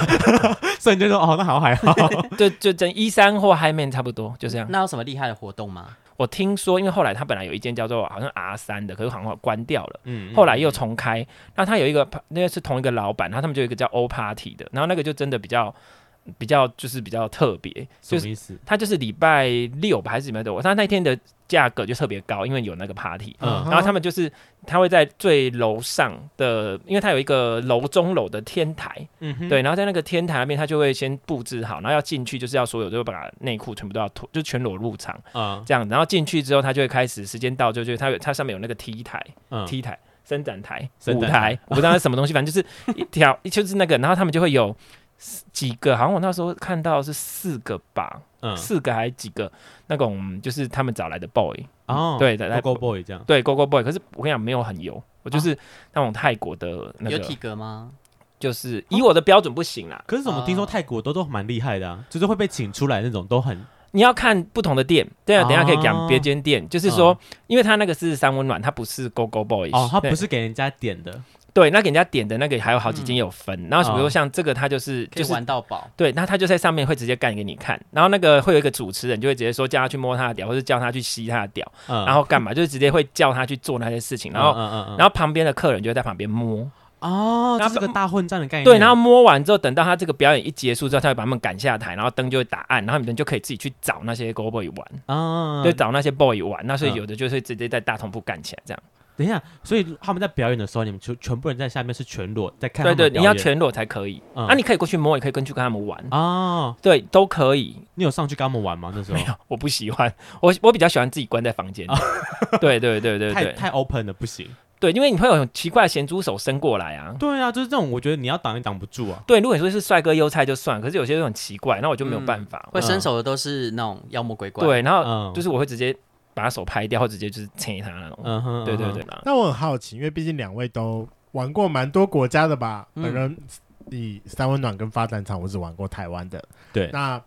Speaker 1: 所以你就说哦，那好还好，
Speaker 3: 就就跟一三或 High Man 差不多，就这样。
Speaker 4: 那有什么厉害的活动吗？
Speaker 3: 我听说，因为后来他本来有一间叫做好像 R 三的，可是好像关掉了，
Speaker 1: *laughs* 嗯，
Speaker 3: 后来又重开。那他有一个那个是同一个老板，然后他们就有一个叫 O Party 的，然后那个就真的比较比较就是比较特别，
Speaker 1: 什
Speaker 3: 就
Speaker 1: 么
Speaker 3: 是
Speaker 1: 意思？
Speaker 3: 他就是礼拜六吧还是礼拜六，他那天的价格就特别高，因为有那个 party。
Speaker 1: 嗯
Speaker 3: 然后他们就是，他会在最楼上的，因为他有一个楼中楼的天台，
Speaker 1: 嗯哼，
Speaker 3: 对，然后在那个天台那边，他就会先布置好，然后要进去就是要所有就把内裤全部都要脱，就全裸入场。
Speaker 1: 嗯
Speaker 3: 这样，然后进去之后，他就会开始，时间到就就它有它上面有那个 T 台、
Speaker 1: 嗯
Speaker 3: T 台、伸展台、
Speaker 1: 伸
Speaker 3: 舞
Speaker 1: 展
Speaker 3: 台
Speaker 1: *laughs* 台，
Speaker 3: 我不知道是什么东西，反正就是一条就是那个，然后他们就会有几个，好像我那时候看到是四个吧，
Speaker 1: 嗯，
Speaker 3: 四个还是几个那种就是他们找来的 boy，嗯
Speaker 1: 哦，
Speaker 3: 对的来
Speaker 1: g o Boy 哦这样，
Speaker 3: 对 Go Go Boy，可是我跟你讲没有很油，我就是那种泰国的那
Speaker 4: 有
Speaker 3: 个
Speaker 4: 体，格吗？
Speaker 3: 就是以我的标准不行啦，
Speaker 1: 可是怎么听说泰国都都蛮厉害的啊，就是会被请出来那种都很
Speaker 3: 你要看不同的店，对啊，等一下可以讲
Speaker 1: 哦
Speaker 3: 别间店，就是说，因为他那个是三温暖，它不是 Go Go Boy，
Speaker 1: 哦，他
Speaker 3: 对
Speaker 1: 不是给人家点的，
Speaker 3: 对，那给人家点的那个还有好几间有分，然后比如说
Speaker 1: 哦
Speaker 3: 像这个，它就是
Speaker 4: 可
Speaker 3: 就
Speaker 4: 以
Speaker 3: 是
Speaker 4: 玩到饱，
Speaker 3: 对，那他就在上面会直接干给你看，然后那个会有一个主持人就会直接说叫他去摸他的屌，或者叫他去吸他的屌，
Speaker 1: 嗯，
Speaker 3: 然后干嘛，就是直接会叫他去做那些事情，然后、
Speaker 1: 嗯嗯嗯，
Speaker 3: 然后旁边的客人就会在旁边摸，
Speaker 1: 哦，
Speaker 3: 然
Speaker 1: 这
Speaker 3: 后
Speaker 1: 是个大混战的概念，
Speaker 3: 对，然后摸完之后，等到他这个表演一结束之后，他会把他们赶下台，然后灯就会打暗，然后你们就可以自己去找那些 go boy 玩，
Speaker 1: 啊，
Speaker 3: 就找那些 boy 玩，那所以
Speaker 1: 嗯
Speaker 3: 有的就是直接在大同步干起来这样，
Speaker 1: 等一下，所以他们在表演的时候，你们全全部人在下面是全裸在看他
Speaker 3: 对
Speaker 1: 们表
Speaker 3: 对，
Speaker 1: 演，
Speaker 3: 你要全裸才可以，
Speaker 1: 嗯
Speaker 3: 啊，你可以过去摸，也可以跟去跟他们玩，
Speaker 1: 哦，
Speaker 3: 对，都可以，
Speaker 1: 你有上去跟他们玩吗？那时候
Speaker 3: 没有，我不喜欢， *laughs* 我我比较喜欢自己关在房间。 *laughs* 对对对对
Speaker 1: 哦太
Speaker 3: 对
Speaker 1: 太 open 了，不行。
Speaker 3: 对，因为你会有很奇怪的咸猪手伸过来
Speaker 4: 哦
Speaker 3: 啊。
Speaker 1: 对啊，就是这种，我觉得你要挡也挡不住啊。
Speaker 3: 对，如果你说是帅哥优菜就算，可是有些就很奇怪，那我就没有办法。
Speaker 4: 会伸手的都是那种妖魔鬼怪。，
Speaker 3: 嗯对，然后
Speaker 4: 哦
Speaker 1: 嗯，
Speaker 3: 就是是我会直接把他手拍掉，或直接就是切他那种。
Speaker 1: 嗯哼，
Speaker 3: 对对
Speaker 1: 嗯哼
Speaker 3: 对，
Speaker 2: *laughs*
Speaker 3: 啦，
Speaker 2: 那我很好奇，因为毕竟两位都玩过蛮多国家的吧？
Speaker 4: 嗯
Speaker 2: 本人以三温暖跟发展场，我只玩过台湾的。
Speaker 1: 对
Speaker 2: 那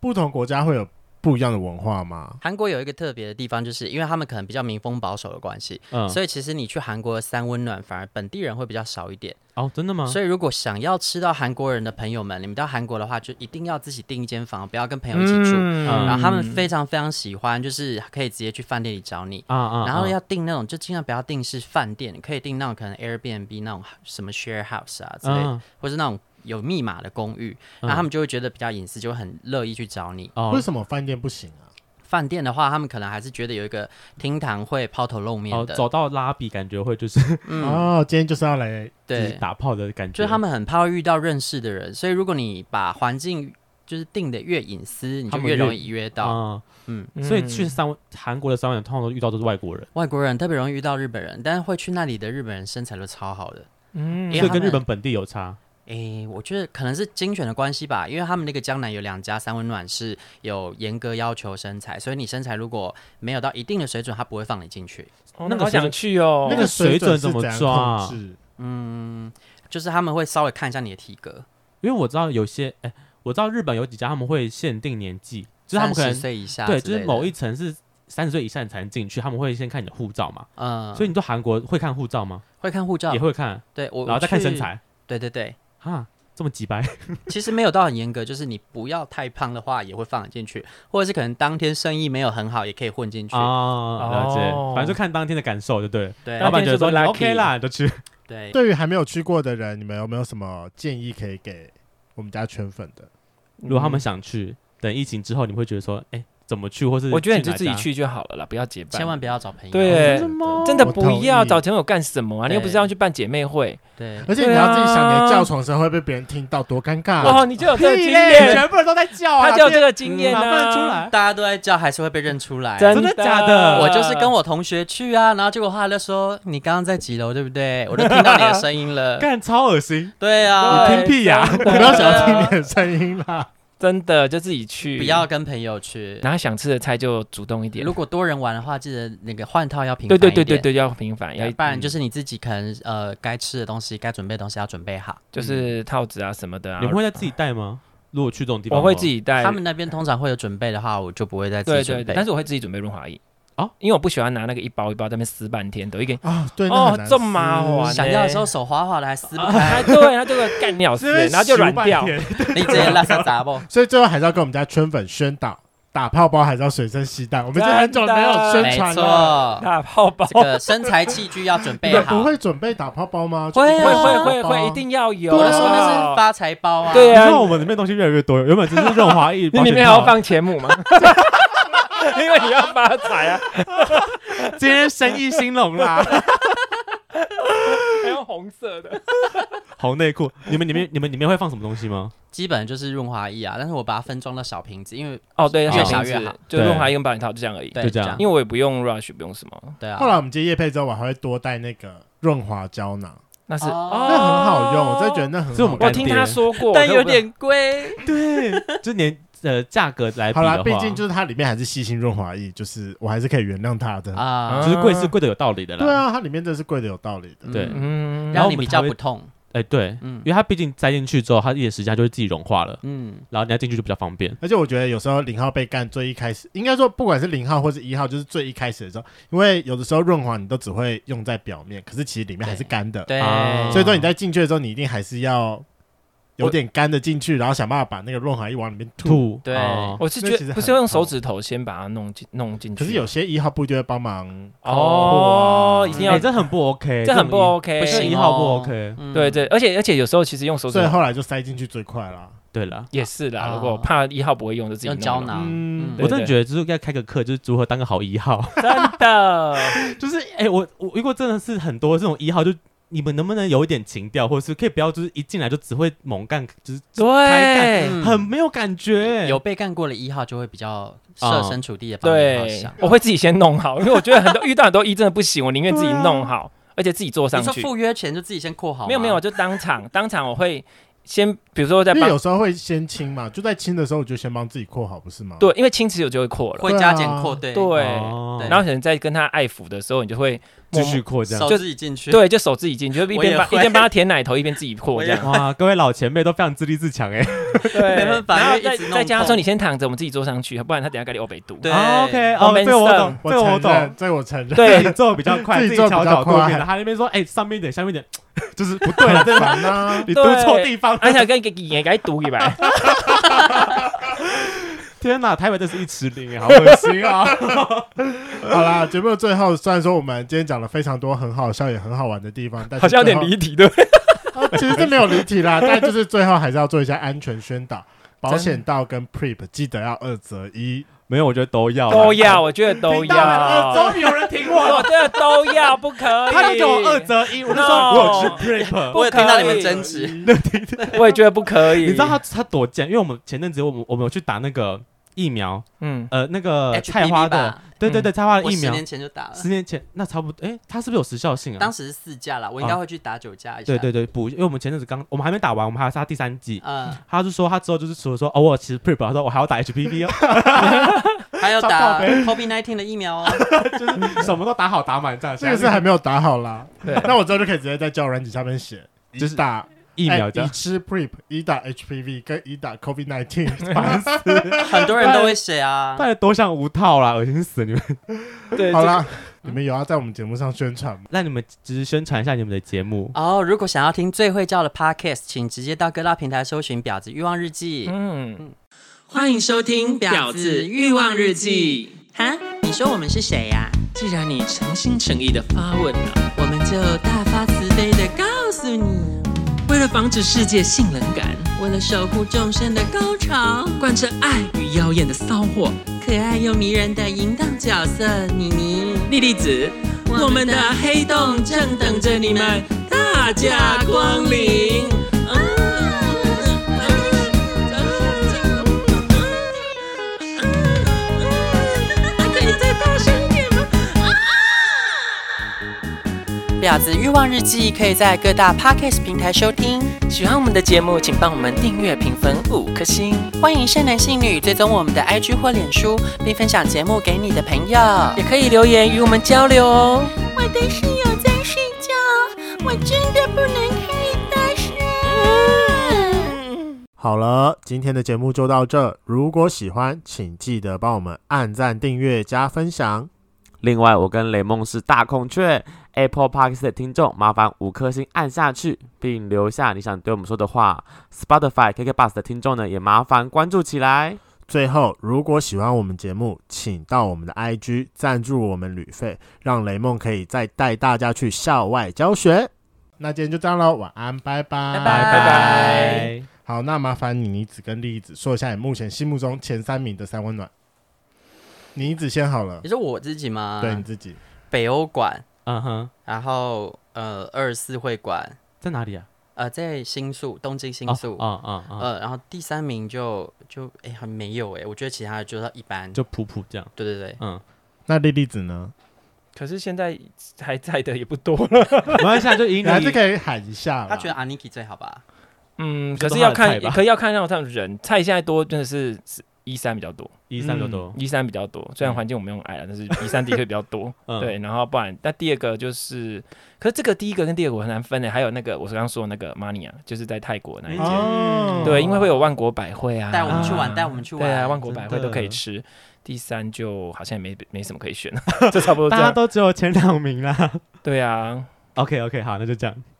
Speaker 2: 不同国家会有不一样的文化吗？
Speaker 4: 韩国有一个特别的地方，就是因为他们可能比较民风保守的关系，
Speaker 1: 嗯，
Speaker 4: 所以其实你去韩国的三温暖，反而本地人会比较少一点。
Speaker 1: 哦，真的吗？
Speaker 4: 所以如果想要吃到韩国人的朋友们，你们到韩国的话，就一定要自己订一间房，不要跟朋友一起住。
Speaker 1: 嗯
Speaker 4: 然后他们非常非常喜欢，就是可以直接去饭店里找你。
Speaker 1: 啊啊，
Speaker 4: 然后
Speaker 1: 啊
Speaker 4: 要订那种，就尽量不要订是饭店，可以订那种可能 Airbnb 那种什么 share house 啊之类的，
Speaker 1: 嗯
Speaker 4: 或是那种有密码的公寓，
Speaker 1: 嗯
Speaker 4: 然后他们就会觉得比较隐私，就会很乐意去找你。
Speaker 2: 为
Speaker 1: 哦
Speaker 2: 什么饭店不行啊？
Speaker 4: 饭店的话，他们可能还是觉得有一个厅堂会抛头露面
Speaker 1: 哦，
Speaker 4: 的，
Speaker 1: 走到拉比感觉会就是
Speaker 4: 嗯，
Speaker 2: 哦，今天就是要来
Speaker 1: 就是
Speaker 4: 对，
Speaker 1: 打炮的感觉，
Speaker 4: 就是他们很怕会遇到认识的人，所以如果你把环境就是定的越隐私，你
Speaker 1: 他
Speaker 4: 就
Speaker 1: 们
Speaker 4: 越
Speaker 1: 越
Speaker 4: 容易约到。
Speaker 1: 啊，
Speaker 4: 嗯，
Speaker 1: 所以去三韩国的三晚通常都遇到都是外国人，
Speaker 4: 外国人特别容易遇到日本人，但是会去那里的日本人身材都超好的。
Speaker 3: 嗯
Speaker 4: 因
Speaker 1: 所
Speaker 4: 为
Speaker 1: 以
Speaker 4: 他
Speaker 1: 跟日
Speaker 4: 们
Speaker 1: 本本地有差。嗯
Speaker 4: 诶，我觉得可能是精选的关系吧，因为他们那个江南有两家三温暖是有严格要求身材，所以你身材如果没有到一定的水准，他不会放你进去。
Speaker 3: 哦
Speaker 1: 那个
Speaker 3: 好想
Speaker 1: 水
Speaker 3: 去哦
Speaker 2: 那。个水
Speaker 1: 水
Speaker 2: 准
Speaker 1: 准怎么
Speaker 2: 是样
Speaker 1: 抓啊
Speaker 2: 控制
Speaker 4: 嗯，就是他们会稍微看一下你的体格。
Speaker 1: 因为我知道有些，哎、我知道日本有几家他们会限定年纪，就是他们可
Speaker 4: 30
Speaker 1: 能
Speaker 4: 岁以下之类
Speaker 1: 对，
Speaker 4: 的，
Speaker 1: 就是某一层是三十岁以上才能进去，他们会先看你的护照嘛。
Speaker 4: 嗯，
Speaker 1: 所以你到韩国会看护照吗？
Speaker 4: 会看护照
Speaker 1: 也，会看，
Speaker 4: 对我
Speaker 1: 然后再看身，
Speaker 4: 我
Speaker 1: 材
Speaker 4: 去对对对，
Speaker 1: 哈，这么几百，
Speaker 4: 其实没有到很严格，就是你不要太胖的话也会放进去，或者是可能当天生意没有很好也可以混进去，
Speaker 1: 哦，了解
Speaker 3: 哦，
Speaker 1: 反正就看当天的感受，就对了。
Speaker 4: 对
Speaker 1: 老板觉得说
Speaker 3: 啊当天是不是
Speaker 1: OK 啦，你就去。
Speaker 4: 对，
Speaker 2: 对于还没有去过的人，你们有没有什么建议可以给我们家圈粉的？
Speaker 1: 如果他们想去，等疫情之后，你会觉得说，哎，怎么去，或是
Speaker 3: 我觉得你
Speaker 1: 去
Speaker 3: 就
Speaker 1: 哪
Speaker 3: 自己
Speaker 1: 家，
Speaker 3: 去就好了啦，不要结伴。
Speaker 4: 千万不要找朋友，
Speaker 3: 对
Speaker 2: 哦真的吗
Speaker 3: 真的
Speaker 2: 我
Speaker 1: 哦
Speaker 3: 不
Speaker 2: 同
Speaker 3: 要
Speaker 2: 意
Speaker 3: 找朋友干什么啊？你又不是
Speaker 4: 对
Speaker 3: 要去办姐妹会
Speaker 4: 对，
Speaker 2: 而且你要自己想，你的叫床声会被别人听到，多尴尬！啊
Speaker 3: 哦，你就有这个经
Speaker 1: 对
Speaker 3: 验，
Speaker 1: 啊全部人都在叫啊，
Speaker 3: 他就有这个经验
Speaker 1: 哪
Speaker 3: 啊。
Speaker 1: 分出来？
Speaker 4: 大家都在叫还是会被认出来，
Speaker 1: 真的假
Speaker 3: 的
Speaker 1: 的？
Speaker 4: 我就是跟我同学去啊，然后结果他就说你刚刚在几楼对不对？我都听到你的声音
Speaker 3: *laughs*
Speaker 4: 了。
Speaker 1: 干超恶心，
Speaker 4: 对啊，
Speaker 3: 对
Speaker 1: 你听屁呀！
Speaker 2: *laughs* 我没有想要听你的声音啦。
Speaker 3: 真的就自己去，
Speaker 4: 不要跟朋友去。
Speaker 3: 然后想吃的菜就主动一点
Speaker 4: 如。果多人玩的话，记得那个换套要频繁
Speaker 3: 对
Speaker 4: 一点
Speaker 3: 对对对，对，要频繁，要
Speaker 4: 要不然就是是你自己可能呃该吃的东西、该准备的东西要准备好。
Speaker 3: 就是套子啊什么的啊
Speaker 1: 你。们会在自己带吗？如果去这种地方的
Speaker 3: 我
Speaker 1: 话，
Speaker 3: 会自己带，
Speaker 4: 他们那边通常会有准备的话，我就不会再自己
Speaker 3: 对
Speaker 4: 准
Speaker 3: 哎对
Speaker 4: 备。
Speaker 3: 对，但是我会自己准备润滑液
Speaker 1: 哦，
Speaker 3: 因为我不喜欢拿那个一包一包在那边撕半天，抖一根。
Speaker 2: 啊，对，那
Speaker 3: 哦
Speaker 2: 很难
Speaker 3: 这么麻烦
Speaker 4: 想要的时候手滑滑的还撕不开
Speaker 3: 哎，， *laughs* 对，它就会干尿
Speaker 2: 撕
Speaker 3: *laughs* 死，然后就软掉。
Speaker 4: *laughs* 你直接拉下闸
Speaker 3: *laughs*
Speaker 4: 不？
Speaker 2: 所以最后还是要跟我们家圈粉宣导，打泡包还是要随身携带。我们已经很久没有宣
Speaker 4: 没
Speaker 2: 传了。
Speaker 4: 错，
Speaker 3: 大泡包
Speaker 4: 这个身材器具要准
Speaker 2: 你
Speaker 4: 备
Speaker 2: 们
Speaker 3: *laughs*
Speaker 4: 好
Speaker 2: 不。
Speaker 3: 啊
Speaker 2: 会准备打泡包吗？
Speaker 4: 会啊
Speaker 3: 会会会
Speaker 2: 打泡包
Speaker 3: 会，一。定要有。
Speaker 4: 我
Speaker 2: 对
Speaker 4: 就
Speaker 2: 啊
Speaker 4: 说那是发财包啊，
Speaker 3: 对
Speaker 1: 你
Speaker 3: 啊
Speaker 1: 看我们里面东西越来越多，原本只是润滑液，
Speaker 3: *laughs* 你
Speaker 1: 保
Speaker 3: 里
Speaker 1: 险
Speaker 3: 面还要
Speaker 1: 套
Speaker 3: 放钱母吗？ *laughs* 因为你要发财啊，
Speaker 1: *laughs* 今天生意兴隆 *laughs* 啦！
Speaker 3: *laughs* 还有红色的。
Speaker 1: 红内裤，你们里面你们里面会放什么东西吗？
Speaker 4: 基本就是润滑液啊，但是我把它分装到小瓶子，因为
Speaker 3: 哦，对，
Speaker 4: 越
Speaker 3: 小
Speaker 4: 小
Speaker 3: 瓶
Speaker 4: 越
Speaker 3: 子
Speaker 4: 好
Speaker 3: 就
Speaker 1: 对
Speaker 3: 润滑液跟保险套就这样而已。
Speaker 4: 对
Speaker 1: 就这样
Speaker 3: 因为我也不用 rush，不用什么，
Speaker 4: 对啊，
Speaker 2: 后来我们接叶配之后，我还会多带那个润滑胶囊，
Speaker 3: 那是
Speaker 4: 哦
Speaker 2: 那很好用，我真的觉得。那很好用。
Speaker 1: 所以我们
Speaker 3: 我听他说
Speaker 4: *laughs*
Speaker 3: 过，
Speaker 4: 但
Speaker 3: 可
Speaker 4: 有
Speaker 3: 我不知道
Speaker 4: 点贵。
Speaker 1: 对，就年呃价格来比
Speaker 2: 好
Speaker 1: 的话，
Speaker 2: 啦，毕竟就是它里面还是细心润滑液，就是我还是可以原谅它
Speaker 1: 嗯
Speaker 2: 的。
Speaker 4: 啊，
Speaker 1: 就是贵是贵的有道理的啦。
Speaker 2: 对，啊，它里面真的是贵的有道理的。
Speaker 4: 嗯
Speaker 1: 对
Speaker 3: 嗯，
Speaker 1: 然后
Speaker 4: 让
Speaker 1: 我
Speaker 4: 你
Speaker 1: 们
Speaker 4: 比
Speaker 1: 才
Speaker 4: 较
Speaker 1: 会
Speaker 4: 不痛。
Speaker 1: 哎对，
Speaker 4: 嗯
Speaker 1: 因为它毕竟塞进去之后，它一点时间它就会自己融化了，
Speaker 4: 嗯，
Speaker 1: 然后你要进去就比较方便。
Speaker 2: 而且我觉得有时候零号被干最一开始，应该说不管是零号或是一号，就是最一开始的时候，因为有的时候润滑你都只会用在表面，可是其实里面还是干的。
Speaker 4: 对，
Speaker 1: 啊
Speaker 2: 所以说你在进去的时候，你一定还是要有点干的进去，然后想办法把那个润滑液往里面吐。
Speaker 1: 吐
Speaker 4: 对
Speaker 1: 哦
Speaker 3: 我是
Speaker 2: 那
Speaker 3: 觉
Speaker 2: 其
Speaker 3: 得
Speaker 2: 实
Speaker 3: 不是
Speaker 2: 很
Speaker 3: 用
Speaker 2: 痛
Speaker 3: 手指头先把它弄进弄进去，
Speaker 2: 可是有些一号部就会帮忙，
Speaker 3: 哦，一定要
Speaker 1: 哎这很不 OK，
Speaker 3: 这很不
Speaker 1: 种一
Speaker 3: OK，
Speaker 4: 不行
Speaker 1: 一
Speaker 4: 哦
Speaker 1: 号不 OK。
Speaker 4: 嗯
Speaker 3: 对对，而且而且有时候其实用手指
Speaker 2: 所以
Speaker 3: 头
Speaker 2: 后来就塞进去最快啦。
Speaker 1: 对了。
Speaker 3: 也是啦，
Speaker 4: 啊
Speaker 3: 如果怕一号不会用，就自己
Speaker 4: 用
Speaker 3: 弄
Speaker 4: 胶
Speaker 3: 了
Speaker 4: 囊。
Speaker 2: 嗯
Speaker 4: 嗯，
Speaker 1: 我
Speaker 3: 对
Speaker 1: 真的觉得就是要开个课，就是如何当个好一号。
Speaker 3: 真的，
Speaker 1: *laughs* 就是 *laughs* 哎、我我遇过真的是很多这种一号，就你们能不能有一点情调，或者是可以不要就是一进来就只会猛干，就是开
Speaker 3: 对
Speaker 4: 嗯
Speaker 1: 很没有感觉、
Speaker 4: 有被干过的一号就会比较设身处地的帮你好
Speaker 3: 啊对
Speaker 4: 想。，
Speaker 3: 我会自己先弄好，因为我觉得很多遇到很多一真的不行，我宁愿自己弄好，而且自己坐上
Speaker 4: 你说
Speaker 3: 去。
Speaker 4: 赴约前就自己先括好吗？
Speaker 3: 没有没有，就当场 *laughs* 当场我会先，比如说在
Speaker 2: 因为
Speaker 3: 帮
Speaker 2: 有时候会先清嘛，就在清的时候我就先帮自己括好，不是吗？
Speaker 3: 对，，因为亲子有就会扩了，
Speaker 4: 会加减括对，
Speaker 3: 对，啊
Speaker 1: 哦
Speaker 4: 对
Speaker 3: 然后可能在跟他爱抚的时候，你就会默
Speaker 1: 继
Speaker 3: 默
Speaker 1: 续扩张。
Speaker 4: 手
Speaker 3: 就
Speaker 4: 自己进去。
Speaker 3: 对，就手自己进，你就一
Speaker 4: 我也
Speaker 3: 边帮
Speaker 4: 会
Speaker 3: 一边帮他舔奶头，一边自己扩
Speaker 4: 我
Speaker 3: 这
Speaker 4: 也
Speaker 3: 样。
Speaker 1: 哇，各位老前辈都非常自立自强哎、
Speaker 3: 对，
Speaker 4: *laughs* 没办法
Speaker 3: 然后
Speaker 4: 因为
Speaker 3: 再
Speaker 4: 一直弄
Speaker 3: 再加上说
Speaker 4: 痛
Speaker 3: 你先躺着，我们自己坐上去，不然他等下该你欧北肚。
Speaker 4: 对
Speaker 1: 啊 OK，
Speaker 3: 我
Speaker 1: 哦，
Speaker 3: 们
Speaker 1: 这个我懂
Speaker 3: 上，
Speaker 1: 这
Speaker 2: 我
Speaker 1: 个我
Speaker 2: 承认，
Speaker 1: 懂。
Speaker 2: 这个我
Speaker 1: *laughs*
Speaker 2: 承认。
Speaker 3: 对 *laughs*
Speaker 1: 你做的比较快，自
Speaker 2: 自己
Speaker 1: 己
Speaker 2: 做得
Speaker 1: 敲
Speaker 2: 比较
Speaker 1: 脚过
Speaker 2: 快
Speaker 1: 免得他那边说，哎、上面一点，下面一点，就是不对了，真的，
Speaker 2: 烦啊！
Speaker 1: *laughs* 你蹲错地方
Speaker 3: 而
Speaker 1: 了。
Speaker 3: 啊且跟给眼给堵
Speaker 4: *laughs*
Speaker 3: 起来，
Speaker 1: 天哪，台北这是一池林，好恶心啊！
Speaker 2: *laughs* 好啦，节目的最后，虽然说我们今天讲了非常多很好笑也很好玩的地方，但是
Speaker 3: 好像有点
Speaker 2: 最后
Speaker 3: 离题，对不对？
Speaker 2: 啊， *laughs* 其实这没有离题啦， *laughs* 但就是最后还是要做一下安全宣导，保险道跟 Prep 记得要二择一。
Speaker 1: 没有，我觉得都要啦
Speaker 3: 都要，，我觉得都
Speaker 1: 听到
Speaker 4: 哎
Speaker 1: 了哎
Speaker 3: 要，
Speaker 1: 终于有人听我了
Speaker 4: *laughs*
Speaker 3: 我真的都要，不可以。
Speaker 1: 他就给我二，择一，我就
Speaker 3: No
Speaker 1: 说我有吃 Prep。
Speaker 4: 我有听到你们
Speaker 3: 真，
Speaker 4: 争执，
Speaker 3: 我也觉得不可以。
Speaker 1: 你知道他他多贱？因为我们前阵子我们我们有去打那个疫苗，
Speaker 3: 嗯，
Speaker 1: 呃，那
Speaker 4: *laughs*
Speaker 1: 个
Speaker 4: HPV
Speaker 1: 菜花的
Speaker 4: 吧，嗯
Speaker 1: 对对对，菜花的
Speaker 4: 我
Speaker 1: 疫
Speaker 4: 十
Speaker 1: 苗，
Speaker 4: 年前就打了
Speaker 1: 十，年前那差不多，哎，它是不是有时效性啊
Speaker 4: 当？时是四价啦，我应该会去打九价
Speaker 1: 啊
Speaker 4: 一下。
Speaker 1: 对对，对，补，因为我们前阵子刚，我们还没打完，我们还要杀第三季。
Speaker 4: 嗯，
Speaker 1: 他就说他之后就是除了说哦，我有其实 prep，他说我还要打 HPV 哦， *laughs*
Speaker 4: 还有打 COVID 1 9的
Speaker 1: *laughs*
Speaker 4: 疫苗哦。
Speaker 1: 就是什么都打好打满这样。
Speaker 2: 这个是还没有打好啦，
Speaker 3: 对
Speaker 2: 那我之后就可以直接在交友软体下面写，
Speaker 1: 就是
Speaker 2: 一打
Speaker 1: 疫苗
Speaker 2: 哎
Speaker 1: 这
Speaker 2: 已
Speaker 1: 样，
Speaker 2: 知 Prep、已打 HPV 跟已打 COVID 19，烦死
Speaker 4: 很多人都会写啊
Speaker 1: 大。家都像无套啦，恶心死你们！
Speaker 2: *laughs*
Speaker 3: 对，
Speaker 2: 好啦，你们有要在我们节目上宣传吗？
Speaker 1: 那你们只是宣传一下你们的节目，
Speaker 4: 哦如果想要听最会叫的 podcast，请直接到各大平台搜寻《婊子欲望日记》。
Speaker 3: 嗯，
Speaker 7: 欢迎收听《婊子欲望日记》。
Speaker 4: 哈，你说我们是谁呀、
Speaker 7: 既然你诚心诚意的发问啊了、
Speaker 4: 我们就大发慈悲的告诉你，
Speaker 7: 为了防止世界性冷感，
Speaker 4: 为了守护众生的高潮，
Speaker 7: 贯彻爱与妖艳的骚货，
Speaker 4: 可爱又迷人的淫荡角色妮妮，
Speaker 7: 莉莉子，我们的黑洞正等着你们大驾光临。啊啊啊可以再大声一点吗？
Speaker 4: 婊子欲望日记可以在各大 podcast 平台收听，
Speaker 7: 喜欢我们的节目，请帮我们订阅、评分五颗星，
Speaker 4: 欢迎善男信女追踪我们的 IG 或脸书，并分享节目给你的朋友。
Speaker 7: 也可以留言与我们交流哦。
Speaker 8: 我的室友在睡觉，我真的不能开大声。
Speaker 2: 好了，今天的节目就到这。如果喜欢，请记得帮我们按赞、订阅、加分享。
Speaker 9: 另外，我跟雷梦是大孔雀 Apple Park 的听众，麻烦五颗星按下去，并留下你想对我们说的话。Spotify KK Bus 的听众呢，也麻烦关注起来。
Speaker 2: 最后，如果喜欢我们节目，请到我们的 IG 赞助我们旅费，让雷梦可以再带大家去校外教学。那今天就这样喽，晚安，拜拜，
Speaker 4: 拜拜拜。
Speaker 2: 好，那麻烦你妮子跟莉子说一下你目前心目中前三名的三温暖。你妮子先好了
Speaker 4: 你，说我自己吗？
Speaker 2: 对你，自己，
Speaker 4: 北欧馆，
Speaker 1: 嗯哼，
Speaker 4: 然后呃二四会馆，
Speaker 1: 在哪里啊？
Speaker 4: 呃在新宿东京新宿，
Speaker 1: 啊啊啊，
Speaker 4: 呃然后第三名就就哎很没有哎，我觉得其他的就是一般，
Speaker 1: 就普普这样，
Speaker 4: 对对对，
Speaker 1: 嗯，
Speaker 2: 那莉莉子呢？
Speaker 3: 可是现在还在的也不多了，
Speaker 1: 没关系啊，就赢
Speaker 2: 你还
Speaker 1: *laughs*
Speaker 2: 是
Speaker 1: 你。
Speaker 2: 可以喊一下啦。
Speaker 4: 他觉得 Aniki 最好吧？
Speaker 3: 嗯，
Speaker 1: 就
Speaker 3: 可
Speaker 1: 都
Speaker 3: 是要
Speaker 1: 他的
Speaker 3: 看，
Speaker 1: 菜吧
Speaker 3: 可是要看到他们人菜现在多真的是一三比较多，
Speaker 1: 一三多多，
Speaker 3: 一三比较多，虽然环境我们用矮了，但 *laughs* 是一三的确比较多。
Speaker 1: 嗯，
Speaker 3: 对，然后不然，那第二个就是，可是这个第一个跟第二个我很难分的，欸还有那个我刚刚说的那个 Mania，就是在泰国那一间，
Speaker 2: 哦，
Speaker 1: 嗯
Speaker 3: 对，因为会有万国百汇啊，
Speaker 4: 带我们去玩，
Speaker 1: 啊
Speaker 4: 带我们去玩，
Speaker 3: 对啊，万国百汇
Speaker 1: 真的
Speaker 3: 都可以吃。第三就好像也没没什么可以 *laughs* 选，就差不多
Speaker 1: 大
Speaker 3: 这
Speaker 1: 家
Speaker 3: 样。
Speaker 1: 都只有前两名啦。
Speaker 3: 对啊，
Speaker 1: OK OK，好，那就这样。